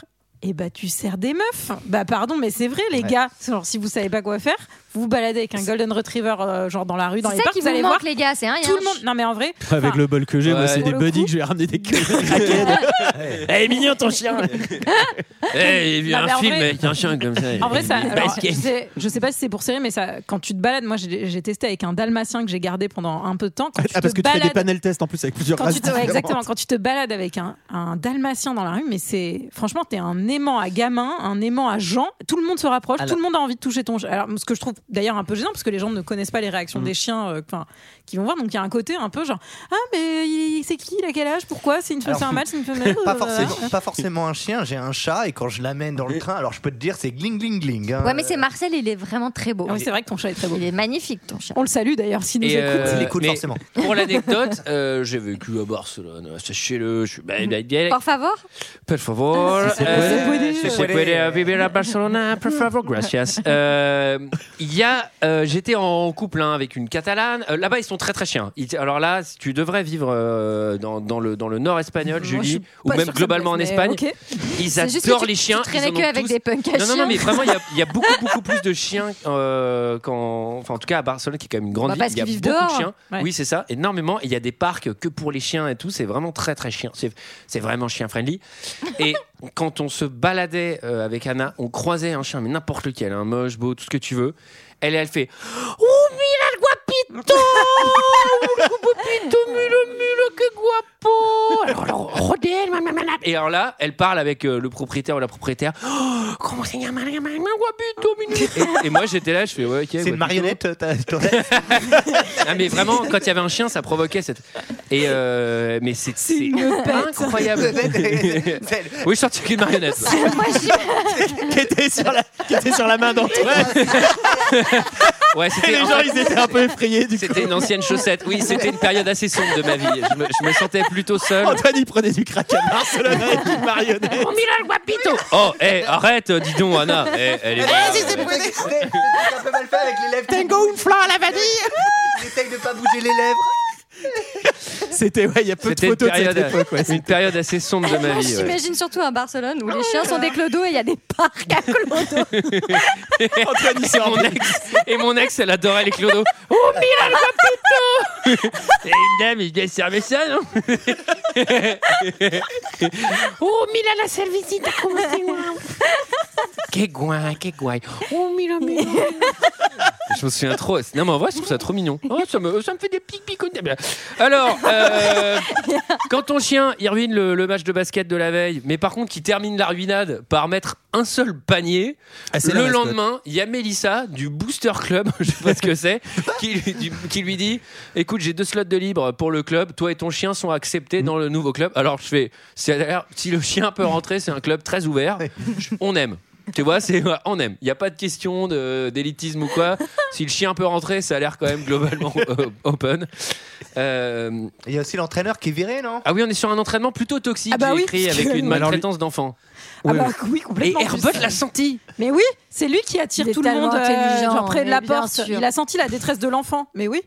Speaker 5: et bah, tu sers des meufs. Bah, pardon, mais c'est vrai, les
Speaker 6: Ouais.
Speaker 5: gars. C'est genre, si vous savez pas quoi faire, vous vous baladez avec un Golden Retriever, euh, genre dans la rue, dans
Speaker 6: C'est
Speaker 5: les
Speaker 6: ça
Speaker 5: parcs,
Speaker 6: qui
Speaker 5: vous
Speaker 6: vous
Speaker 5: allez
Speaker 6: manque,
Speaker 5: voir.
Speaker 6: les gars. C'est un, il y a
Speaker 5: Tout
Speaker 6: un
Speaker 5: le monde. Non, mais en vrai.
Speaker 11: Avec le bol que j'ai, moi,
Speaker 1: Ouais.
Speaker 11: c'est
Speaker 1: Pour
Speaker 11: des
Speaker 1: le
Speaker 11: buddies que je vais ramener des craquettes. Eh, mignon ton chien
Speaker 1: Eh, il y a
Speaker 5: Non,
Speaker 1: eu
Speaker 5: mais
Speaker 1: un
Speaker 5: en
Speaker 1: film
Speaker 5: vrai-
Speaker 1: avec un chien comme ça.
Speaker 5: En vrai, ça.
Speaker 1: Il
Speaker 5: alors, je,
Speaker 1: basket.
Speaker 5: sais, je sais pas si c'est pour serrer, mais ça, quand tu te balades, moi, j'ai j'ai testé avec un dalmatien que j'ai gardé pendant un peu de temps. Quand tu
Speaker 11: Ah, parce
Speaker 5: te
Speaker 11: que tu fais
Speaker 5: balades,
Speaker 11: des panel tests en plus avec plusieurs
Speaker 5: Quand
Speaker 11: races
Speaker 5: tu te, ouais,
Speaker 11: différentes.
Speaker 5: exactement, quand tu te balades avec un, un dalmatien dans la rue, mais c'est franchement, t'es un aimant à gamin, un aimant à gens. Tout le monde se rapproche,
Speaker 7: Alors-
Speaker 5: tout le monde a envie de toucher ton. chien. Alors, ce que je trouve d'ailleurs un peu gênant, parce que les gens ne connaissent pas les réactions des chiens, euh, 'fin, qui vont voir. Donc il y a un côté un peu genre ah mais il- c'est qui, il a quel âge, pourquoi, c'est une femme,
Speaker 7: Alors,
Speaker 5: c'est un mâle, c'est une femelle.
Speaker 7: Pas
Speaker 5: euh,
Speaker 7: forcément, pas forcément un chien, j'ai un chat et quand je l'amène dans le train, alors je peux te dire c'est gling gling gling. hein.
Speaker 6: Ouais, mais c'est Marcel, il est vraiment très beau.
Speaker 5: Ah oui, c'est vrai que ton chat est très beau.
Speaker 6: Il est magnifique, ton chat.
Speaker 5: On le salue d'ailleurs s'il nous
Speaker 1: Et,
Speaker 5: écoute.
Speaker 1: euh,
Speaker 7: Il écoute
Speaker 1: mais
Speaker 7: forcément.
Speaker 1: Pour l'anecdote, euh, j'ai vécu à Barcelone. Sachez-le, je suis bah, belge.
Speaker 6: Por favor.
Speaker 1: Por favor.
Speaker 5: Si se
Speaker 1: euh,
Speaker 5: puede.
Speaker 1: si se puede vivir à Barcelona, por favor, gracias. Euh, Il y a, euh, j'étais en couple hein, avec une catalane. Euh, Là-bas, ils sont très très chiens. Ils- alors là, tu devrais vivre euh, dans, dans le dans le nord espagnol,
Speaker 5: Moi, je suis
Speaker 1: Julie, ou
Speaker 5: pas
Speaker 1: même
Speaker 5: sûre que ça
Speaker 1: globalement en
Speaker 5: me plaise,
Speaker 1: Espagne.
Speaker 5: mais, ok.
Speaker 1: Ils
Speaker 6: C'est juste
Speaker 1: adorent
Speaker 6: que tu-
Speaker 1: les chiens.
Speaker 6: Tu traînais
Speaker 1: ils en
Speaker 6: que
Speaker 1: ont
Speaker 6: avec
Speaker 1: tous.
Speaker 6: des punks à
Speaker 1: Non, non, non,
Speaker 6: chiens.
Speaker 1: mais vraiment, il y a- il y, a beaucoup, beaucoup plus de chiens euh, qu'en. Enfin, en tout cas, à Barcelone, qui est quand même une grande
Speaker 6: Bah, parce
Speaker 1: ville, il y a
Speaker 6: qu'ils vivent
Speaker 1: beaucoup
Speaker 6: dehors.
Speaker 1: de chiens.
Speaker 5: Ouais.
Speaker 1: Oui, c'est ça, énormément. Et il y a des parcs que pour les chiens et tout. C'est vraiment très, très chien. C'est c'est vraiment chien-friendly. Et quand on se baladait euh, avec Anna, on croisait un chien, mais n'importe lequel, un moche, beau, tout ce que tu veux. Elle, elle fait Oh, mira el guapito El guapito, mira, mira, que guapo Alors, alors, rodel, ma, ma, ma, ma. Et alors là, elle parle avec euh, le propriétaire ou la propriétaire. Oh, comment c'est, ma, ma, ma, ma, guapito, mira. Et, et moi, j'étais là, je fais Ouais, ok.
Speaker 7: C'est une
Speaker 1: guapito.
Speaker 7: marionnette, t'as- t'as-
Speaker 1: Ah, mais vraiment, quand il y avait un chien, ça provoquait cette. Et euh, mais c'est c'est incroyable. Oui, je suis sorti avec une marionnette.
Speaker 6: Moi, je-
Speaker 11: qui, était sur la, qui était sur la main d'Antoine.
Speaker 1: Ouais,
Speaker 11: Et
Speaker 1: c'était.
Speaker 11: les gens, ils étaient un peu effrayés du coup.
Speaker 1: C'était une ancienne chaussette. Oui, c'était une période assez sombre de ma vie. Je me, je me sentais plutôt seul.
Speaker 11: Antoine, il prenait du crack à Barcelone avec une marionnette.
Speaker 1: Oh, hé, arrête, euh, dis donc, Anna. Eh, elle est malade.
Speaker 7: un peu mal fait avec les lèvres. Tango, une fleur à la vanille. J'essaye de pas bouger les lèvres.
Speaker 11: C'était, ouais, il y a peu de
Speaker 1: C'était une
Speaker 11: photos de cette
Speaker 1: période,
Speaker 11: époque. ouais. Ah,
Speaker 1: une période assez sombre de ma
Speaker 6: Moi,
Speaker 1: vie. ouais.
Speaker 6: Ah, J'imagine surtout à Barcelone
Speaker 5: Oh,
Speaker 6: où les chiens sont des clodos et il y a des parcs à clodos.
Speaker 1: Antoine, il sort mon ex. Et mon ex, elle adorait les clodos. Oh, mira le papito C'est une dame, il doit servir ça, non Oh, mira la servicita, como se guau. Que guay, que guay. Oh, mira, mira. mira. Je me souviens trop. Non, mais en vrai, je trouve ça trop mignon. Oh, ça, me, ça me fait des pics pics. Alors, euh, quand ton chien, il ruine le, le match de basket de la veille, mais par contre, qui termine la ruinade par mettre un seul panier,
Speaker 11: Ah, c'est la
Speaker 1: le
Speaker 11: mascotte.
Speaker 1: lendemain, il y a Mélissa du Booster Club, je sais pas ce que c'est, qui, lui- du- qui lui dit Écoute, j'ai deux slots de libre pour le club, toi et ton chien sont acceptés dans le nouveau club. Alors je fais c'est- d'ailleurs, Si le chien peut rentrer, c'est un club très ouvert, Je- on aime. Tu vois, c'est on aime. Il n'y a pas de question de- d'élitisme ou quoi. Si le chien peut rentrer, ça a l'air quand même globalement euh, open. Euh,
Speaker 7: Il y a aussi l'entraîneur qui est viré, non
Speaker 1: ah oui, on est sur un entraînement plutôt toxique,
Speaker 5: Ah bah
Speaker 1: j'ai
Speaker 5: oui,
Speaker 1: écrit,
Speaker 5: parce
Speaker 1: avec
Speaker 5: que-
Speaker 1: une
Speaker 11: Alors, lui-
Speaker 1: maltraitance d'enfants.
Speaker 5: Ah
Speaker 11: Ouais,
Speaker 5: bah
Speaker 11: ouais.
Speaker 5: oui,
Speaker 1: Et
Speaker 5: complètement.
Speaker 1: Herbot
Speaker 5: Juste.
Speaker 1: l'a senti.
Speaker 5: Mais oui, c'est lui qui attire
Speaker 6: Il est
Speaker 5: tout le
Speaker 6: tellement
Speaker 5: monde euh,
Speaker 6: intelligent,
Speaker 5: genre près de
Speaker 6: mais
Speaker 5: la
Speaker 6: bien
Speaker 5: porte.
Speaker 6: sûr.
Speaker 5: Il a senti la détresse de l'enfant. Mais oui.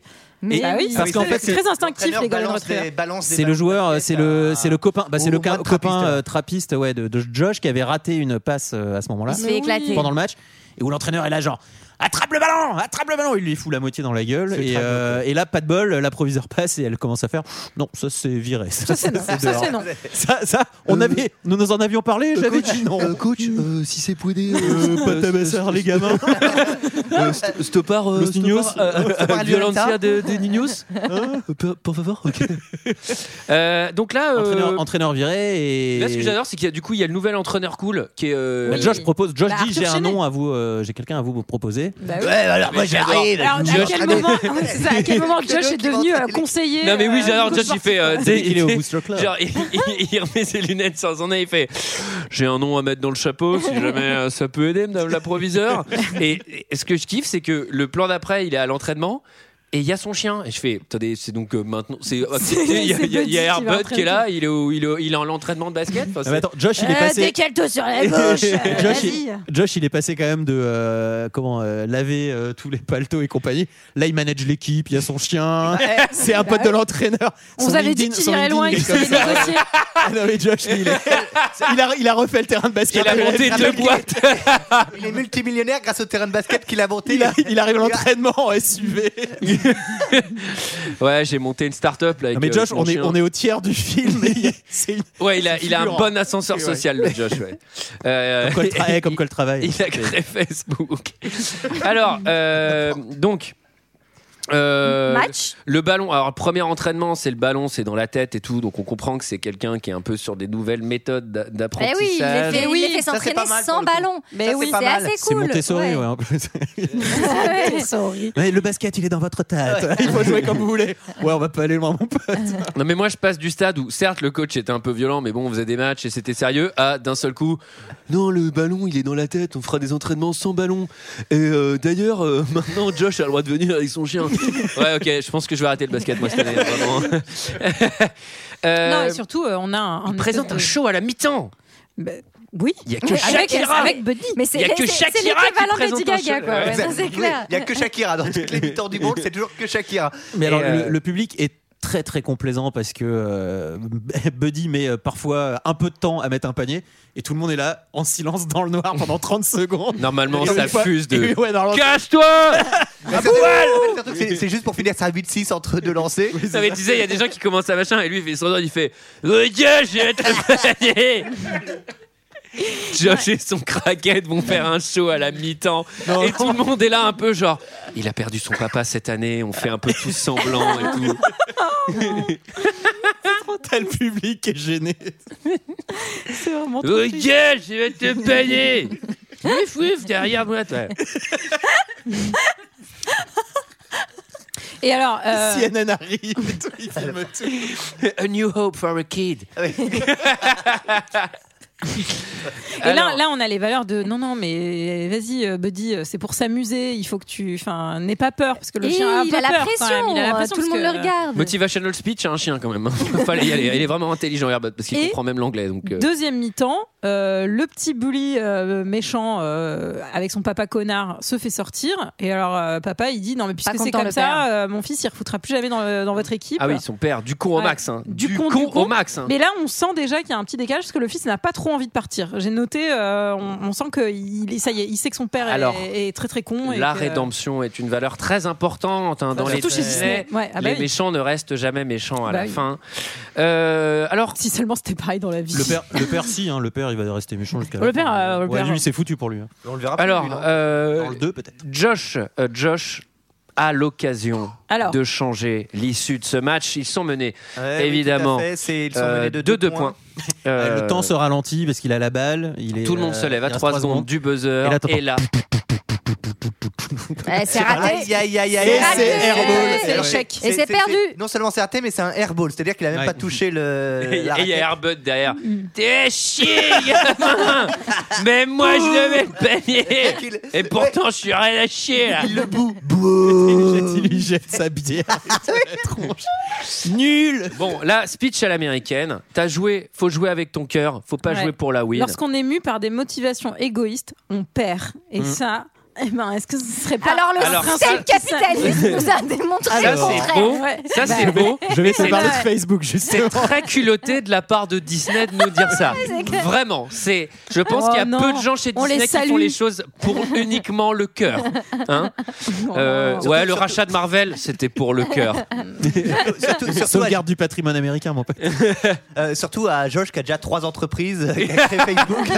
Speaker 6: Mais
Speaker 5: Bah oui,
Speaker 6: oui.
Speaker 11: Parce
Speaker 5: c'est-
Speaker 11: qu'en fait,
Speaker 5: c'est
Speaker 11: c'est-
Speaker 5: très instinctif les Golden
Speaker 7: balance des,
Speaker 5: Retrievers.
Speaker 7: balance des
Speaker 11: C'est le
Speaker 7: ballons
Speaker 11: joueur, euh,
Speaker 7: basket
Speaker 11: c'est
Speaker 7: à-
Speaker 11: le, c'est le copain, bah, c'est
Speaker 7: au
Speaker 11: le
Speaker 7: moins
Speaker 11: ca-
Speaker 7: de trappiste,
Speaker 11: copain
Speaker 7: là.
Speaker 11: euh, trappiste ouais, de, de Josh qui avait raté une passe euh, à ce moment-là
Speaker 6: Il se fait éclater.
Speaker 11: pendant le match et où l'entraîneur est là genre attrape le ballon, attrape le ballon, il lui fout la moitié dans la gueule
Speaker 7: C'est
Speaker 11: et,
Speaker 7: tragique,
Speaker 11: euh, et là pas de bol, la proviseur passe et elle commence à faire non ça c'est viré, ça
Speaker 5: c'est non. Ça,
Speaker 11: dehors.
Speaker 5: c'est non.
Speaker 11: Ça, ça, on
Speaker 7: Euh,
Speaker 11: avait, nous nous en avions parlé,
Speaker 7: Euh,
Speaker 11: j'avais
Speaker 7: coach,
Speaker 11: dit non.
Speaker 7: euh, coach, euh, si c'est poudé,
Speaker 11: Euh, pas tabassard les gamins.
Speaker 1: Stopar,
Speaker 11: Los Niños,
Speaker 1: Ah
Speaker 7: Stopar Violencia
Speaker 1: euh, de, Niños. Hein
Speaker 11: Pour favor.
Speaker 1: donc là, euh,
Speaker 11: Entraîneur, entraîneur viré et.
Speaker 1: là, ce que j'adore, c'est qu'il y a du coup, il y a le nouvel entraîneur cool qui est. euh,
Speaker 11: Bah, Josh propose, Josh
Speaker 5: Bah,
Speaker 11: dit
Speaker 5: Arthur
Speaker 11: j'ai un
Speaker 5: Chenet.
Speaker 11: nom à vous, euh, euh, j'ai quelqu'un à vous proposer.
Speaker 5: Bah oui. Ouais, alors moi, j'arrive. Alors, à quel moment- ouais, c'est ça, à quel moment Josh est devenu euh, conseiller
Speaker 1: Non mais oui,
Speaker 5: euh,
Speaker 1: j'adore
Speaker 5: du
Speaker 1: Josh, il
Speaker 5: sport-
Speaker 1: fait. euh,
Speaker 11: Dès qu'il est au Booster Club.
Speaker 1: Genre, il, il- il remet ses lunettes sans en aller, il fait J'ai un nom à mettre dans le chapeau, si jamais euh, ça peut aider, madame la proviseure. Et, et ce que je kiffe, c'est que le plan d'après, il est à l'entraînement. Et il y a son chien. Et je fais, attendez, c'est donc euh, maintenant. C'est accepté, il y a,
Speaker 5: c'est
Speaker 1: il y a- il y a
Speaker 5: Buddy qui va
Speaker 1: Airbud qui est là, il est, au- il est, au- il est en l'entraînement de basket. Enfin,
Speaker 11: Ah, mais
Speaker 1: c'est-
Speaker 11: attends, Josh,
Speaker 5: Euh,
Speaker 11: il est passé.
Speaker 5: Décale-toi sur la gauche.
Speaker 11: Josh,
Speaker 5: euh, Vas-y.
Speaker 11: il, Josh, il est passé quand même de euh, comment euh, laver euh, tous les paletots et compagnie. Là, il manage l'équipe, il y a son chien, c'est un pote de l'entraîneur.
Speaker 5: On
Speaker 11: Eh, Son
Speaker 5: vous avait dit
Speaker 11: LinkedIn-
Speaker 5: qu'il
Speaker 11: son
Speaker 5: irait loin et qu'il
Speaker 11: LinkedIn est
Speaker 5: s'était
Speaker 11: comme ça.
Speaker 5: négocié.
Speaker 11: Ah non, mais Josh, lui, il, est- il a, il a refait le terrain de basket.
Speaker 1: Il a monté deux boîtes.
Speaker 7: Il est multimillionnaire grâce au terrain de basket qu'il a monté.
Speaker 11: Il, a- il arrive à l'entraînement en SUV.
Speaker 1: Ouais, j'ai monté une start-up là. Avec,
Speaker 11: Non, mais
Speaker 1: euh,
Speaker 11: Josh,
Speaker 1: mon
Speaker 11: on est,
Speaker 1: chien.
Speaker 11: on est au tiers du film. et il y a- c'est une-
Speaker 1: Ouais, il a, il a un
Speaker 11: Fulgurant.
Speaker 1: bon ascenseur
Speaker 11: Ouais.
Speaker 1: social, le Josh. Ouais. Euh,
Speaker 11: Comme quoi le travail, comme quoi le travail.
Speaker 1: Il a créé Facebook. Alors, euh, donc. euh,
Speaker 6: Match
Speaker 1: Le ballon, alors premier entraînement, c'est le ballon, c'est dans la tête et tout, donc on comprend que c'est quelqu'un qui est un peu sur des nouvelles méthodes d'a-
Speaker 6: Eh
Speaker 1: d'apprentissage.
Speaker 6: oui, il les fait,
Speaker 5: Eh
Speaker 6: il
Speaker 5: oui,
Speaker 6: les
Speaker 5: ça,
Speaker 6: fait
Speaker 5: c'est
Speaker 6: s'entraîner
Speaker 5: pas mal,
Speaker 6: sans
Speaker 5: pour le coup.
Speaker 6: ballon.
Speaker 5: Mais oui,
Speaker 6: c'est assez
Speaker 11: C'est
Speaker 6: cool.
Speaker 11: Montessori,
Speaker 6: Ouais.
Speaker 11: ouais, en plus.
Speaker 5: Sorry.
Speaker 11: Ouais, le basket, il est dans votre tête. Il faut jouer comme vous voulez. Ouais, on va pas aller loin, mon pote.
Speaker 1: Non mais moi je passe du stade où certes le coach était un peu violent mais bon on faisait des matchs et c'était sérieux à d'un seul coup non le ballon il est dans la tête on fera des entraînements sans ballon et euh, d'ailleurs euh, maintenant Josh a le droit de venir avec son chien ouais ok je pense que je vais arrêter le basket moi cette année vraiment Euh,
Speaker 5: Non, et surtout, euh, on a un.
Speaker 1: il présente un show à la mi-temps
Speaker 5: Bah, oui.
Speaker 1: il y a que
Speaker 6: Mais
Speaker 1: Shakira
Speaker 6: avec- avec Buddy. Mais
Speaker 1: Il y a
Speaker 6: c'est
Speaker 1: que
Speaker 6: c'est- c'est
Speaker 1: Shakira qui
Speaker 6: l'équivalent
Speaker 1: présente
Speaker 6: d'Ady
Speaker 1: un
Speaker 6: Gaga,
Speaker 1: show.
Speaker 6: quoi. Ouais,
Speaker 1: Ouais.
Speaker 6: ça, c'est clair.
Speaker 7: Il n'y a que Shakira dans toutes les mi-temps du monde, c'est toujours que Shakira.
Speaker 11: Mais
Speaker 1: Et
Speaker 11: alors,
Speaker 1: euh,
Speaker 11: le, le public est très très complaisant parce que euh, Buddy met euh, parfois un peu de temps à mettre un panier et tout le monde est là en silence dans le noir pendant 30 secondes.
Speaker 1: normalement
Speaker 11: Et
Speaker 1: ça
Speaker 11: une fois-
Speaker 1: fuse
Speaker 11: et
Speaker 1: de
Speaker 11: ouais, normalement,
Speaker 1: cache-toi
Speaker 7: Ah, c'est- surtout que c'est- C'est juste pour finir sa 8-6 entre deux lancers.
Speaker 1: Ça mais tu sais, il y a des gens qui commencent à machin et lui il fait son ordre, il fait Oh Dieu, je vais te panier Josh et son craquette vont faire un show à la mi-temps
Speaker 11: Non.
Speaker 1: et tout le monde est là un peu genre il a perdu son papa cette année, on fait un peu tout semblant et tout.
Speaker 11: t'as le public qui est gêné.
Speaker 5: C'est vraiment trop
Speaker 1: Oh
Speaker 5: triste.
Speaker 1: Dieu, je vais te panier Ouf ouf derrière moi toi.
Speaker 5: Et alors. euh,
Speaker 11: CNN arrive et tout, il filme tout.
Speaker 1: A new hope for a kid.
Speaker 5: Et là,
Speaker 1: Alors-
Speaker 5: là, on a les valeurs de non, non, mais vas-y, euh, Buddy, euh, c'est pour s'amuser. Il faut que tu, enfin, n'aie pas peur parce que le
Speaker 6: Et
Speaker 5: chien a un
Speaker 6: il
Speaker 5: peu
Speaker 6: a la
Speaker 5: peur, quand même.
Speaker 6: pression.
Speaker 5: Il a la
Speaker 6: euh,
Speaker 5: pression
Speaker 6: Tout le monde
Speaker 5: parce
Speaker 6: le
Speaker 5: que, euh,
Speaker 6: regarde.
Speaker 1: Motivational speech à un chien quand même. Fallait y aller. Il est vraiment intelligent Herbert parce qu'il
Speaker 5: Et
Speaker 1: comprend même l'anglais donc. euh,
Speaker 5: Deuxième mi-temps, euh, le petit bully euh, méchant euh, avec son papa connard se fait sortir. Et alors, euh, papa, il dit non, mais puisque
Speaker 6: Pas
Speaker 5: c'est
Speaker 6: content,
Speaker 5: comme
Speaker 6: le
Speaker 5: ça, euh, mon fils, il refoutra plus jamais dans, le- dans votre équipe.
Speaker 1: Ah oui, son père, du con au
Speaker 5: Ouais.
Speaker 1: max. hein.
Speaker 5: Du con,
Speaker 1: con,
Speaker 5: du con.
Speaker 1: au max. hein.
Speaker 5: Mais là, on sent déjà qu'il y a un petit décalage parce que le fils n'a pas trop envie de partir. J'ai noté, euh, on, on sent que il, est- ça y est, il sait que son père est-
Speaker 1: Alors,
Speaker 5: est, très très con. et
Speaker 1: La
Speaker 5: que-
Speaker 1: rédemption est une valeur très importante hein, dans
Speaker 5: Surtout
Speaker 1: les
Speaker 5: chez Disney. Ouais, ah bah
Speaker 1: les
Speaker 5: oui.
Speaker 1: méchants ne restent jamais méchants à
Speaker 5: Bah
Speaker 1: la
Speaker 5: oui.
Speaker 1: fin. Euh, alors,
Speaker 5: Si seulement c'était pareil dans la vie.
Speaker 11: Le père, le père, si, hein, le père, il va rester méchant jusqu'à la
Speaker 5: Le
Speaker 11: fin.
Speaker 5: père, euh, le
Speaker 11: Ouais,
Speaker 5: père.
Speaker 11: lui, c'est foutu pour lui. hein.
Speaker 7: On le verra plus,
Speaker 1: alors
Speaker 7: lui, non
Speaker 1: euh,
Speaker 11: Dans le 2, peut-être.
Speaker 1: Josh, euh, Josh a l'occasion
Speaker 5: Alors.
Speaker 1: de changer l'issue de ce match. Ils sont menés
Speaker 7: Ouais, oui,
Speaker 1: évidemment.
Speaker 7: tout à fait, c'est- ils sont
Speaker 1: euh,
Speaker 7: menés
Speaker 1: de
Speaker 7: de
Speaker 1: deux,
Speaker 7: deux
Speaker 1: points.
Speaker 7: points.
Speaker 1: Euh,
Speaker 11: Le temps se ralentit parce qu'il a la balle. Il est,
Speaker 1: Tout le monde
Speaker 11: euh,
Speaker 1: se lève à
Speaker 11: il reste
Speaker 1: 3 secondes du buzzer.
Speaker 11: Et là, t'entends-
Speaker 1: Et là,
Speaker 6: Eh, C'est raté.
Speaker 7: Aïe, aïe, aïe, aïe,
Speaker 6: C'est
Speaker 7: aïe.
Speaker 6: raté.
Speaker 5: eh,
Speaker 7: airball.
Speaker 6: C'est
Speaker 5: échec.
Speaker 6: Et c'est perdu.
Speaker 7: Non seulement c'est raté, mais c'est un airball. C'est-à-dire qu'il a même
Speaker 11: Ouais.
Speaker 7: pas touché le.
Speaker 1: Et
Speaker 7: Euh, la
Speaker 1: il y a
Speaker 7: raquette.
Speaker 1: Airbud derrière. T'es chier, gamin Même moi, je devais le panier Et pourtant, je suis rien à chier, là
Speaker 7: Il le boue.
Speaker 11: Il
Speaker 7: Bouh.
Speaker 11: jette, il lui jette sa bière. Tronche. Nul.
Speaker 1: Bon, là, speech à l'américaine. T'as joué, faut jouer avec ton cœur, faut pas
Speaker 5: Ouais.
Speaker 1: jouer pour la win.
Speaker 5: Lorsqu'on est mu par des motivations égoïstes, on perd.
Speaker 1: Mmh.
Speaker 5: Et ça, eh ben, est-ce que ce serait pas.
Speaker 6: Alors, le
Speaker 1: Alors, Ah,
Speaker 6: système
Speaker 5: ça-
Speaker 6: capitaliste nous a démontré
Speaker 1: Ça,
Speaker 6: le
Speaker 1: c'est
Speaker 6: contraire.
Speaker 1: beau.
Speaker 5: Ouais.
Speaker 1: Oh, Ça, c'est
Speaker 5: Bah,
Speaker 1: beau.
Speaker 11: Je vais te
Speaker 1: C'est
Speaker 11: parler
Speaker 1: vrai.
Speaker 11: de Facebook, justement.
Speaker 1: C'est très culotté de la part de Disney de nous dire ça. Vraiment, c'est. Je pense
Speaker 5: Oh
Speaker 1: qu'il y a
Speaker 5: non,
Speaker 1: peu de gens chez
Speaker 5: on les
Speaker 1: Disney qui font
Speaker 5: salue.
Speaker 1: les choses pour uniquement le cœur. Hein Euh, ouais, le rachat de Marvel, c'était pour le cœur.
Speaker 7: Surtout, surtout, à,
Speaker 11: Sauvegarde du patrimoine américain, mon pote.
Speaker 7: euh, surtout à Josh qui a déjà trois entreprises, qui a créé Facebook.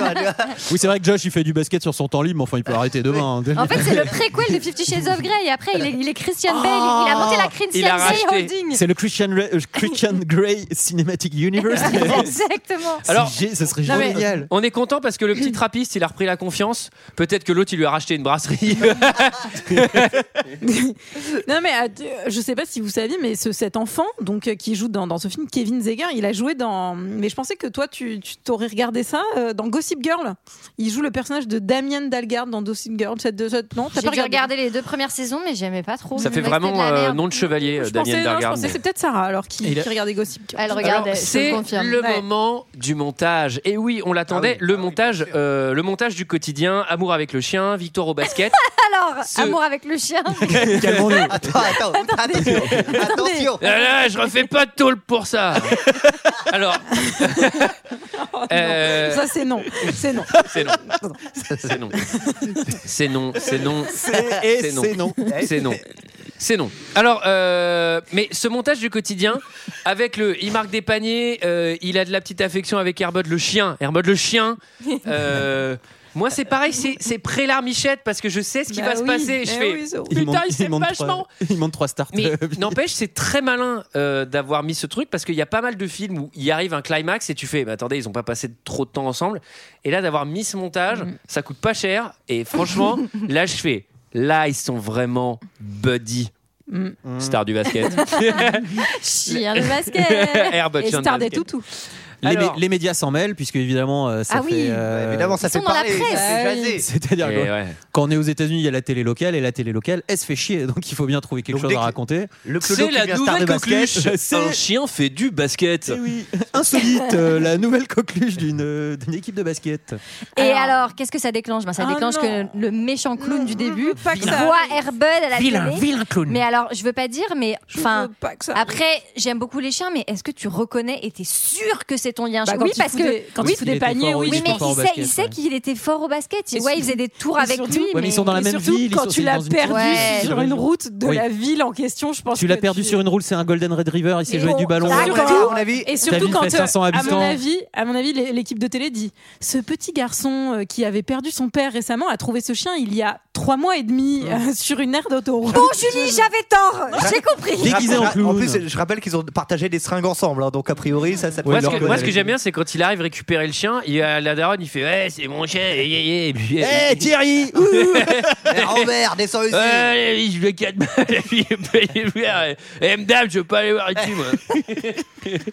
Speaker 11: Oui, c'est vrai que Josh, il fait du basket sur son temps libre, mais enfin, il peut arrêter demain. hein.
Speaker 6: En fait, c'est le préquel de Fifty Shades of Grey. Et après, il est, il est Christian Bale. Il a
Speaker 1: Oh,
Speaker 6: monté la
Speaker 11: Il a
Speaker 6: Christian Bale
Speaker 11: racheté.
Speaker 6: Holding.
Speaker 11: C'est le Christian, Re- euh, Christian Grey Cinematic Universe.
Speaker 6: Exactement.
Speaker 1: Alors,
Speaker 11: C'est gé- ce serait
Speaker 1: Non, mais
Speaker 11: génial.
Speaker 1: On est content parce que le petit trappiste, il a repris la confiance. Peut-être que l'autre, il lui a racheté une brasserie.
Speaker 5: Non mais euh, je sais pas si vous saviez, mais ce, cet enfant donc euh, qui joue dans, dans ce film, Kevin Zegger, il a joué dans. Mais je pensais que toi tu, tu t'aurais regardé ça euh, dans Gossip Girl. Il joue le personnage de Damien Dalgarde dans Gossip Girl. Cette, de- cette- non, t'as
Speaker 6: J'ai
Speaker 5: pas
Speaker 6: dû
Speaker 5: regardé.
Speaker 6: regarder les deux premières saisons, mais j'aimais pas
Speaker 5: Oh,
Speaker 6: trop.
Speaker 1: Ça fait
Speaker 6: Il me restait
Speaker 1: vraiment
Speaker 6: de la
Speaker 1: euh,
Speaker 6: merde.
Speaker 1: nom de chevalier, euh,
Speaker 5: Je pensais,
Speaker 1: Damien
Speaker 5: non, je
Speaker 1: Dargarde.
Speaker 5: pensais c'est peut-être Sarah alors qui,
Speaker 1: Et il a-
Speaker 5: qui regardait Gossip Girl.
Speaker 6: Elle regardait. je
Speaker 1: C'est
Speaker 6: le confirme.
Speaker 1: le
Speaker 5: Ouais.
Speaker 1: moment du montage. Et Ah oui, on l'attendait. le montage, euh, le montage du quotidien. Amour avec le chien, victoire au basket.
Speaker 6: Alors,
Speaker 1: Ce-
Speaker 6: amour avec le chien.
Speaker 7: Attends, attends, attention, attention.
Speaker 1: Ah là, je refais pas de tôle pour ça. Alors, euh,
Speaker 5: Oh Ça c'est non, c'est non.
Speaker 1: c'est non, c'est non, c'est non, c'est non,
Speaker 11: C'est- et c'est non.
Speaker 1: c'est non. C'est non. Alors, euh, mais ce montage du quotidien, avec le, il marque des paniers, euh, il a de la petite affection avec Airbud le chien, Airbud le chien. euh, moi, c'est pareil, c'est c'est prélard Michette parce que je sais ce qui
Speaker 5: Bah
Speaker 1: va se
Speaker 5: oui,
Speaker 1: passer. Je
Speaker 5: eh
Speaker 1: fais,
Speaker 5: oui, ça-
Speaker 11: Il monte-
Speaker 1: putain, il
Speaker 11: il
Speaker 1: sait
Speaker 11: monte
Speaker 1: vachement.
Speaker 11: trois- Il monte trois startups.
Speaker 1: Mais n'empêche, c'est très malin euh, d'avoir mis ce truc parce qu'il y a pas mal de films où il arrive un climax et tu fais, bah, attendez, ils ont pas passé trop de temps ensemble. Et là, d'avoir mis ce montage,
Speaker 5: Mm.
Speaker 1: ça coûte pas cher. Et franchement, là, je fais, là, ils sont vraiment buddy.
Speaker 5: Mm.
Speaker 1: Star du basket.
Speaker 6: Chien de basket.
Speaker 1: Airbud,
Speaker 5: Et
Speaker 1: chien de
Speaker 5: Star des
Speaker 1: basket.
Speaker 5: toutous.
Speaker 11: Les,
Speaker 1: Alors-
Speaker 11: mé- les médias s'en mêlent, puisque évidemment, euh, ça
Speaker 6: Ah
Speaker 11: fait.
Speaker 6: oui.
Speaker 11: euh,
Speaker 7: Évidemment, ça
Speaker 6: Ils sont
Speaker 7: fait
Speaker 6: dans la
Speaker 7: parler. ça
Speaker 6: presse.
Speaker 7: fait
Speaker 5: Ah oui.
Speaker 7: jaser.
Speaker 11: C'est-à-dire
Speaker 1: Et
Speaker 11: que
Speaker 1: ouais.
Speaker 11: quand on est aux États-Unis, il y a la télé locale et la télé locale, elle se fait chier. Donc il faut bien trouver quelque
Speaker 7: Donc,
Speaker 11: chose
Speaker 7: dès
Speaker 11: à
Speaker 7: que-
Speaker 11: raconter.
Speaker 7: Le clodo
Speaker 1: C'est
Speaker 7: qui
Speaker 1: la
Speaker 7: vient star
Speaker 1: nouvelle
Speaker 7: de basket.
Speaker 1: coqueluche.
Speaker 11: c'est-
Speaker 1: Un chien fait du basket.
Speaker 11: Eh oui, insolite, euh, la nouvelle coqueluche d'une euh, d'une équipe de basket.
Speaker 6: Et
Speaker 5: Alors-
Speaker 6: alors, qu'est-ce que ça déclenche Ben, Ça
Speaker 5: Ah
Speaker 6: déclenche
Speaker 5: non.
Speaker 6: que le méchant clown du début
Speaker 5: pas que ça
Speaker 6: voit Airbud à la
Speaker 1: Vilain,
Speaker 6: télé.
Speaker 1: vilain clown.
Speaker 6: Mais alors, je veux pas dire, mais
Speaker 5: Je
Speaker 6: enfin. ah,
Speaker 5: veux pas que ça.
Speaker 6: Après, j'aime beaucoup les chiens, mais est-ce que tu reconnais et t'es sûr que c'est ton lien
Speaker 5: Bah, quand
Speaker 6: Oui,
Speaker 5: il
Speaker 6: parce
Speaker 5: fout
Speaker 6: que
Speaker 5: des- quand
Speaker 6: oui,
Speaker 5: il fout des
Speaker 11: était
Speaker 5: paniers,
Speaker 11: fort,
Speaker 5: oui.
Speaker 11: oui,
Speaker 6: oui, mais
Speaker 11: fort
Speaker 6: il
Speaker 11: au
Speaker 6: sait,
Speaker 11: basket,
Speaker 6: il sait
Speaker 11: ouais.
Speaker 6: qu'il était fort au basket.
Speaker 5: Et
Speaker 6: ouais, il
Speaker 5: surtout-
Speaker 6: faisait des tours
Speaker 5: et
Speaker 6: avec
Speaker 5: surtout-
Speaker 6: lui.
Speaker 5: Ouais,
Speaker 11: mais ils sont dans la
Speaker 5: Et
Speaker 11: même
Speaker 5: surtout,
Speaker 11: ville, ils
Speaker 5: quand
Speaker 11: sont-
Speaker 5: tu
Speaker 11: c'est
Speaker 5: l'as
Speaker 11: dans une-
Speaker 5: perdu
Speaker 6: Ouais.
Speaker 5: sur une route de
Speaker 11: Oui.
Speaker 5: la ville en question, je pense
Speaker 11: Tu
Speaker 5: que
Speaker 11: l'as perdu
Speaker 5: tu-
Speaker 11: sur une roule, c'est un Golden Retriever, il s'est
Speaker 6: Et
Speaker 11: joué
Speaker 6: bon,
Speaker 11: du ballon.
Speaker 6: ça,
Speaker 7: À mon
Speaker 5: Surtout-
Speaker 7: avis- à mon avis,
Speaker 5: Et
Speaker 11: Ta
Speaker 5: surtout
Speaker 11: ville
Speaker 5: quand,
Speaker 11: fait 500
Speaker 5: euh, à
Speaker 11: habitants.
Speaker 5: mon avis, à mon avis, l'é- l'équipe de télé dit ce petit garçon euh, qui avait perdu son père récemment a trouvé ce chien il y a trois mois et demi euh, sur une aire d'autoroute.
Speaker 6: Bon, Julie, j'avais tort. J'ai compris.
Speaker 7: Je
Speaker 1: Ah,
Speaker 11: Déguisé en
Speaker 7: rappelle-
Speaker 11: clown.
Speaker 7: plus, je rappelle qu'ils ont partagé des seringues ensemble, hein, donc a priori, ça, ça peut
Speaker 1: Moi, ce
Speaker 7: leur
Speaker 1: que,
Speaker 7: donner-
Speaker 1: moi, ce que j'aime bien, c'est quand il arrive récupérer le chien, il y a la daronne, il fait Ouais, c'est mon chien, eh, eh, eh, et puis.
Speaker 11: Eh
Speaker 1: euh,
Speaker 11: Thierry
Speaker 7: Eh, Robert, descends ici.
Speaker 1: Ouais, allez, je vais 4 balles, et puis je peux aller voir. Eh, Et et madame, ah, je veux pas aller voir ici, moi.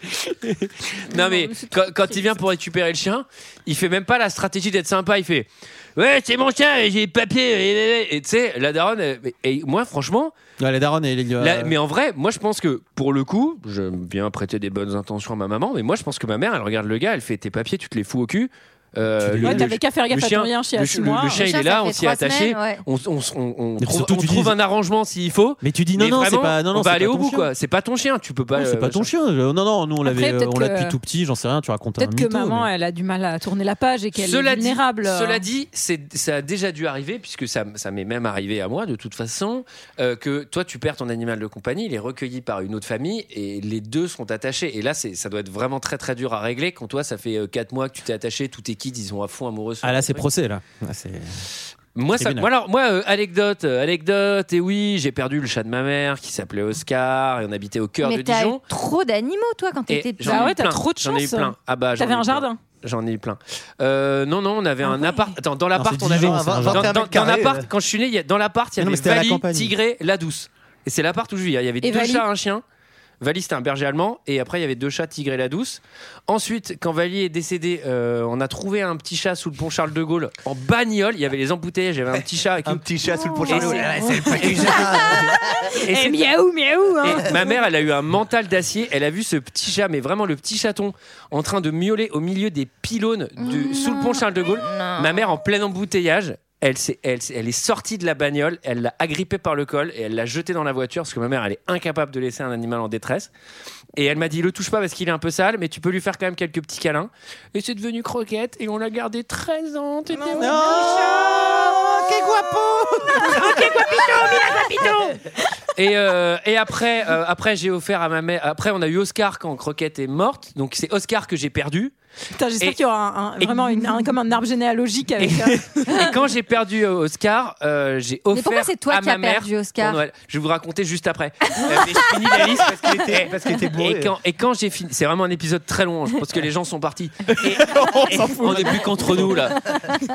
Speaker 1: non, mais quand, quand il vient pour récupérer le chien, il fait même pas la stratégie d'être sympa. Il fait Ouais, c'est mon chien, et j'ai les papiers. et- et- et- Et tu sais, la daronne, elle- et moi, franchement,
Speaker 11: Ouais, la daronne, elle est. euh,
Speaker 1: la- mais en vrai, moi, je pense que pour le coup, je viens prêter des bonnes intentions à ma maman, mais moi, je pense que ma mère, elle regarde le gars, elle fait Tes papiers, tu te les fous au cul. Euh,
Speaker 11: Tu
Speaker 1: le-
Speaker 5: Ouais,
Speaker 1: le-
Speaker 5: t'avais qu'à faire gaffe
Speaker 1: le
Speaker 5: à
Speaker 1: chien-
Speaker 5: ton lien chez
Speaker 1: le-
Speaker 5: à six
Speaker 1: le-
Speaker 5: mois.
Speaker 1: le chien,
Speaker 6: Le
Speaker 1: il
Speaker 6: chien,
Speaker 1: est là,
Speaker 6: ça
Speaker 1: on
Speaker 6: fait
Speaker 1: s'y est
Speaker 6: trois
Speaker 1: attaché.
Speaker 6: semaines, ouais.
Speaker 1: On, on- on- on
Speaker 11: Mais
Speaker 1: trouve,
Speaker 11: surtout,
Speaker 1: on
Speaker 11: tu dis-
Speaker 1: trouve un arrangement s'il faut.
Speaker 11: Mais tu dis non,
Speaker 1: Mais
Speaker 11: non, c'est
Speaker 1: vraiment,
Speaker 11: pas. Non, non,
Speaker 1: on
Speaker 11: c'est
Speaker 1: va
Speaker 11: pas
Speaker 1: aller
Speaker 11: ton
Speaker 1: au bout,
Speaker 11: chien.
Speaker 1: quoi. C'est pas ton chien, tu peux pas.
Speaker 11: Non,
Speaker 1: euh,
Speaker 11: c'est pas ton
Speaker 1: machin.
Speaker 11: chien. Euh, Non, non, nous on l'avait,
Speaker 5: Après,
Speaker 11: euh,
Speaker 5: peut-être
Speaker 11: on l'a
Speaker 5: que-
Speaker 11: depuis tout petit. J'en sais rien. Tu racontes un
Speaker 5: Peut-être que
Speaker 11: mytho.
Speaker 5: maman,
Speaker 11: mais-
Speaker 5: elle a du mal à tourner la page et qu'elle est
Speaker 1: Cela dit,
Speaker 5: vulnérable. euh.
Speaker 1: cela dit, c'est- ça a déjà dû arriver, puisque ça, ça m'est même arrivé à moi, de toute façon, euh, que toi, tu perds ton animal de compagnie, il est recueilli par une autre famille, et les deux sont attachés. Et là, c'est- ça doit être vraiment très, très dur à régler quand toi, ça fait 4 mois que tu t'es attaché, tous tes kids, ils sont à fond amoureux. sur
Speaker 11: Ah là,
Speaker 1: ton
Speaker 11: c'est
Speaker 1: truc.
Speaker 11: procès là. Là, c'est-
Speaker 1: Ah Moi, ça,
Speaker 11: Tribunal.
Speaker 1: moi, alors, moi, euh, anecdote, euh, anecdote, et oui, j'ai perdu le chat de ma mère qui s'appelait Oscar, et on habitait au cœur de
Speaker 6: Mais t'as eu
Speaker 1: Dijon.
Speaker 6: trop d'animaux, toi, quand
Speaker 1: Et bah
Speaker 6: t'étais
Speaker 1: j'en
Speaker 5: Ah
Speaker 1: ai
Speaker 5: ouais,
Speaker 1: eu
Speaker 5: t'as
Speaker 1: plein.
Speaker 5: trop de
Speaker 1: J'en ai eu
Speaker 5: chance.
Speaker 1: plein. Ah bah, j'en ai
Speaker 5: T'avais
Speaker 1: eu
Speaker 5: un
Speaker 1: plein.
Speaker 5: jardin.
Speaker 1: J'en ai eu plein. Euh, non, non, on avait
Speaker 5: Ah
Speaker 1: un appart. Attends, dans l'appart,
Speaker 11: c'est
Speaker 1: on avait.
Speaker 11: Dijon,
Speaker 1: dans,
Speaker 11: ça, un
Speaker 1: dans,
Speaker 11: jardin.
Speaker 1: dans-
Speaker 7: 21 mètres
Speaker 1: dans
Speaker 7: carrés,
Speaker 1: l'appart,
Speaker 7: euh.
Speaker 1: quand je suis né, il y a- dans l'appart, il y
Speaker 11: Non, mais
Speaker 1: avait
Speaker 11: c'était à la
Speaker 1: Vali,
Speaker 11: campagne.
Speaker 1: Tigré, La Douce. Et c'est l'appart où je vis. Il y avait deux
Speaker 5: Et Vali
Speaker 1: chats, un chien. Vali, c'était un berger allemand. Et après, il y avait deux chats, Tigré et La Douce. Ensuite, quand Vali est décédé, euh, on a trouvé un petit chat sous le pont Charles de Gaulle en bagnole. Il y avait les embouteillages. Il y avait un petit chat avec
Speaker 7: Un
Speaker 1: une-
Speaker 7: petit chat sous le pont
Speaker 1: Et
Speaker 7: Charlot.
Speaker 1: c'est-
Speaker 7: Ouais, c'est le petit chat.
Speaker 1: Et
Speaker 5: Eh,
Speaker 1: c'est-
Speaker 5: miaou, miaou. hein.
Speaker 1: et ma mère, elle a eu un mental d'acier. Elle a vu ce petit chat, mais vraiment le petit chaton, en train de miauler au milieu des pylônes
Speaker 5: Oh
Speaker 1: du, sous le pont Charles de Gaulle. Ma mère, en plein embouteillage, elle, s'est- elle, s'est- elle est sortie de la bagnole, elle l'a agrippé par le col et elle l'a jeté dans la voiture parce que ma mère, elle est incapable de laisser un animal en détresse. Et elle m'a dit le touche pas parce qu'il est un peu sale, mais tu peux lui faire quand même quelques petits câlins. Et c'est devenu croquette et on l'a gardé 13 ans. T'étais au- Et, euh, et après, euh, après j'ai offert à ma mère. Après, on a eu Oscar quand Croquette est morte. Donc, c'est Oscar que j'ai perdu.
Speaker 5: Putain, j'espère
Speaker 1: Et-
Speaker 5: qu'il y aura un- un- vraiment une- un- comme un arbre généalogique avec. un-
Speaker 1: Et quand j'ai perdu euh, Oscar, euh, j'ai offert.
Speaker 5: pourquoi c'est toi
Speaker 1: à
Speaker 5: qui
Speaker 1: ma
Speaker 5: as
Speaker 1: mère
Speaker 5: perdu Oscar
Speaker 1: pour Noël. Je vais vous raconter juste après. Euh, mais je finis la liste parce qu'il était,
Speaker 7: parce qu'il était
Speaker 1: Et
Speaker 7: bourré.
Speaker 1: quand, et quand j'ai fini, c'est vraiment un épisode très long. Je pense que les gens sont partis.
Speaker 11: on s'en
Speaker 1: On n'est plus qu'entre nous là.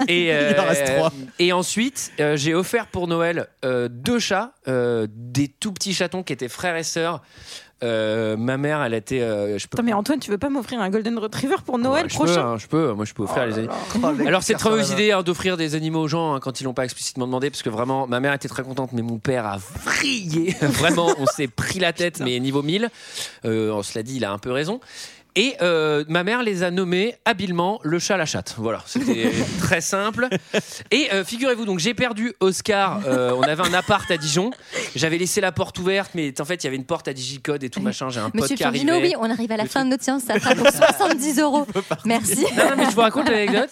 Speaker 1: Et, euh,
Speaker 11: Il en reste trois.
Speaker 1: et ensuite, euh, j'ai offert pour Noël euh, deux chats, euh, des tout petits chatons qui étaient frères et sœurs. Euh, ma mère, elle était. euh, je peux
Speaker 5: Attends, mais Antoine, tu veux pas m'offrir un Golden Retriever pour Noël
Speaker 1: je peux,
Speaker 5: prochain
Speaker 1: hein, je peux, moi je peux
Speaker 11: Oh
Speaker 1: offrir les animaux.
Speaker 7: là.
Speaker 1: Alors c'est
Speaker 7: Oh,
Speaker 1: très
Speaker 7: là
Speaker 1: mauvaise
Speaker 7: là.
Speaker 1: idée hein, d'offrir des animaux aux gens hein, quand ils l'ont pas explicitement demandé, parce que vraiment, ma mère était très contente, mais mon père a vrillé. vraiment, on s'est pris la tête, mais niveau 1000. Euh, on se l'a dit, il a un peu raison. Et euh, ma mère les a nommés habilement le chat la chatte. Voilà, c'était très simple. Et euh, figurez-vous, donc j'ai perdu Oscar. euh, on avait un appart à Dijon. J'avais laissé la porte ouverte, mais en fait il y avait une porte à digicode et tout machin. J'ai un pote
Speaker 6: Monsieur
Speaker 1: qui
Speaker 6: Firmino,
Speaker 1: arrivait.
Speaker 6: oui, on arrive à la fin de notre séance, ça sera pour 70 euros. Merci.
Speaker 1: Non, non, mais je vous raconte l'anecdote.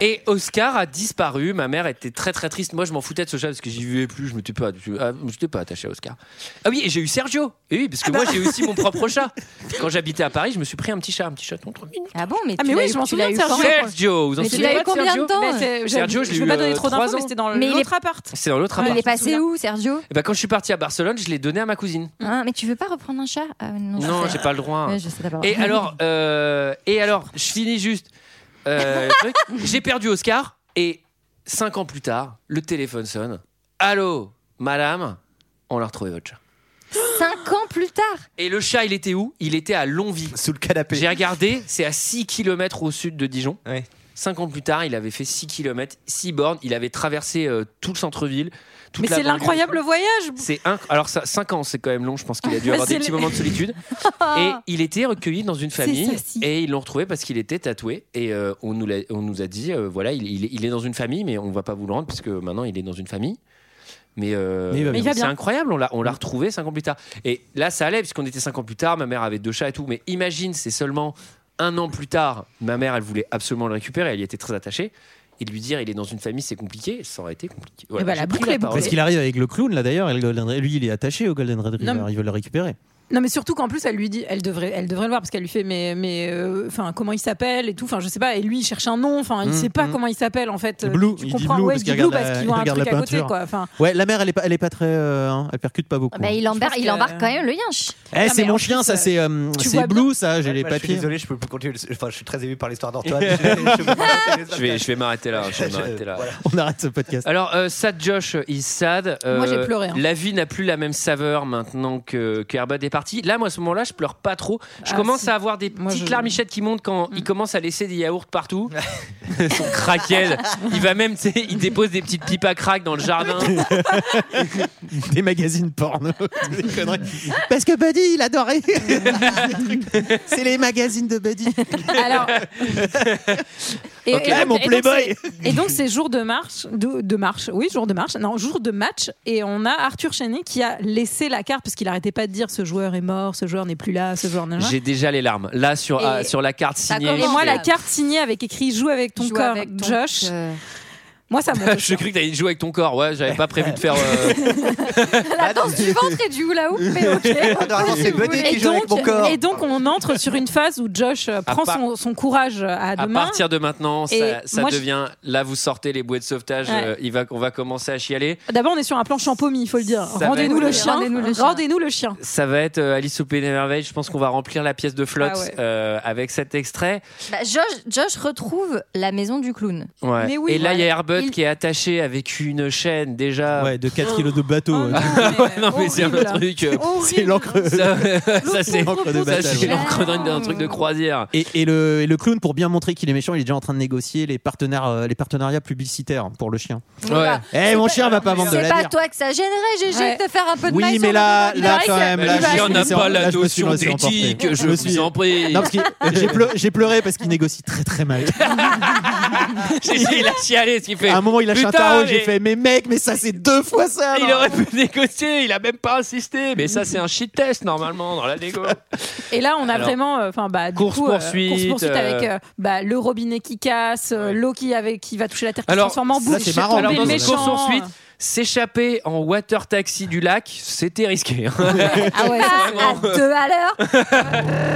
Speaker 1: Et Oscar a disparu. Ma mère était très très triste. Moi, je m'en foutais de ce chat parce que j'y vivais plus. Je m'étais pas, je- ah, je m'étais pas attaché à Oscar. Ah oui, et j'ai eu Sergio. Et oui, parce
Speaker 6: Ah
Speaker 1: que
Speaker 6: bah.
Speaker 1: moi, j'ai aussi mon propre chat. Quand j'habitais à Paris, je me suis pris un petit chat, un petit chaton. trop mignon.
Speaker 6: Ah bon, mais
Speaker 5: Ah,
Speaker 6: tu
Speaker 5: mais
Speaker 6: l'as
Speaker 5: oui,
Speaker 6: eu-
Speaker 5: je m'en
Speaker 6: tu l'as
Speaker 5: souviens de
Speaker 6: eu
Speaker 5: Sergio.
Speaker 6: quand
Speaker 1: Sergio, vous en
Speaker 6: Mais tu l'as
Speaker 1: souvenez
Speaker 6: eu combien de temps
Speaker 5: Bah, c'est-
Speaker 1: Sergio,
Speaker 5: je
Speaker 1: je l'ai
Speaker 5: je veux
Speaker 1: eu,
Speaker 5: pas donner
Speaker 1: euh,
Speaker 5: trop d'infos,
Speaker 1: trois
Speaker 5: mais
Speaker 1: ans.
Speaker 5: c'était dans
Speaker 6: Mais il est-
Speaker 5: l'autre appart.
Speaker 1: C'est dans l'autre
Speaker 6: Mais Ah, Il
Speaker 1: appart.
Speaker 6: est passé où, Sergio
Speaker 1: Et ben, quand je suis parti à Barcelone, je l'ai donné à ma cousine.
Speaker 6: Hein, Mais tu veux pas reprendre un chat Ah, Non, je
Speaker 1: Non,
Speaker 6: sais.
Speaker 1: j'ai pas le droit. hein.
Speaker 6: Ouais, je sais d'abord.
Speaker 1: Et alors, euh, et alors, je finis juste. euh, le truc. J'ai perdu Oscar et cinq ans plus tard, le téléphone sonne. Allô, madame, on l'a retrouvé votre chat.
Speaker 6: 5 ans plus tard
Speaker 1: Et le chat, il était où Il était à Longwy.
Speaker 7: Sous le canapé.
Speaker 1: J'ai regardé, c'est à 6 km au sud de Dijon.
Speaker 7: Ouais.
Speaker 1: Cinq ans plus tard, il avait fait 6 km, 6 bornes. Il avait traversé euh, tout le centre-ville. toute
Speaker 5: Mais
Speaker 1: la
Speaker 5: c'est
Speaker 1: banlieue.
Speaker 5: l'incroyable voyage.
Speaker 1: C'est inc- Alors, ça, 5 ans, c'est quand même long. Je pense qu'il a dû
Speaker 5: Mais
Speaker 1: avoir des
Speaker 5: c'est
Speaker 1: petits
Speaker 5: le-
Speaker 1: moments de solitude. Et il était recueilli dans une famille.
Speaker 5: Ah. ça, si.
Speaker 1: Et ils l'ont retrouvé parce qu'il était tatoué. Et euh, on, nous l'a- on nous a dit euh, voilà, il, il est- il est dans une famille, mais on va pas vous le rendre parce que maintenant, il est dans une famille. Mais, euh,
Speaker 11: Mais il va Mm.
Speaker 5: bien.
Speaker 1: c'est incroyable, on l'a, on l'a retrouvé 5 ans plus tard. Et là, ça allait, puisqu'on était 5 ans plus tard, ma mère avait deux chats et tout. Mais imagine, c'est seulement un an plus tard, ma mère, elle voulait absolument le récupérer, elle y était très attachée. Et de lui dire, il est dans une famille, c'est compliqué, ça aurait été compliqué. Voilà,
Speaker 5: Eh ben, la
Speaker 1: j'ai pris
Speaker 5: boucle est
Speaker 1: parole.
Speaker 11: Parce qu'il arrive avec le clown là d'ailleurs, et le Golden Red- lui il est attaché au Golden Retriever,
Speaker 5: Non, mais-
Speaker 11: il veut le récupérer.
Speaker 5: Non, mais surtout qu'en plus, elle lui dit, elle devrait, elle devrait le voir parce qu'elle lui fait, mais, mais, euh, enfin, comment il s'appelle et tout. Enfin, je sais pas. Et lui, il cherche un nom. Enfin, il
Speaker 11: Mm,
Speaker 5: sait pas
Speaker 11: mm.
Speaker 5: comment il s'appelle en fait.
Speaker 11: Blue, il
Speaker 5: tu
Speaker 11: dit
Speaker 5: comprends
Speaker 11: Blue
Speaker 5: ouais,
Speaker 11: parce
Speaker 5: il
Speaker 11: qu'il
Speaker 5: dit Mmh, Blue
Speaker 11: regarde la-
Speaker 5: parce qu'ils ont
Speaker 11: il
Speaker 5: un
Speaker 11: regarde
Speaker 5: truc
Speaker 11: la
Speaker 5: à côté,
Speaker 11: peinture.
Speaker 5: quoi. Enfin,
Speaker 11: Ouais, la mère elle est pas, elle est pas très, euh, hein, elle percute pas
Speaker 5: Ah
Speaker 11: beaucoup.
Speaker 6: Bah, il, embar-
Speaker 5: pense
Speaker 6: il
Speaker 5: que-
Speaker 6: embarque quand même le yinche.
Speaker 11: Eh,
Speaker 5: Non,
Speaker 11: c'est
Speaker 5: mais
Speaker 11: mon
Speaker 5: en
Speaker 11: chien,
Speaker 5: plus,
Speaker 11: ça
Speaker 5: euh,
Speaker 11: c'est, euh,
Speaker 5: tu
Speaker 11: c'est
Speaker 5: vois
Speaker 11: Blue, ça, j'ai les
Speaker 7: Bah, Je suis
Speaker 11: papiers.
Speaker 7: désolé, je peux plus continuer. le- Enfin, je suis très ému par l'histoire d'Antoine. Je- je peux pas continuer ce
Speaker 1: Je vais,
Speaker 7: podcast.
Speaker 1: je vais m'arrêter là. je vais
Speaker 7: Je-
Speaker 1: m'arrêter là.
Speaker 7: voilà.
Speaker 11: On arrête ce podcast.
Speaker 1: Alors, euh, Sad Josh is sad.
Speaker 5: Moi, j'ai
Speaker 1: Euh,
Speaker 5: pleuré, hein.
Speaker 1: La vie n'a plus la même saveur maintenant que, que Herbert est parti. Là, moi, à ce moment-là, je pleure pas trop. Je
Speaker 5: Ah,
Speaker 1: commence
Speaker 5: si. Mm.
Speaker 1: à avoir des
Speaker 5: Moi,
Speaker 1: petites
Speaker 5: je-
Speaker 1: larmichettes qui montent quand il commence à laisser des yaourts partout. Son craquel. Il va même, tu sais, il dépose des petites pipes à crack dans le jardin.
Speaker 11: Des magazines porno. Des conneries. Parce que Buddy, il adorait. c'est les magazines de Buddy.
Speaker 5: alors. et,
Speaker 11: Eh,
Speaker 1: Ah,
Speaker 11: mon
Speaker 5: donc,
Speaker 11: Playboy.
Speaker 5: c'est- Et donc, c'est jour de marche, de, de marche, oui, jour de marche, non, jour de match. Et on a Arthur Cheney qui a laissé la carte parce qu'il arrêtait pas de dire ce joueur est mort, ce joueur n'est plus là, ce joueur n'est pas là.
Speaker 1: J'ai déjà les larmes. Là, sur,
Speaker 6: Et-
Speaker 1: ah, sur la carte signée.
Speaker 5: Et moi,
Speaker 6: Formidable.
Speaker 5: la carte signée avec écrit Joue avec ton
Speaker 6: Joue
Speaker 5: corps,
Speaker 6: avec ton-
Speaker 5: Josh.
Speaker 6: euh,
Speaker 5: Moi, ça me.
Speaker 1: Je cru que t'allais jouer avec ton corps. Ouais, j'avais pas prévu de faire. euh,
Speaker 6: La danse du ventre et du hula hoop, mais
Speaker 7: Ah,
Speaker 6: ok.
Speaker 7: non, non, c'est Buddy qui joue avec mon corps.
Speaker 5: et donc, on entre sur une phase où Josh euh, prend
Speaker 1: part-
Speaker 5: son, son courage euh, à
Speaker 1: À
Speaker 5: deux mains.
Speaker 1: partir de maintenant,
Speaker 5: Et
Speaker 1: ça, ça
Speaker 5: moi, je-
Speaker 1: devient. Là, vous sortez les bouées de sauvetage.
Speaker 5: Ouais.
Speaker 1: euh, il va, on va commencer à chialer.
Speaker 5: D'abord, on est sur un plan champomis, il faut le dire.
Speaker 1: Ça va
Speaker 5: Rendez-nous
Speaker 1: être-
Speaker 5: le, chien.
Speaker 6: Rendez-nous le chien.
Speaker 5: Rendez-nous le chien.
Speaker 1: Ça va être euh, Alice au Pays des Merveilles. Je pense qu'on va remplir la pièce de flotte
Speaker 5: Ah ouais.
Speaker 1: euh, avec cet extrait.
Speaker 6: Bah, Josh, Josh retrouve la maison du clown.
Speaker 1: Ouais.
Speaker 5: Mais oui,
Speaker 1: Et là, il y
Speaker 5: ouais.
Speaker 1: a Airbud
Speaker 6: Il-
Speaker 1: qui est attaché avec une chaîne déjà.
Speaker 11: Ouais, de 4 kilos de bateau.
Speaker 5: Oh,
Speaker 11: euh,
Speaker 1: non, mais c'est
Speaker 5: horrible.
Speaker 1: un truc. euh,
Speaker 5: Horrible.
Speaker 11: C'est l'encre.
Speaker 1: ça, ça, c'est
Speaker 11: l'encre de
Speaker 1: ça, c'est
Speaker 11: bataille.
Speaker 1: l'encre d'un d'un truc de croisière.
Speaker 11: Et, et le, et le clown, pour bien montrer qu'il est méchant, il est déjà en train de négocier les, partenaires, euh, les partenariats publicitaires pour le chien.
Speaker 1: Ouais.
Speaker 11: Eh, mon chien va pas vendre de
Speaker 6: C'est
Speaker 11: la
Speaker 6: pas
Speaker 11: bière.
Speaker 6: toi que ça gênerait, Gégé,
Speaker 5: Ouais.
Speaker 6: de faire un peu de
Speaker 11: Oui,
Speaker 6: maille
Speaker 11: mais
Speaker 6: sur
Speaker 11: là,
Speaker 6: le
Speaker 11: là
Speaker 5: Il
Speaker 11: quand
Speaker 5: paraît
Speaker 11: même,
Speaker 5: que-
Speaker 11: là,
Speaker 5: il paraît
Speaker 11: je
Speaker 5: que-
Speaker 11: me
Speaker 1: n'a
Speaker 11: suis-
Speaker 1: pas la
Speaker 11: là, je me suis
Speaker 1: notion
Speaker 11: laissé emporter.
Speaker 1: d'éthique. Je
Speaker 11: me
Speaker 1: vous
Speaker 11: suis-
Speaker 1: en prie.
Speaker 11: Non, parce que j'ai pleu- j'ai pleuré parce qu'il négocie très très mal.
Speaker 1: il a chialé ce qu'il fait.
Speaker 11: À un moment, il lâche un
Speaker 1: Putain,
Speaker 11: tarot, oh, j'ai
Speaker 1: mais-
Speaker 11: fait, mais mec, mais ça, c'est deux fois ça.
Speaker 1: Il
Speaker 11: non
Speaker 1: aurait pu négocier, il a même pas insisté. Mais ça, c'est un shit test normalement dans la négo.
Speaker 5: Et là, on a
Speaker 1: Alors,
Speaker 5: vraiment, enfin, bah, du
Speaker 1: course
Speaker 5: coup, euh,
Speaker 1: poursuite,
Speaker 5: course poursuite
Speaker 1: euh,
Speaker 5: avec euh, bah, le robinet qui casse, euh, l'eau qui, avec, qui va toucher la terre qui
Speaker 1: Alors,
Speaker 5: se transforme en boule,
Speaker 11: c'est marrant,
Speaker 5: tomber
Speaker 1: Alors,
Speaker 5: le
Speaker 1: dans une
Speaker 5: méchant.
Speaker 1: course poursuite, S'échapper en water taxi du lac, c'était risqué. hein.
Speaker 6: Ah ouais, à deux à l'heure.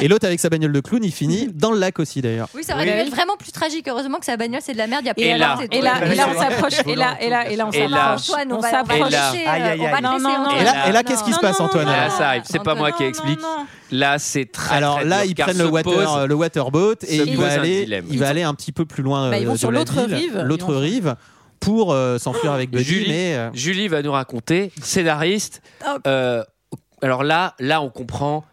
Speaker 11: Et l'autre avec sa bagnole de clown, il finit dans le lac aussi d'ailleurs.
Speaker 6: Oui, ça aurait pu être vraiment plus tragique. Heureusement que sa bagnole, c'est de la merde. Il y a
Speaker 11: Et
Speaker 6: pas
Speaker 11: là,
Speaker 6: de
Speaker 5: et là, et là, on s'approche. Et là, et là, et là, on
Speaker 1: Et là.
Speaker 5: s'approche.
Speaker 6: Antoine, on
Speaker 5: On
Speaker 6: va l'approcher,
Speaker 5: s'approche.
Speaker 1: euh,
Speaker 11: Aïe, aïe, aïe.
Speaker 5: Non, non, non.
Speaker 11: Et là, et là, qu'est-ce qui se passe, Antoine
Speaker 1: Ah Là, ça arrive. C'est pas moi qui explique. Là, c'est très.
Speaker 11: Alors
Speaker 1: très
Speaker 11: là,
Speaker 1: dur,
Speaker 11: ils
Speaker 1: car
Speaker 11: prennent le
Speaker 1: se
Speaker 11: water,
Speaker 1: pose-
Speaker 11: euh, le waterboat et
Speaker 1: se
Speaker 11: il
Speaker 1: pose
Speaker 11: va
Speaker 1: un
Speaker 11: aller,
Speaker 1: dilemme.
Speaker 11: il va aller un petit peu plus loin.
Speaker 5: Bah, ils
Speaker 11: euh,
Speaker 5: vont
Speaker 11: de
Speaker 5: sur
Speaker 11: la
Speaker 5: l'autre
Speaker 11: ville,
Speaker 5: rive. Ils
Speaker 11: L'autre
Speaker 5: vont-
Speaker 11: rive pour euh, s'enfuir avec Buddy.
Speaker 1: Julie,
Speaker 11: mais euh,
Speaker 1: Julie va nous raconter, scénariste.
Speaker 5: Hop.
Speaker 1: euh, alors là, là, on comprend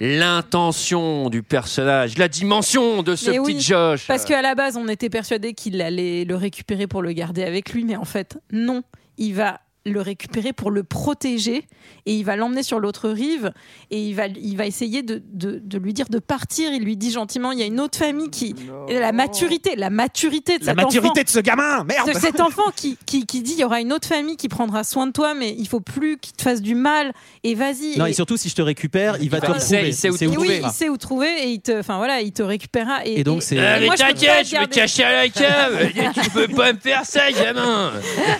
Speaker 1: l'intention du personnage, la dimension de ce
Speaker 5: Mais
Speaker 1: petit
Speaker 5: oui,
Speaker 1: Josh.
Speaker 5: Parce qu'à la base, on était persuadé qu'il allait le récupérer pour le garder avec lui, mais en fait, non. Il va le récupérer pour le protéger et il va l'emmener sur l'autre rive et il va, il va essayer de, de- de lui dire de partir. Il lui dit gentiment, il y a une autre famille qui... et La maturité, la maturité de
Speaker 11: la
Speaker 5: cet enfant.
Speaker 11: maturité de ce gamin, merde.
Speaker 5: De cet enfant qui, qui, qui dit il y aura une autre famille qui prendra soin de toi, mais il faut plus qu'il te fasse du mal. Et vas-y.
Speaker 11: Non
Speaker 5: Et-
Speaker 11: et surtout si je te récupère, il va te
Speaker 1: va- il sait-
Speaker 11: retrouver.
Speaker 1: il sait où te
Speaker 5: et oui,
Speaker 1: trouver.
Speaker 5: il sait où trouver et il te, enfin voilà, il te récupérera. Et,
Speaker 11: Et donc, c'est-
Speaker 1: Ah, mais
Speaker 5: moi, je peux pas
Speaker 1: t'inquiète, je me
Speaker 5: garder-
Speaker 1: cachais à la cave. hein. tu peux pas me faire ça, gamin.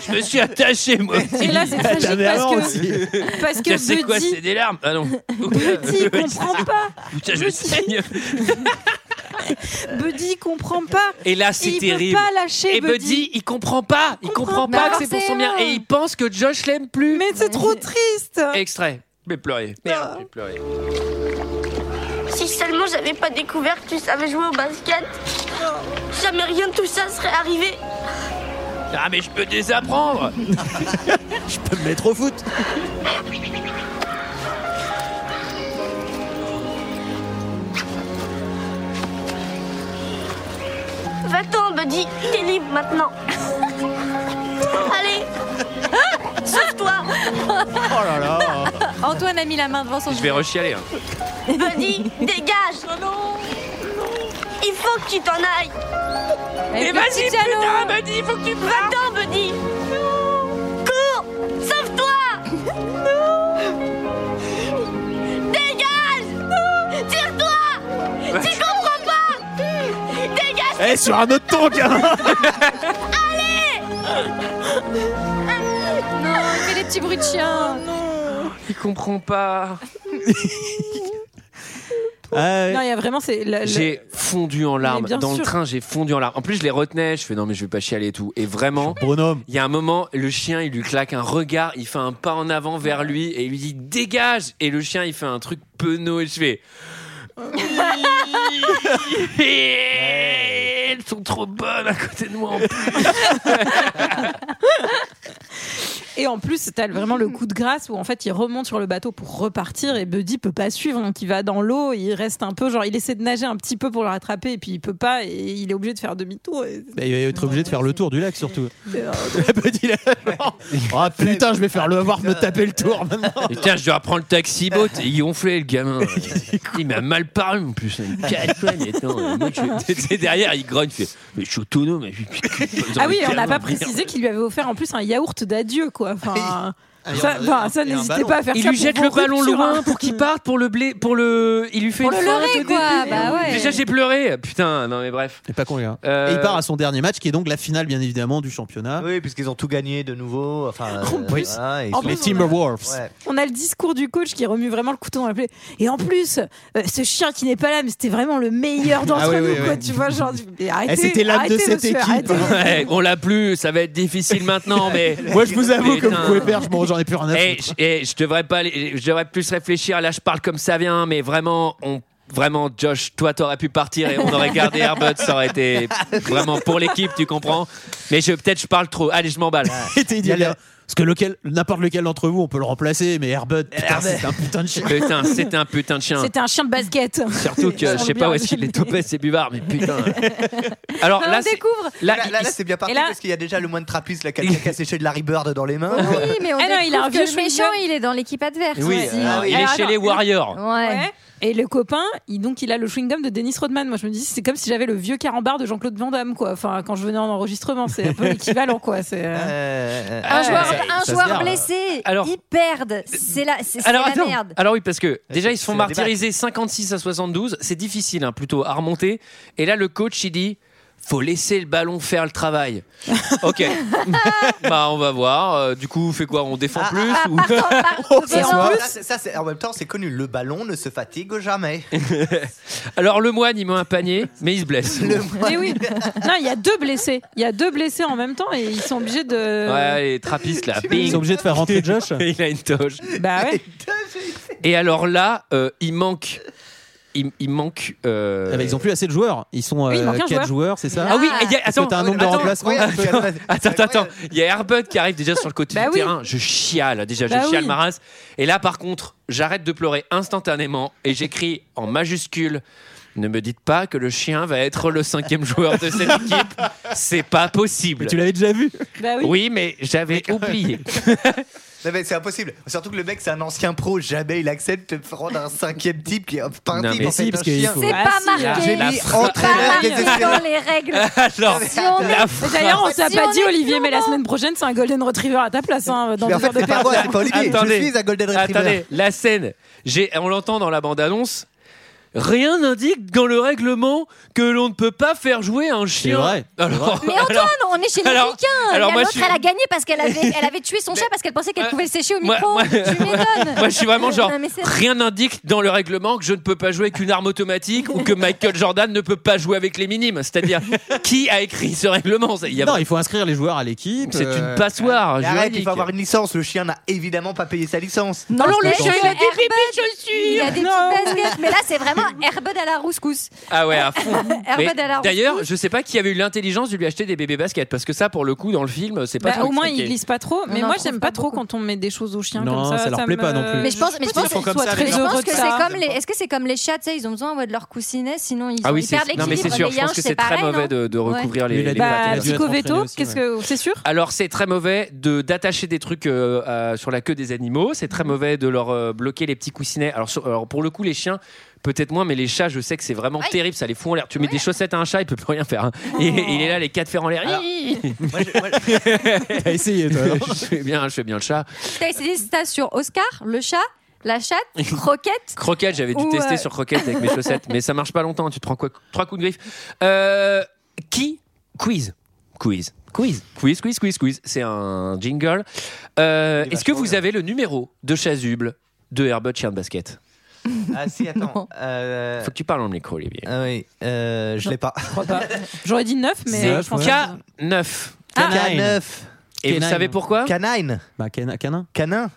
Speaker 1: Je me suis attaché, moi.
Speaker 5: Et là, c'est tragique
Speaker 11: Ta mère
Speaker 5: parce
Speaker 11: aussi.
Speaker 5: que, parce que
Speaker 1: Putain, Ah, C'est quoi,
Speaker 5: Buddy,
Speaker 1: c'est des larmes Ah non.
Speaker 5: Buddy il comprend pas.
Speaker 1: Putain, je saigne.
Speaker 5: Buddy il comprend pas.
Speaker 1: Et là,
Speaker 5: Et
Speaker 1: c'est
Speaker 5: il
Speaker 1: terrible.
Speaker 5: peut pas lâcher
Speaker 1: Et Buddy, il comprend pas. Il comprend pas
Speaker 5: pas.
Speaker 1: que c'est pour son bien. Et il pense que Josh l'aime plus.
Speaker 5: Mais c'est trop triste.
Speaker 1: Extrait. Mais pleurer. Merde, j'ai pleuré.
Speaker 9: Si seulement j'avais pas découvert que tu savais jouer au basket, jamais rien de tout ça serait arrivé.
Speaker 1: Ah, mais je peux désapprendre.
Speaker 11: Je peux me mettre au foot.
Speaker 9: Va-t'en, Buddy, t'es libre maintenant. Allez, Hein sauve-toi,
Speaker 11: Oh là là.
Speaker 6: Antoine a mis la main devant son
Speaker 1: Je vais rechialer. hein.
Speaker 9: Buddy, dégage.
Speaker 11: Oh
Speaker 9: Il faut que tu t'en ailles.
Speaker 6: Et vas-y,
Speaker 1: putain, Buddy, il faut que tu partes.
Speaker 9: Va-t'en, Buddy. Cours, sauve-toi. Dégage. Tire-toi. Tu comprends pas. Dégage.
Speaker 11: Eh sur un autre ton, gamin.
Speaker 6: Non, il fait des petits bruits de chien.
Speaker 1: Il comprend pas.
Speaker 11: Ah,
Speaker 5: Non, il y a vraiment c'est. le- le-
Speaker 1: J'ai fondu en larmes.
Speaker 5: Mais bien
Speaker 1: Dans le
Speaker 5: sûr.
Speaker 1: train, j'ai fondu en larmes. En plus, je les retenais. Je fais non, mais je vais pas chialer et tout. Et vraiment,
Speaker 11: Bonhomme.
Speaker 1: il y a un moment, le chien, il lui claque un regard. Il fait un pas en avant vers lui et il lui dit dégage. Et le chien, il fait un truc penaud et je fais. Elles sont trop bonnes à côté de moi. En plus.
Speaker 5: Et en plus, t'as vraiment le coup de grâce où en fait il remonte sur le bateau pour repartir et Buddy peut pas suivre, donc il va dans l'eau, il reste un peu, genre il essaie de nager un petit peu pour le rattraper et puis il peut pas et il est obligé de faire demi-tour. et-
Speaker 11: Bah, il va être obligé de faire le tour du lac surtout.
Speaker 5: c'est-
Speaker 11: La petite-
Speaker 5: Ah,
Speaker 11: oh putain, je vais faire le voir me taper le tour maintenant.
Speaker 1: Putain, je dois prendre le taxi boat. Et il gonflait le gamin. Il m'a mal parlé en plus. Il me calme, mais attends, moi, je- T'es derrière, il grogne. il fait, mais je suis autonome. mais je-
Speaker 5: Ah oui, on n'a pas précisé qu'il lui avait offert en plus un yaourt d'adieu, quoi. Enfin, ça, enfin, ça,
Speaker 11: et un
Speaker 5: n'hésitez
Speaker 11: ballon.
Speaker 5: pas à faire
Speaker 1: Il
Speaker 5: ça.
Speaker 1: lui
Speaker 5: pour
Speaker 1: jette
Speaker 5: vos
Speaker 1: le ballon
Speaker 5: ruptures,
Speaker 1: loin
Speaker 5: hein.
Speaker 1: pour qu'il parte pour le blé pour le il lui fait
Speaker 6: Pour
Speaker 1: une
Speaker 6: le
Speaker 1: feinte
Speaker 6: leurrer,
Speaker 1: au
Speaker 6: quoi.
Speaker 1: début.
Speaker 6: Bah ouais.
Speaker 1: Déjà j'ai pleuré. Putain, non mais bref.
Speaker 11: C'est pas con, les gars.
Speaker 1: Euh,
Speaker 11: Et il part à son dernier match qui est donc la finale bien évidemment du championnat.
Speaker 7: Oui, puisqu'ils ont tout gagné de nouveau. Enfin,
Speaker 5: En
Speaker 7: euh,
Speaker 5: plus-
Speaker 7: voilà, ils
Speaker 5: en
Speaker 7: sont-
Speaker 11: Les
Speaker 5: plus,
Speaker 11: Timberwolves.
Speaker 7: Ouais.
Speaker 5: hein. On a le discours du coach qui remue vraiment le couteau dans la plaie. Et en plus, euh, ce chien qui n'est pas là, mais c'était vraiment le meilleur d'entre
Speaker 11: Ah oui,
Speaker 5: nous,
Speaker 11: oui,
Speaker 5: quoi.
Speaker 11: oui.
Speaker 5: Tu vois, genre, mais arrêtez,
Speaker 11: Eh, c'était l'âme de
Speaker 5: arrêtez,
Speaker 11: cette
Speaker 5: monsieur,
Speaker 11: équipe.
Speaker 5: arrêtez.
Speaker 1: Euh, ouais, on l'a plus, ça va être difficile maintenant mais
Speaker 11: Moi, je vous avoue que
Speaker 1: Putain.
Speaker 11: vous pouvez perdre, je m'en- j'en ai plus rien à
Speaker 1: Eh,
Speaker 11: foutre.
Speaker 1: je- eh, je devrais pas aller- je devrais plus réfléchir là je parle comme ça vient mais vraiment on Vraiment, Josh, toi, t'aurais pu partir et on aurait gardé Herbert. Ça aurait été vraiment pour l'équipe, tu comprends. Mais je peut-être je parle trop. Allez, je m'emballe.
Speaker 11: Et t'es dit,
Speaker 7: Il y a le-
Speaker 11: parce que lequel, n'importe lequel d'entre vous, on peut le remplacer, mais Herbert, putain, c'est un putain de chien.
Speaker 1: Putain, c'était un putain de
Speaker 11: hein.
Speaker 1: chien.
Speaker 5: C'était un chien de basket.
Speaker 1: Surtout que je sais pas où est-ce qu'il est topé, c'est buvard, mais putain. Alors
Speaker 6: On
Speaker 1: là, c'est-
Speaker 6: découvre.
Speaker 1: là,
Speaker 7: Là,
Speaker 1: il-
Speaker 7: là, là, c'est bien parti
Speaker 5: Et là-
Speaker 7: parce qu'il y a déjà le moine trapiste là, qui a le caca séché de la Bird dans les mains.
Speaker 6: Oui, mais on
Speaker 5: Ah non, il a un
Speaker 6: découvre
Speaker 5: vieux
Speaker 6: que le
Speaker 5: chewing-gum.
Speaker 6: méchant, il est dans l'équipe adverse.
Speaker 1: oui,
Speaker 6: aussi.
Speaker 1: alors, il est
Speaker 5: Alors,
Speaker 1: chez
Speaker 5: attends.
Speaker 1: les Warriors.
Speaker 6: Ouais.
Speaker 5: Ouais. Et le copain, il, donc, il a le chewing-gum de Dennis Rodman. Moi, je me dis, c'est comme si j'avais le vieux carambar de Jean-Claude Van Damme, quoi. Enfin, quand je venais en enregistrement, c'est un peu l'équivalent, quoi. C'est. euh,
Speaker 7: Euh,
Speaker 6: Un
Speaker 1: Ouais,
Speaker 6: joueur,
Speaker 1: ça-
Speaker 6: un
Speaker 11: se
Speaker 6: joueur
Speaker 11: garde.
Speaker 6: blessé,
Speaker 1: Alors-
Speaker 6: ils perdent. C'est la, c'est, c'est
Speaker 1: Alors
Speaker 6: la
Speaker 1: attends.
Speaker 6: merde.
Speaker 1: Alors oui, parce que déjà
Speaker 7: c'est-
Speaker 1: ils se font
Speaker 7: c'est la débat.
Speaker 1: martyriser 56 à 72, c'est difficile hein, plutôt à remonter. Et là le coach il dit faut laisser le ballon faire le travail. ok. bah, on va voir. Euh, du coup, on fait quoi On défend
Speaker 11: Ah,
Speaker 1: plus ou...
Speaker 7: Ça,
Speaker 1: Ah, Ça
Speaker 7: c'est-
Speaker 1: se
Speaker 7: ça, c'est- ça, c'est- en même temps, c'est connu. Le ballon ne se fatigue jamais.
Speaker 1: Alors le moine, il met un panier, mais il se blesse.
Speaker 5: Mais Eh oui. Non, il y a deux blessés. Il y a deux blessés en même temps et ils sont obligés de.
Speaker 1: Ouais, les trappistes là.
Speaker 11: Ils sont obligés de faire rentrer Josh. Eh
Speaker 1: il a une toge.
Speaker 5: Bah ouais.
Speaker 1: Et alors là, euh, il manque. Il, il manque. euh,
Speaker 11: Ah bah, ils ont plus assez de joueurs. Ils sont
Speaker 1: Oui, il manque un
Speaker 11: 4
Speaker 1: joueur.
Speaker 11: joueurs, c'est ça
Speaker 1: Ah oui, et il y a-
Speaker 11: Parce que
Speaker 1: attends,
Speaker 11: t'as un nombre de
Speaker 1: attends,
Speaker 11: remplacements.
Speaker 1: attends, Attends, attends, attends. Il y a Herbert qui arrive déjà sur le côté
Speaker 11: Bah
Speaker 1: du
Speaker 11: oui.
Speaker 1: terrain. Je chiale, déjà,
Speaker 11: Bah
Speaker 1: je chiale
Speaker 11: oui.
Speaker 1: ma race. Et là, par contre, j'arrête de pleurer instantanément et j'écris en majuscule. Ne me dites pas que le chien va être le cinquième joueur de cette équipe. C'est pas possible.
Speaker 11: Mais tu l'avais déjà vu.
Speaker 5: Bah
Speaker 1: oui. mais j'avais oublié.
Speaker 7: Non, mais c'est impossible. Surtout que le mec, c'est un ancien pro. Jamais il accepte de prendre un cinquième type qui est pas un
Speaker 1: Non,
Speaker 7: type.
Speaker 1: mais
Speaker 7: en fait,
Speaker 1: si,
Speaker 7: un
Speaker 1: parce qu'il
Speaker 7: chien.
Speaker 1: faut- C'est pas
Speaker 7: Ah, si,
Speaker 1: marqué.
Speaker 7: génie,
Speaker 1: La fra-
Speaker 7: entraîneur des
Speaker 6: dans les règles.
Speaker 1: Alors,
Speaker 6: Si on est-
Speaker 1: la fra-
Speaker 5: D'ailleurs, on t'a
Speaker 6: Si
Speaker 5: pas
Speaker 6: on
Speaker 5: dit,
Speaker 6: est hein.
Speaker 5: Olivier, mais la semaine prochaine, c'est un Golden Retriever à ta place, hein, dans
Speaker 7: Mais en
Speaker 5: deux
Speaker 7: fait,
Speaker 5: heures de
Speaker 7: c'est pas
Speaker 5: perdu.
Speaker 7: moi, c'est pas Olivier. Je
Speaker 1: Attendez.
Speaker 7: suis un Golden Retriever.
Speaker 1: Attendez, la scène. J'ai, on l'entend dans la bande-annonce. Rien n'indique dans le règlement que l'on ne peut pas faire jouer un chien.
Speaker 11: vrai.
Speaker 1: Alors,
Speaker 6: Mais Antoine,
Speaker 1: alors,
Speaker 6: on est chez les
Speaker 1: alors-
Speaker 6: Ricains.
Speaker 1: alors
Speaker 6: La
Speaker 1: moi,
Speaker 6: nôtre,
Speaker 1: je suis-
Speaker 6: elle a gagné parce qu'elle avait, elle avait tué son chat parce qu'elle pensait qu'elle pouvait le sécher au
Speaker 1: moi-
Speaker 6: micro.
Speaker 1: moi-
Speaker 6: tu m'étonnes.
Speaker 1: moi, je suis vraiment genre,
Speaker 6: Non, mais c'est-
Speaker 1: rien n'indique dans le règlement que je ne peux pas jouer qu'une arme automatique ou que Michael Jordan ne peut pas jouer avec les minimes. C'est-à-dire, qui a écrit ce règlement Il y a-
Speaker 11: Non, il faut inscrire les joueurs à l'équipe.
Speaker 1: C'est une
Speaker 11: euh,
Speaker 1: passoire.
Speaker 7: Mais Arrête, il
Speaker 1: juridique.
Speaker 7: faut avoir une licence. Le chien n'a évidemment pas payé sa licence.
Speaker 6: Non,
Speaker 5: Alors, le
Speaker 6: parce
Speaker 5: chien,
Speaker 6: que
Speaker 5: il a des
Speaker 6: Airbud,
Speaker 5: pépites, je suis.
Speaker 6: Il a des
Speaker 5: Non.
Speaker 6: petites baskets, mais là, c'est vraiment Airbud à la rouscousse.
Speaker 1: Ah ouais, à fond. Mais
Speaker 6: Herbert Allard.
Speaker 1: D'ailleurs, je sais pas qui avait eu l'intelligence de lui acheter des bébés baskets parce que ça, pour le coup, dans le film, c'est pas
Speaker 5: Bah,
Speaker 1: trop
Speaker 5: au moins,
Speaker 1: expliqué.
Speaker 5: il glisse pas trop. Mais
Speaker 6: On en
Speaker 5: moi,
Speaker 6: trouve
Speaker 5: j'aime pas, trop quand on met des choses aux chiens
Speaker 1: Non,
Speaker 5: comme ça.
Speaker 1: ça leur plaît
Speaker 5: me-
Speaker 1: pas non plus.
Speaker 6: Mais je pense, mais je pense,
Speaker 5: Ils font comme
Speaker 6: soient
Speaker 5: ça,
Speaker 6: très
Speaker 5: les gens.
Speaker 6: heureux
Speaker 5: Je
Speaker 6: que
Speaker 5: pense
Speaker 6: c'est
Speaker 5: que ça-
Speaker 6: comme les, est-ce que c'est comme les chats, tu sais, ils ont besoin ouais, de leur coussinet, sinon ils,
Speaker 1: Ah oui,
Speaker 6: ils
Speaker 1: c'est
Speaker 6: perdent
Speaker 1: non mais
Speaker 6: l'équilibre.
Speaker 1: c'est sûr.
Speaker 6: mais
Speaker 1: Je pense
Speaker 6: Yanche,
Speaker 1: que
Speaker 6: c'est
Speaker 1: c'est très
Speaker 6: pareil,
Speaker 1: mauvais
Speaker 6: non
Speaker 1: de, de recouvrir les.
Speaker 11: Oui, il a
Speaker 1: les
Speaker 11: dû être-
Speaker 1: pattes.
Speaker 11: il a dû être
Speaker 5: Chico
Speaker 11: entraîné
Speaker 5: Veto,
Speaker 11: aussi,
Speaker 5: Bah, qu'est-ce
Speaker 11: ouais.
Speaker 5: que c'est sûr
Speaker 1: Alors c'est très mauvais de d'attacher des trucs euh, à- sur la queue des animaux. C'est très mauvais de leur euh, bloquer les petits coussinets. Alors, sur- alors, pour le coup, les chiens. Peut-être moins, mais les chats, je sais que c'est vraiment terrible, ça les fout en l'air. Tu mets des chaussettes à un chat, il peut plus rien faire. hein. Et- il est là, les quatre fers en l'air.
Speaker 11: T'as essayé, toi. non
Speaker 1: je fais bien, je fais bien le chat.
Speaker 6: T'as essayé ça sur Oscar, le chat, la chatte, Croquette.
Speaker 1: Croquette, j'avais dû
Speaker 6: Ou,
Speaker 1: tester
Speaker 6: euh,
Speaker 1: sur croquette avec mes chaussettes, mais ça marche pas longtemps. Tu te prends quoi Trois coups de griffe. Euh, qui Quiz. Quiz. Quiz. Quiz, quiz, quiz, quiz. C'est un jingle. Euh, Est-ce que vous avez le numéro de Chasuble de Herbert Chien de Basket
Speaker 7: Ah si, attends. Euh,
Speaker 1: Faut que tu parles en micro, Olivier.
Speaker 7: Ah oui, euh, je l'ai pas.
Speaker 5: J'aurais dit 9, mais
Speaker 1: C'est
Speaker 5: je pense que-
Speaker 1: K9.
Speaker 5: Ah.
Speaker 7: K9.
Speaker 1: Et vous
Speaker 11: Canine.
Speaker 1: savez
Speaker 5: Hein
Speaker 1: pourquoi
Speaker 7: Canine.
Speaker 11: Bah, canin. canin.
Speaker 7: Canin.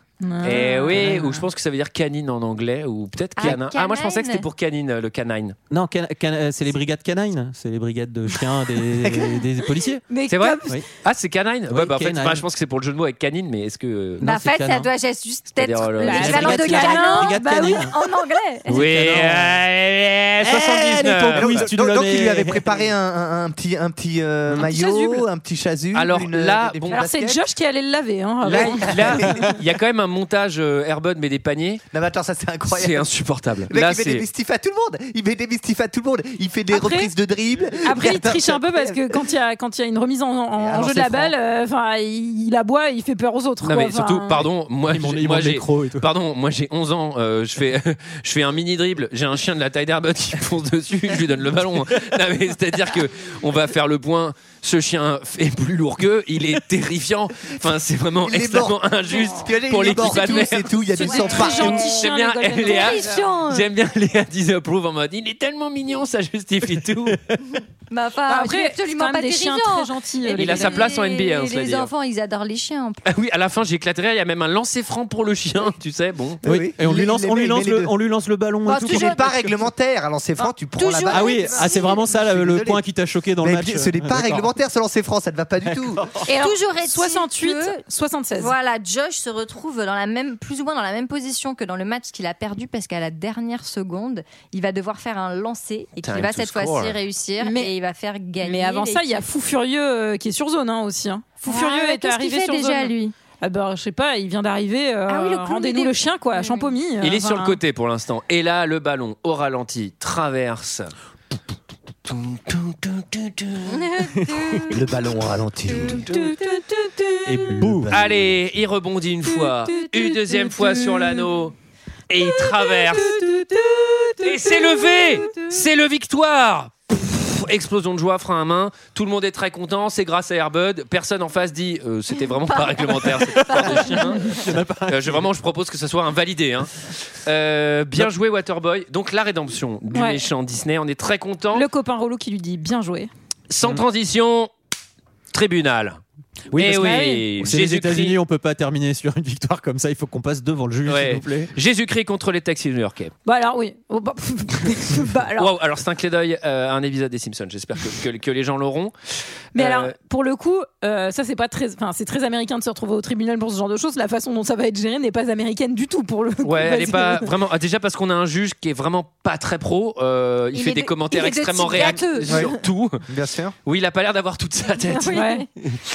Speaker 1: Eh oui, ou je pense que ça veut dire canine en anglais, ou peut-être
Speaker 6: Ah,
Speaker 1: canin. Ah, moi je pensais que
Speaker 6: canine.
Speaker 1: c'était pour canine, euh, le canine.
Speaker 11: Non, can- can- euh, c'est les brigades canines. C'est les brigades de chiens des, des policiers.
Speaker 6: Mais
Speaker 1: C'est vrai
Speaker 6: comme-
Speaker 11: Oui.
Speaker 1: Ah, c'est canine
Speaker 11: Oui,
Speaker 1: Ouais, bah, en fait,
Speaker 11: canine.
Speaker 1: bah, je pense que c'est pour le jeu de mots avec canine, mais est-ce que. euh,
Speaker 6: Bah,
Speaker 11: Non,
Speaker 6: en
Speaker 11: c'est
Speaker 6: fait,
Speaker 11: canin.
Speaker 6: ça doit juste
Speaker 1: C'est-à-dire,
Speaker 6: être
Speaker 1: euh,
Speaker 11: Bah,
Speaker 6: l'équivalent Ah, de canin.
Speaker 11: Brigade
Speaker 6: Bah oui,
Speaker 11: canine.
Speaker 6: en anglais.
Speaker 1: Oui, euh,
Speaker 11: canin.
Speaker 1: allez, 79.
Speaker 11: ton quiz, Ah tu nous
Speaker 7: donc,
Speaker 11: le
Speaker 7: donc, il lui
Speaker 11: mets.
Speaker 7: avait préparé un, un- un petit, un petit euh, maillot,
Speaker 5: chasuble.
Speaker 7: un petit chasuble.
Speaker 1: Alors
Speaker 7: une-
Speaker 1: là,
Speaker 7: des- des
Speaker 1: bon,
Speaker 5: Alors, c'est
Speaker 7: baskets.
Speaker 5: Josh qui allait le laver. Hein,
Speaker 1: Là,
Speaker 5: avant.
Speaker 1: là, il y a quand même un montage euh, Airbud mais des paniers.
Speaker 7: Non, mais attends, ça c'est incroyable.
Speaker 1: C'est insupportable.
Speaker 7: Le mec,
Speaker 1: Là,
Speaker 7: il met des
Speaker 1: c'est.
Speaker 7: mistifs à tout le monde. Il met des mistifs à tout le monde. Il fait des
Speaker 5: Après-
Speaker 7: reprises de dribble.
Speaker 5: Après, il triche un peu parce que quand il y a, quand il y a une remise en, en- en jeu de la balle, euh, enfin, il, il aboie et il fait peur aux autres.
Speaker 1: Non
Speaker 5: quoi.
Speaker 1: mais
Speaker 5: Enfin,
Speaker 1: surtout, pardon, moi,
Speaker 11: Ah, Ils m'ont-
Speaker 1: j'ai-
Speaker 11: ils m'ont
Speaker 1: moi
Speaker 11: le
Speaker 1: j'ai,
Speaker 11: micro et tout.
Speaker 1: pardon, moi j'ai 11 ans, euh, je fais, je fais un mini dribble, j'ai un chien de la taille d'Airbud qui fonce dessus, je lui donne le ballon. hein. Non mais c'est-à-dire que on va faire le point. Ce chien est plus lourd que, il est terrifiant. Enfin, c'est vraiment
Speaker 7: Il est
Speaker 1: extrêmement
Speaker 7: mort.
Speaker 1: injuste
Speaker 7: T'imagines,
Speaker 1: pour
Speaker 7: il est
Speaker 1: l'équipe
Speaker 7: mort, c'est tout,
Speaker 1: adverse.
Speaker 7: c'est tout. Il y a
Speaker 5: C'est
Speaker 7: du sang
Speaker 5: très
Speaker 7: partout.
Speaker 5: gentil
Speaker 1: J'aime
Speaker 5: chien,
Speaker 1: bien
Speaker 5: le Golden
Speaker 1: Léa.
Speaker 5: Retriever.
Speaker 6: Chiant.
Speaker 1: J'aime bien Léa disapprove en mode, il est tellement mignon, ça justifie tout.
Speaker 6: Mais enfin,
Speaker 5: Bah,
Speaker 6: il est
Speaker 5: après, c'est
Speaker 6: absolument
Speaker 5: quand
Speaker 6: pas
Speaker 5: même des chiens
Speaker 6: terrifiant.
Speaker 5: très gentils. euh,
Speaker 6: Et
Speaker 5: les
Speaker 1: Il a
Speaker 5: Golden
Speaker 6: les-
Speaker 1: sa place en NBA, on se l'a
Speaker 6: Les,
Speaker 1: dit, hein.
Speaker 6: enfants, ils adorent les chiens. en plus.
Speaker 1: Ah oui, à la fin, j'éclaterai. Il y a même un lancer franc pour le chien, tu sais. Bon.
Speaker 11: Oui.
Speaker 7: Oui.
Speaker 11: Et on
Speaker 7: Il-
Speaker 11: lui
Speaker 7: il
Speaker 11: lance, on
Speaker 7: les met-
Speaker 11: lui
Speaker 7: il
Speaker 11: lance
Speaker 7: met les
Speaker 11: le,
Speaker 7: deux.
Speaker 11: on lui lance le ballon
Speaker 6: Bah,
Speaker 11: et tout.
Speaker 7: Parce que
Speaker 6: toujours-
Speaker 7: c'est pas réglementaire. Alors c'est franc, tu prends la
Speaker 6: toujours-
Speaker 7: balle.
Speaker 11: Ah oui,
Speaker 6: Si.
Speaker 11: ah, c'est vraiment ça
Speaker 7: Je
Speaker 11: le,
Speaker 7: suis
Speaker 11: le
Speaker 7: désolé.
Speaker 11: point qui t'a choqué dans
Speaker 7: Mais
Speaker 11: le match. euh,
Speaker 7: bien, ce n'est pas
Speaker 11: D'accord.
Speaker 7: réglementaire, se lancer franc, ça ne va pas du tout.
Speaker 6: Et alors, toujours est-il
Speaker 5: 68,
Speaker 6: que-
Speaker 5: 76.
Speaker 6: Voilà, Josh se retrouve dans la même, plus ou moins dans la même position que dans le match qu'il a perdu parce qu'à la dernière seconde, il va devoir faire un lancer et qu'il
Speaker 1: Time
Speaker 6: va
Speaker 1: to
Speaker 6: cette
Speaker 1: score.
Speaker 6: fois-ci réussir
Speaker 5: Mais-
Speaker 6: et il va faire gagner.
Speaker 5: Mais avant ça, il y a
Speaker 6: l'équipe.
Speaker 5: Fou Furieux euh, qui est sur zone hein, aussi. hein. Fou Furieux
Speaker 6: Ah,
Speaker 5: est
Speaker 6: qu'est-ce qu'il
Speaker 5: arrivé
Speaker 6: fait
Speaker 5: sur
Speaker 6: déjà
Speaker 5: zone.
Speaker 6: lui.
Speaker 5: Ah bah, je sais pas, il vient d'arriver. euh,
Speaker 6: Ah oui, le clown,
Speaker 5: Rendez-nous
Speaker 6: il est-
Speaker 5: le chien, quoi,
Speaker 6: Oui,
Speaker 5: à
Speaker 6: oui.
Speaker 5: Champomy. euh,
Speaker 1: Il est sur
Speaker 5: enfin,
Speaker 1: le côté pour l'instant. Et là, le ballon au ralenti traverse.
Speaker 7: Le ballon ralentit.
Speaker 11: Et boum.
Speaker 1: Allez, il rebondit une fois, une deuxième fois sur l'anneau, et il traverse. Et c'est levé. C'est le victoire. Pff, explosion de joie, frein à main. Tout le monde est très content. C'est grâce à Airbud. Personne en face dit euh, c'était vraiment pas réglementaire. cette histoire de chien. Euh, je, vraiment, je propose que ce soit invalidé. hein. Euh, bien joué, Waterboy. Donc, la rédemption du
Speaker 5: Ouais.
Speaker 1: méchant Disney. On est très content.
Speaker 5: Le copain relou qui lui dit bien joué.
Speaker 1: Sans transition, tribunal. Eh
Speaker 11: parce que
Speaker 1: oui,
Speaker 11: c'est les
Speaker 1: Jésus-Christ.
Speaker 11: États-Unis, on peut pas terminer sur une victoire comme ça. Il faut qu'on passe devant le juge, s'il vous plaît.
Speaker 1: Jésus-Christ contre les taxis new-yorkais.
Speaker 5: Bah alors oui. Oh, bah, bah, alors.
Speaker 1: Wow, alors c'est un clé d'œil euh, à un épisode des Simpsons. J'espère que, que- que les gens l'auront.
Speaker 5: Mais
Speaker 1: Euh,
Speaker 5: alors, pour le coup, euh, ça c'est pas très, enfin c'est très américain de se retrouver au tribunal pour ce genre de choses. La façon dont ça va être géré n'est pas américaine du tout pour le. coup,
Speaker 1: Ouais, elle est pas
Speaker 5: parce que-
Speaker 1: vraiment. ah, déjà parce qu'on a un juge qui est vraiment pas très pro. euh, il,
Speaker 5: Il
Speaker 1: fait
Speaker 5: est
Speaker 1: des
Speaker 5: de-
Speaker 1: commentaires
Speaker 5: il est de
Speaker 1: extrêmement
Speaker 5: type
Speaker 1: réactifs
Speaker 5: gâteux.
Speaker 1: sur
Speaker 5: Ouais.
Speaker 1: tout.
Speaker 7: Bien sûr.
Speaker 1: Oui, il a pas l'air d'avoir toute sa tête.
Speaker 5: Oui.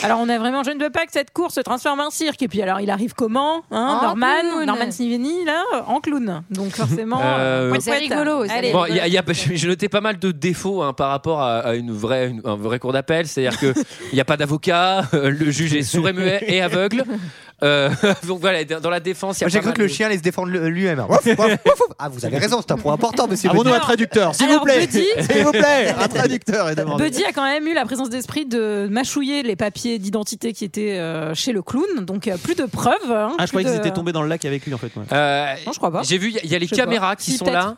Speaker 5: Alors on a vraiment, je ne veux pas que cette course se transforme en cirque. Et puis alors il arrive comment hein,
Speaker 6: En
Speaker 5: Norman,
Speaker 6: clown.
Speaker 5: Norman Sniveni là, en clown. Donc forcément,
Speaker 1: Euh,
Speaker 5: pouet,
Speaker 1: C'est
Speaker 5: pouet.
Speaker 6: rigolo, c'est
Speaker 5: Allez.
Speaker 1: Bon, il y a- il y a- j'ai noté pas mal de défauts hein, par rapport à, à une vraie, une- un vrai cours d'appel, c'est-à-dire que il n'y a pas d'avocat, euh, le juge est sourd et muet et aveugle. Euh, donc voilà, dans la défense, il y a pas
Speaker 7: J'ai cru
Speaker 1: mal
Speaker 7: que le
Speaker 1: de-
Speaker 7: chien allait se défendre le- lui-même. Wouf, wouf, wouf, wouf. Ah, vous avez raison, c'est un point important, monsieur.
Speaker 11: Avons-nous
Speaker 7: Buddy.
Speaker 11: un traducteur, s'il
Speaker 5: Alors,
Speaker 11: vous plaît
Speaker 5: Buddy-
Speaker 11: S'il vous plaît, un traducteur est demandé.
Speaker 5: Buddy a quand même eu la présence d'esprit de mâchouiller les papiers d'identité qui étaient euh, chez le clown, donc euh, plus de preuves.
Speaker 11: Ah,
Speaker 5: hein,
Speaker 11: je
Speaker 5: plus
Speaker 11: croyais qu'ils
Speaker 5: de-
Speaker 11: étaient tombés dans le lac avec lui en fait. moi.
Speaker 1: Euh,
Speaker 5: Non, je crois pas.
Speaker 1: J'ai vu, il y a- il y, a les
Speaker 5: Je sais
Speaker 1: caméras
Speaker 5: pas.
Speaker 1: qui
Speaker 5: Si,
Speaker 1: sont
Speaker 5: peut-être.
Speaker 1: là.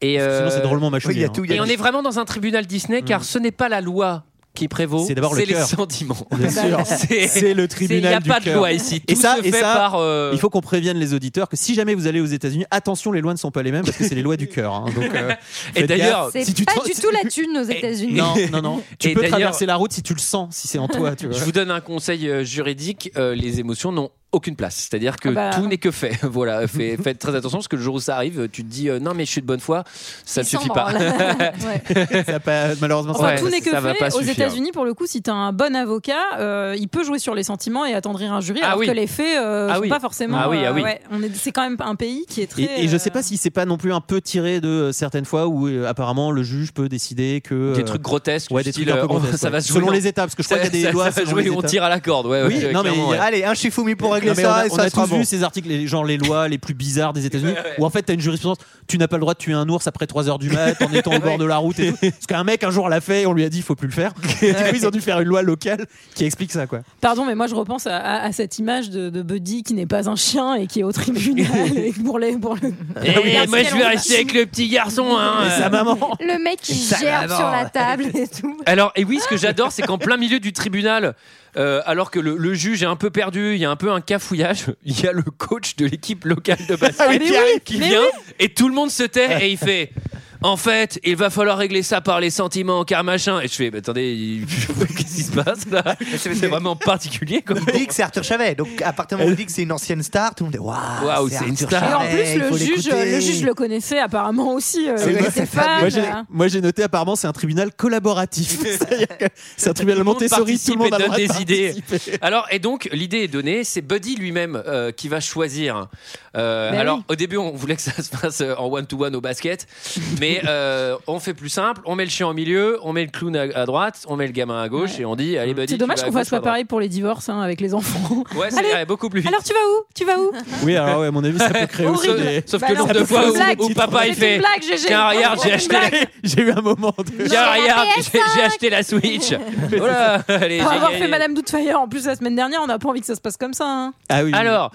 Speaker 1: Et euh,
Speaker 11: Sinon, c'est drôlement mâchouillé.
Speaker 7: oui, il y a
Speaker 11: hein.
Speaker 7: tout, il y a
Speaker 1: Et on est vraiment dans un tribunal Disney car ce n'est pas la loi qui prévaut,
Speaker 11: Mm. C'est d'abord le
Speaker 1: les
Speaker 11: cœur.
Speaker 1: sentiments.
Speaker 11: Bien sûr.
Speaker 1: C'est- c'est-
Speaker 11: C'est le
Speaker 1: y a
Speaker 11: tribunal du
Speaker 1: pas de
Speaker 11: cœur.
Speaker 1: loi euh. ici.
Speaker 11: Et
Speaker 1: Tout
Speaker 11: ça,
Speaker 1: se
Speaker 11: et
Speaker 1: fait
Speaker 11: ça,
Speaker 1: par, euh,
Speaker 11: il faut qu'on prévienne les auditeurs que si jamais vous allez aux États-Unis, attention, les lois ne sont pas les mêmes parce que c'est les lois du cœur. hein. Donc, euh,
Speaker 1: Et
Speaker 11: faites
Speaker 1: d'ailleurs,
Speaker 11: gaffe.
Speaker 6: C'est
Speaker 11: Si tu
Speaker 6: pas
Speaker 11: te-
Speaker 6: du tout la thune aux États-Unis.
Speaker 11: Non, non, non. Tu
Speaker 1: Et
Speaker 11: peux
Speaker 1: d'ailleurs-
Speaker 11: traverser la route si tu le sens, si c'est en toi. Tu vois.
Speaker 1: Je vous donne un conseil euh, juridique euh, les émotions n'ont aucune place. C'est-à-dire que
Speaker 5: Ah bah.
Speaker 1: tout n'est que fait. voilà, fait- faites très attention parce que le jour où ça arrive, tu te dis euh, non mais je suis de bonne foi, ça ne
Speaker 6: Ils s'en
Speaker 1: suffit pas.
Speaker 6: branlent. Ouais.
Speaker 11: Ça a pas- malheureusement, ça
Speaker 5: Enfin,
Speaker 11: a pas-
Speaker 5: tout n'est que
Speaker 1: ça va pas
Speaker 5: fait. Aux
Speaker 1: suffire.
Speaker 5: États-Unis, pour le coup, si t'as un bon avocat, euh, il peut jouer sur les sentiments et attendrir un jury,
Speaker 1: Ah
Speaker 5: alors
Speaker 1: oui.
Speaker 5: que les faits euh,
Speaker 1: Ah
Speaker 5: sont
Speaker 1: oui.
Speaker 5: pas forcément.
Speaker 1: Ah oui, ah
Speaker 5: euh,
Speaker 1: oui.
Speaker 5: ouais. On est, c'est quand même un pays qui est très.
Speaker 11: Et, et je sais
Speaker 5: euh,
Speaker 11: pas si c'est pas non plus un peu tiré de euh, certaines fois où euh, apparemment le juge peut décider que
Speaker 1: Des
Speaker 11: euh,
Speaker 1: trucs grotesques,
Speaker 11: ouais,
Speaker 1: du
Speaker 11: des
Speaker 1: style,
Speaker 11: trucs un peu
Speaker 1: euh, on-
Speaker 11: grotesques,
Speaker 1: ça
Speaker 11: ouais.
Speaker 1: va se jouer
Speaker 11: selon
Speaker 1: en-
Speaker 11: les états parce que je crois qu'il y a des
Speaker 1: ça-
Speaker 11: lois
Speaker 1: ça va
Speaker 11: selon
Speaker 1: jouer,
Speaker 11: les
Speaker 1: on
Speaker 11: états.
Speaker 1: tire à la corde. Ouais,
Speaker 11: Oui,
Speaker 1: ouais,
Speaker 11: non, mais
Speaker 1: clairement,
Speaker 11: il
Speaker 1: ouais.
Speaker 11: y a-
Speaker 7: Allez, un Shifumi pour régler
Speaker 11: Non, mais on
Speaker 7: ça,
Speaker 11: a,
Speaker 7: et
Speaker 11: on
Speaker 7: ça
Speaker 11: a
Speaker 7: sera
Speaker 11: tous
Speaker 7: bon.
Speaker 11: vu ces articles, les, genre les lois les plus bizarres des États-Unis,
Speaker 1: Ouais, ouais.
Speaker 11: où en fait t'as une jurisprudence, tu n'as pas le droit de tuer un ours après 3 heures du mat en étant au bord de la route. Et tout. Parce qu'un mec un jour l'a fait et on lui a dit faut plus le faire. Et du coup, ils ont dû faire une loi locale qui explique ça quoi.
Speaker 5: Pardon, mais moi je repense à, à- à cette image de, de Buddy qui n'est pas un chien et qui est au tribunal et pour les pour le.
Speaker 11: Eh
Speaker 1: Et
Speaker 5: Regarde
Speaker 1: Eh, moi
Speaker 5: ce
Speaker 1: je
Speaker 5: qu'elle
Speaker 1: vais
Speaker 5: en-
Speaker 1: rester avec le petit garçon. hein,
Speaker 11: Et
Speaker 1: euh.
Speaker 11: sa maman.
Speaker 6: Le mec qui
Speaker 1: Ça,
Speaker 6: gerbe
Speaker 1: là,
Speaker 6: sur
Speaker 1: non.
Speaker 6: la table et tout.
Speaker 11: Oh
Speaker 1: Alors, et oui, ce que j'adore, c'est qu'en plein milieu du tribunal, euh, alors que le, le juge est un peu perdu, il y a un peu un cafouillage, il y a le coach de l'équipe locale de basket
Speaker 5: oui, Ah, mais oui,
Speaker 1: qui
Speaker 5: mais
Speaker 1: vient et tout le monde se tait et il fait. En fait, il va falloir régler ça par les sentiments, car machin. Et je fais, bah, attendez, il- qu'est-ce qui se passe là C'est vraiment particulier. quoi.
Speaker 7: Il dit que c'est Arthur Chavet. Donc, à partir du moment où il dit que c'est une ancienne star, tout le monde dit Waouh,
Speaker 1: Waouh, c'est une
Speaker 7: Arthur
Speaker 1: star.
Speaker 5: Et en
Speaker 7: Chavet,
Speaker 5: plus,
Speaker 7: il
Speaker 5: le
Speaker 7: faut
Speaker 5: juge,
Speaker 7: l'écouter. Euh,
Speaker 5: le juge le connaissait apparemment aussi. euh,
Speaker 7: C'est
Speaker 5: il
Speaker 7: vrai,
Speaker 5: était
Speaker 7: c'est
Speaker 5: fan,
Speaker 11: Moi, j'ai-
Speaker 5: hein.
Speaker 11: Moi j'ai noté apparemment c'est un tribunal collaboratif. C'est-à-dire que c'est un tribunal
Speaker 1: Tout le monde
Speaker 11: Montessori, tout le monde a le droit
Speaker 1: participe et
Speaker 11: de
Speaker 1: donne des idées.
Speaker 11: participer.
Speaker 1: Alors, et donc, l'idée est donnée, c'est Buddy lui-même euh, qui va choisir. Euh,
Speaker 5: Ben
Speaker 1: alors,
Speaker 5: oui.
Speaker 1: au début, on voulait que ça se passe euh, en one-to-one au basket, mais euh, on fait plus simple, on met le chien au milieu, on met le clown à, à droite, on met le gamin à gauche, et on dit, allez, Buddy. Bah,
Speaker 5: C'est
Speaker 1: tu
Speaker 5: dommage
Speaker 1: vas à
Speaker 5: qu'on
Speaker 1: gauche
Speaker 5: fasse
Speaker 1: ou à
Speaker 5: pas pareil pour les divorces hein, avec les enfants.
Speaker 1: droite. Ouais, c'est
Speaker 5: Allez.
Speaker 1: ouais, beaucoup plus vite.
Speaker 5: Alors tu vas où Tu vas où
Speaker 11: Oui, alors ouais, à mon avis, ça peut créer aussi
Speaker 5: Horrible.
Speaker 11: des.
Speaker 1: Sauf
Speaker 5: Bah
Speaker 1: que
Speaker 5: non,
Speaker 1: nombre de
Speaker 5: c'est
Speaker 1: fois
Speaker 5: une
Speaker 1: où,
Speaker 5: blague.
Speaker 1: où papa il
Speaker 5: C'est une
Speaker 1: fait.
Speaker 5: blague, GG.
Speaker 1: Tiens, regarde, j'ai
Speaker 5: C'est une
Speaker 1: acheté.
Speaker 5: blague.
Speaker 11: J'ai eu un moment de.
Speaker 1: Tiens, regarde, j'ai j'ai acheté la Switch. Voilà, allez,
Speaker 5: Pour
Speaker 1: j'ai
Speaker 5: avoir
Speaker 1: gagné.
Speaker 5: fait Madame Doubtfire en plus la semaine dernière, on n'a pas envie que ça se passe comme ça. hein.
Speaker 11: Ah oui.
Speaker 1: Alors,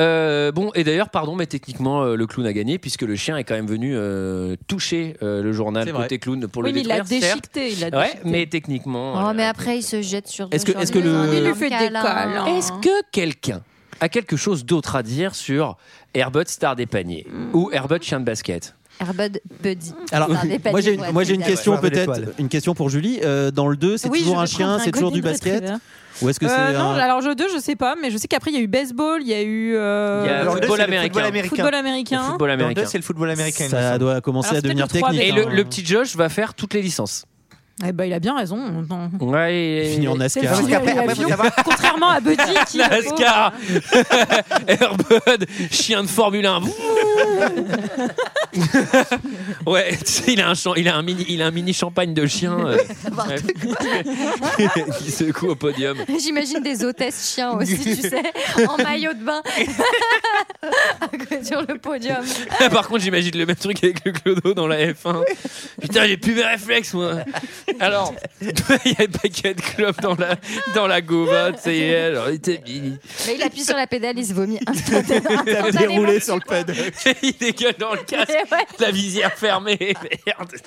Speaker 1: euh, bon, et d'ailleurs, pardon, mais techniquement, euh, le clown a gagné puisque le chien est quand même venu euh, toucher euh, le journal
Speaker 11: C'est vrai.
Speaker 1: côté clown pour
Speaker 5: Oui,
Speaker 1: le
Speaker 5: mais il
Speaker 1: détruire.
Speaker 5: l'a
Speaker 1: certes.
Speaker 5: déchiqueté. Il l'a
Speaker 1: Ouais,
Speaker 5: déchiqueté.
Speaker 1: mais techniquement.
Speaker 6: Oh,
Speaker 1: euh,
Speaker 6: mais après, il se jette sur
Speaker 11: Est-ce que-
Speaker 6: nous,
Speaker 11: est-ce
Speaker 6: genre,
Speaker 11: que le-
Speaker 6: on
Speaker 5: Il
Speaker 6: est
Speaker 5: lui fait des
Speaker 6: câlin.
Speaker 5: câlins.
Speaker 1: Est-ce que quelqu'un a quelque chose d'autre à dire sur Airbud Star des paniers
Speaker 5: Hmm.
Speaker 1: ou Airbud chien de basket
Speaker 6: Airbud Buddy.
Speaker 11: Alors,
Speaker 6: Dans des
Speaker 11: moi
Speaker 6: paniers,
Speaker 11: j'ai une,
Speaker 6: ouais,
Speaker 11: moi, j'ai une
Speaker 6: c'est
Speaker 11: question
Speaker 7: Ouais, ouais.
Speaker 11: peut-être,
Speaker 7: L'étoile.
Speaker 11: une question pour Julie. Euh, dans le 2, c'est
Speaker 5: Oui,
Speaker 11: toujours
Speaker 5: je
Speaker 11: un
Speaker 5: vais
Speaker 11: chien,
Speaker 5: prendre un
Speaker 11: c'est toujours du
Speaker 5: golden
Speaker 11: basket,
Speaker 5: retriever.
Speaker 11: ou est-ce que
Speaker 5: Euh,
Speaker 11: c'est
Speaker 5: Non,
Speaker 11: un...
Speaker 5: alors le 2, je sais pas, mais je sais qu'après il y a eu baseball, il y a eu euh,
Speaker 1: Il y a
Speaker 7: Dans le deux,
Speaker 1: football
Speaker 7: c'est le
Speaker 1: américain.
Speaker 7: Football américain.
Speaker 5: football américain.
Speaker 1: Football
Speaker 7: Dans le deux,
Speaker 1: américain.
Speaker 7: c'est le football américain. il me
Speaker 11: ça
Speaker 7: semble.
Speaker 11: doit commencer à
Speaker 5: Alors, c'est
Speaker 11: devenir
Speaker 5: peut-être le
Speaker 1: Et
Speaker 11: technique. hein.
Speaker 1: le, le petit Josh va faire toutes les licences.
Speaker 5: Eh ben, il a bien raison. non.
Speaker 1: Ouais,
Speaker 11: Il
Speaker 1: et-
Speaker 11: finit en
Speaker 5: C'est
Speaker 11: NASCAR.
Speaker 5: le
Speaker 7: parce
Speaker 5: final
Speaker 7: qu'après-
Speaker 5: de
Speaker 7: après, faut
Speaker 5: l'avion.
Speaker 7: savoir-
Speaker 5: oh, Contrairement à Buddy qui.
Speaker 1: NASCAR Airbud, chien de Formule 1. Ouais, tu sais, il a un champ- il a un mini, il a un mini champagne de chien euh, qui secoue au podium.
Speaker 6: J'imagine des hôtesses chiens aussi, tu sais, en maillot de bain sur le podium.
Speaker 1: Ah, Par contre, j'imagine le même truc avec le Clodo dans la F1. Putain, j'ai plus mes réflexes, moi. Alors, il y a un paquet de clopes dans la, dans la Gova, tu sais. Alors, il était mini.
Speaker 6: Mais il appuie sur la pédale, il se vomit instantanément.
Speaker 1: sur le pad. il dégueule dans le casque,
Speaker 6: Mais ouais.
Speaker 1: la visière fermée. Merde, c'est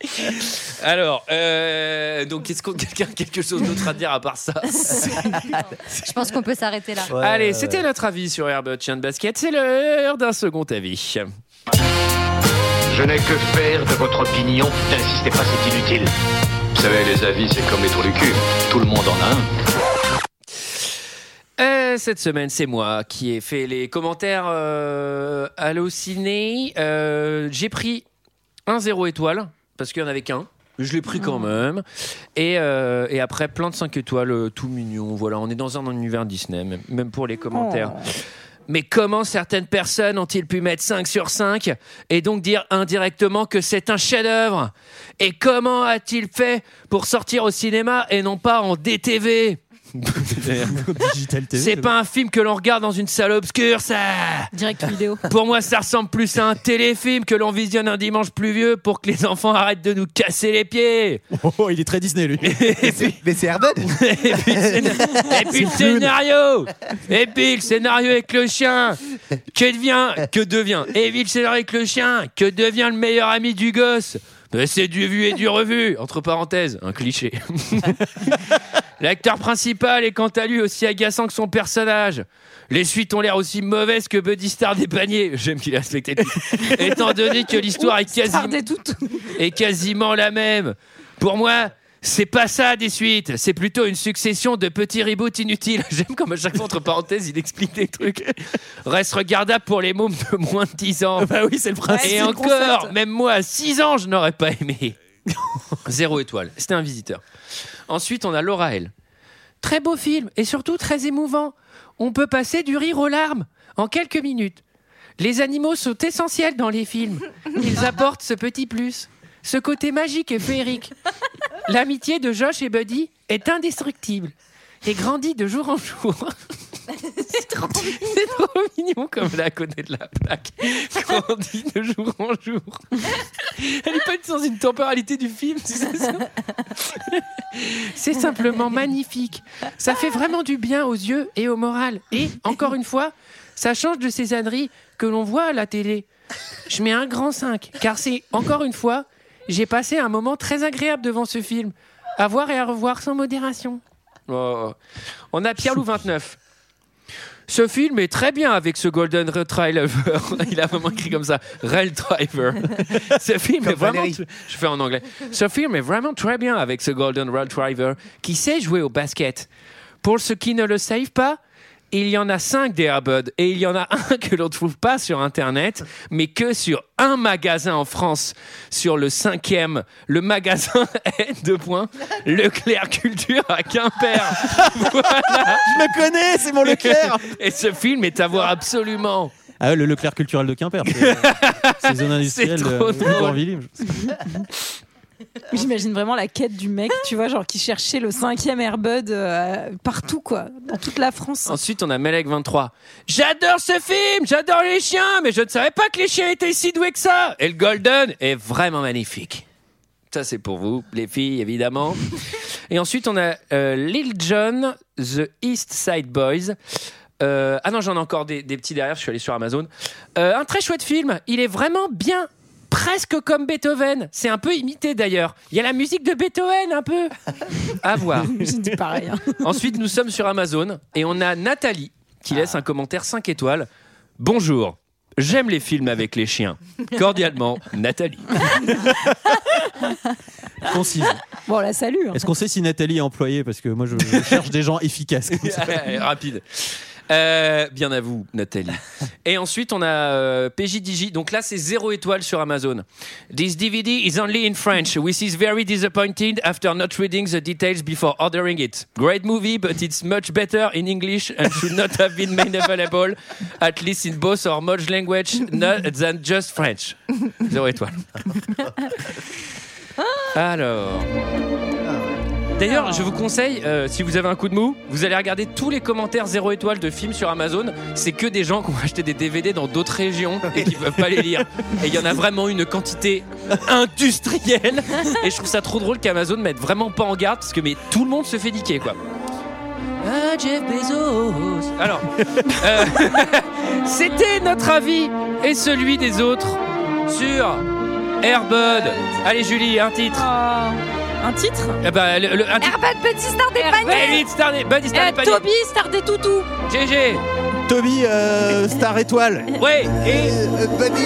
Speaker 1: dégueulasse. Alors, euh, donc, qu'est-ce qu'on, quelqu'un a quelque chose d'autre à dire à part ça
Speaker 6: Je pense qu'on peut s'arrêter là.
Speaker 1: Allez, c'était notre avis sur Airbus Chien de Basket. C'est l'heure d'un second avis.
Speaker 14: Je n'ai que faire de votre opinion. N'insistez pas, c'est inutile. Vous savez, les avis, c'est comme les trous du cul. Tout le monde en a un.
Speaker 1: Euh, cette semaine, c'est moi qui ai fait les commentaires euh, hallucinés. Euh, J'ai pris un zéro étoile parce qu'il n'y en avait qu'un. Je l'ai pris quand même. Et, euh, et après, plein de 5 étoiles, euh, tout mignon. Voilà, on est dans un univers Disney, même, même pour les commentaires. Mais comment certaines personnes ont-ils pu mettre 5 sur 5 et donc dire indirectement que c'est un chef-d'œuvre Et comment a-t-il fait pour sortir au cinéma et non pas en DTV c'est pas un film que l'on regarde dans une salle obscure, ça
Speaker 5: Direct vidéo.
Speaker 1: Pour moi, ça ressemble plus à un téléfilm que l'on visionne un dimanche pluvieux pour que les enfants arrêtent de nous casser les pieds
Speaker 11: Oh, il est très Disney, lui.
Speaker 7: Mais c'est Euh, Airbud
Speaker 1: Et puis le scénar- et puis le scénario Et puis le scénario avec le chien Que devient Que devient Et puis le scénario avec le chien Que devient le meilleur ami du gosse Ben, C'est du vu et du revu Entre parenthèses, un cliché L'acteur principal est quant à lui aussi agaçant que son personnage. Les suites ont l'air aussi mauvaises que Buddy Star des paniers. J'aime qu'il a respecté le titre. Étant donné que l'histoire est, quasi- est quasiment la même. Pour moi, c'est pas ça des suites. C'est plutôt une succession de petits reboots inutiles. J'aime comme à chaque fois, entre parenthèses, il explique des trucs. Reste regardable pour les mômes de moins de 10 ans.
Speaker 11: Bah oui, c'est le principe.
Speaker 1: Et
Speaker 11: C'est le
Speaker 1: encore,
Speaker 11: concept.
Speaker 1: même moi, à 6 ans, je n'aurais pas aimé. Zéro étoile. C'était un visiteur. Ensuite, on a Laura L. Très beau film et surtout très émouvant. On peut passer du rire aux larmes en quelques minutes. Les animaux sont essentiels dans les films. Ils apportent ce petit plus, ce côté magique et féerique. L'amitié de Josh et Buddy est indestructible et grandit de jour en jour.
Speaker 6: C'est trop
Speaker 1: C'est trop mignon comme là à côté de la plaque. Grandit de jour en jour. Elle n'est pas dans une temporalité du film, tu sais ça C'est simplement magnifique. Ça fait vraiment du bien aux yeux et au moral. Et encore une fois, ça change de ces âneries que l'on voit à la télé. Je mets un grand 5, car c'est encore une fois, j'ai passé un moment très agréable devant ce film. À voir et à revoir sans modération. Oh. On a Pierre Lou 29. Ce film est très bien avec ce Golden Retriever. Il a vraiment écrit comme ça, Rail Driver. Ce film est vraiment,
Speaker 7: Valérie.
Speaker 1: je fais en anglais. Ce film est vraiment très bien avec ce Golden Retriever qui sait jouer au basket. Pour ceux qui ne le savent pas, il y en a cinq des Airbud et il y en a un que l'on ne trouve pas sur Internet, mais que sur un magasin en France, sur le cinquième, le magasin est deux points, Leclerc Culture à Quimper. Je
Speaker 11: le connais, c'est mon Leclerc.
Speaker 1: Et ce film est à voir absolument.
Speaker 11: Ah, le Leclerc culturel de Quimper. c'est- C'est zone industrielle
Speaker 1: C'est trop
Speaker 11: de
Speaker 1: drôle.
Speaker 11: Bourville.
Speaker 5: J'imagine vraiment la quête du mec, tu vois, genre qui cherchait le cinquième Airbud euh, partout, quoi, dans toute la France.
Speaker 1: Ensuite, on a Melek 23. J'adore ce film, j'adore les chiens, mais je ne savais pas que les chiens étaient si doués que ça. Et le Golden est vraiment magnifique. Ça, c'est pour vous, les filles, évidemment. Et ensuite, on a euh, Lil Jon, The East Side Boys. Euh, ah non, j'en ai encore des, des petits derrière, je suis allé sur Amazon. Euh, un très chouette film, il est vraiment bien, presque comme Beethoven. C'est un peu imité d'ailleurs. Il y a la musique de Beethoven un peu. À voir.
Speaker 5: J'ai dit pareil. hein.
Speaker 1: Ensuite, nous sommes sur Amazon et on a Nathalie qui laisse un commentaire 5 étoiles. Bonjour, j'aime les films avec les chiens. Cordialement, Nathalie.
Speaker 11: Concise.
Speaker 5: Bon, la salue. hein.
Speaker 11: Est-ce qu'on sait si Nathalie est employée Parce que moi, je, je cherche des gens efficaces. comme ça.
Speaker 1: Rapide. Euh, bien à vous, Nathalie. Et ensuite, on a euh, PJ Digi. Donc là, c'est zéro étoile sur Amazon. This DVD is only in French, which is very disappointed after not reading the details before ordering it. Great movie, but it's much better in English and should not have been made available, at least in both our merge language, not than just French. Zéro étoile. Alors. D'ailleurs, je vous conseille, euh, si vous avez un coup de mou, vous allez regarder tous les commentaires zéro étoile de films sur Amazon. C'est que des gens qui ont acheté des DVD dans d'autres régions et qui ne peuvent pas les lire. Et il y en a vraiment une quantité industrielle. Et je trouve ça trop drôle qu'Amazon mette vraiment pas en garde parce que mais tout le monde se fait niquer quoi. Ah, Jeff Bezos. Alors, euh, c'était notre avis et celui des autres sur Airbud. Allez Julie, un titre.
Speaker 5: Ah. Un titre
Speaker 1: Eh ben, le- le- un titre.
Speaker 6: Herbert Petit Star des paniers
Speaker 1: Elite Star des- Buddy Star des paniers.
Speaker 5: Euh, Toby, star des toutous
Speaker 1: GG
Speaker 11: Toby, euh, star étoile.
Speaker 1: Ouais, et.
Speaker 7: euh, Buddy,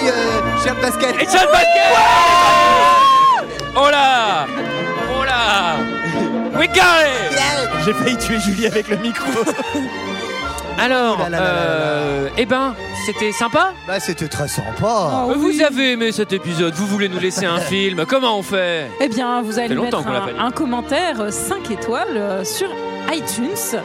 Speaker 7: cher basket.
Speaker 1: Et Charles Basket Oh là Oh là We got it
Speaker 11: J'ai failli tuer Julie avec le micro.
Speaker 1: Alors, euh, eh ben, c'était sympa
Speaker 7: Bah, c'était très
Speaker 5: Ah
Speaker 7: sympa.
Speaker 1: Ah, Vous avez aimé cet épisode, vous voulez nous laisser un film, comment on fait
Speaker 5: Eh bien, vous
Speaker 1: fait
Speaker 5: allez
Speaker 1: longtemps
Speaker 5: mettre
Speaker 1: qu'on l'a pas
Speaker 5: un,
Speaker 1: dit.
Speaker 5: un commentaire euh, 5 étoiles euh, sur iTunes.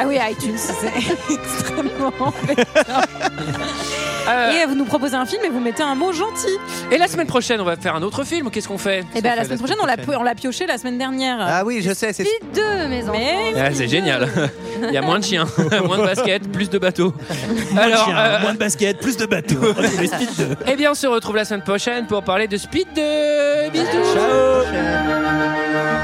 Speaker 5: Ah oui, iTunes, c'est extrêmement embêtant. Et euh, vous nous proposez un film et vous mettez un mot gentil.
Speaker 1: Euh, Et la semaine prochaine, on va faire un autre film, qu'est-ce qu'on fait
Speaker 5: Et bien, Eh ben, la semaine prochaine, on l'a pu- on l'a pioché la semaine dernière.
Speaker 7: Ah oui, je sais, c'est.
Speaker 6: deux, mes enfants.
Speaker 1: Ah, c'est génial. Il y a moins de chiens, moins de baskets, plus de bateaux.
Speaker 11: Alors,
Speaker 1: Alors, euh,
Speaker 11: moins de basket, plus de bateaux. Retrouvez Speed 2.
Speaker 1: eh bien, on se retrouve la semaine prochaine pour parler de Speed 2. Bisous.
Speaker 11: Ciao.
Speaker 7: Ciao.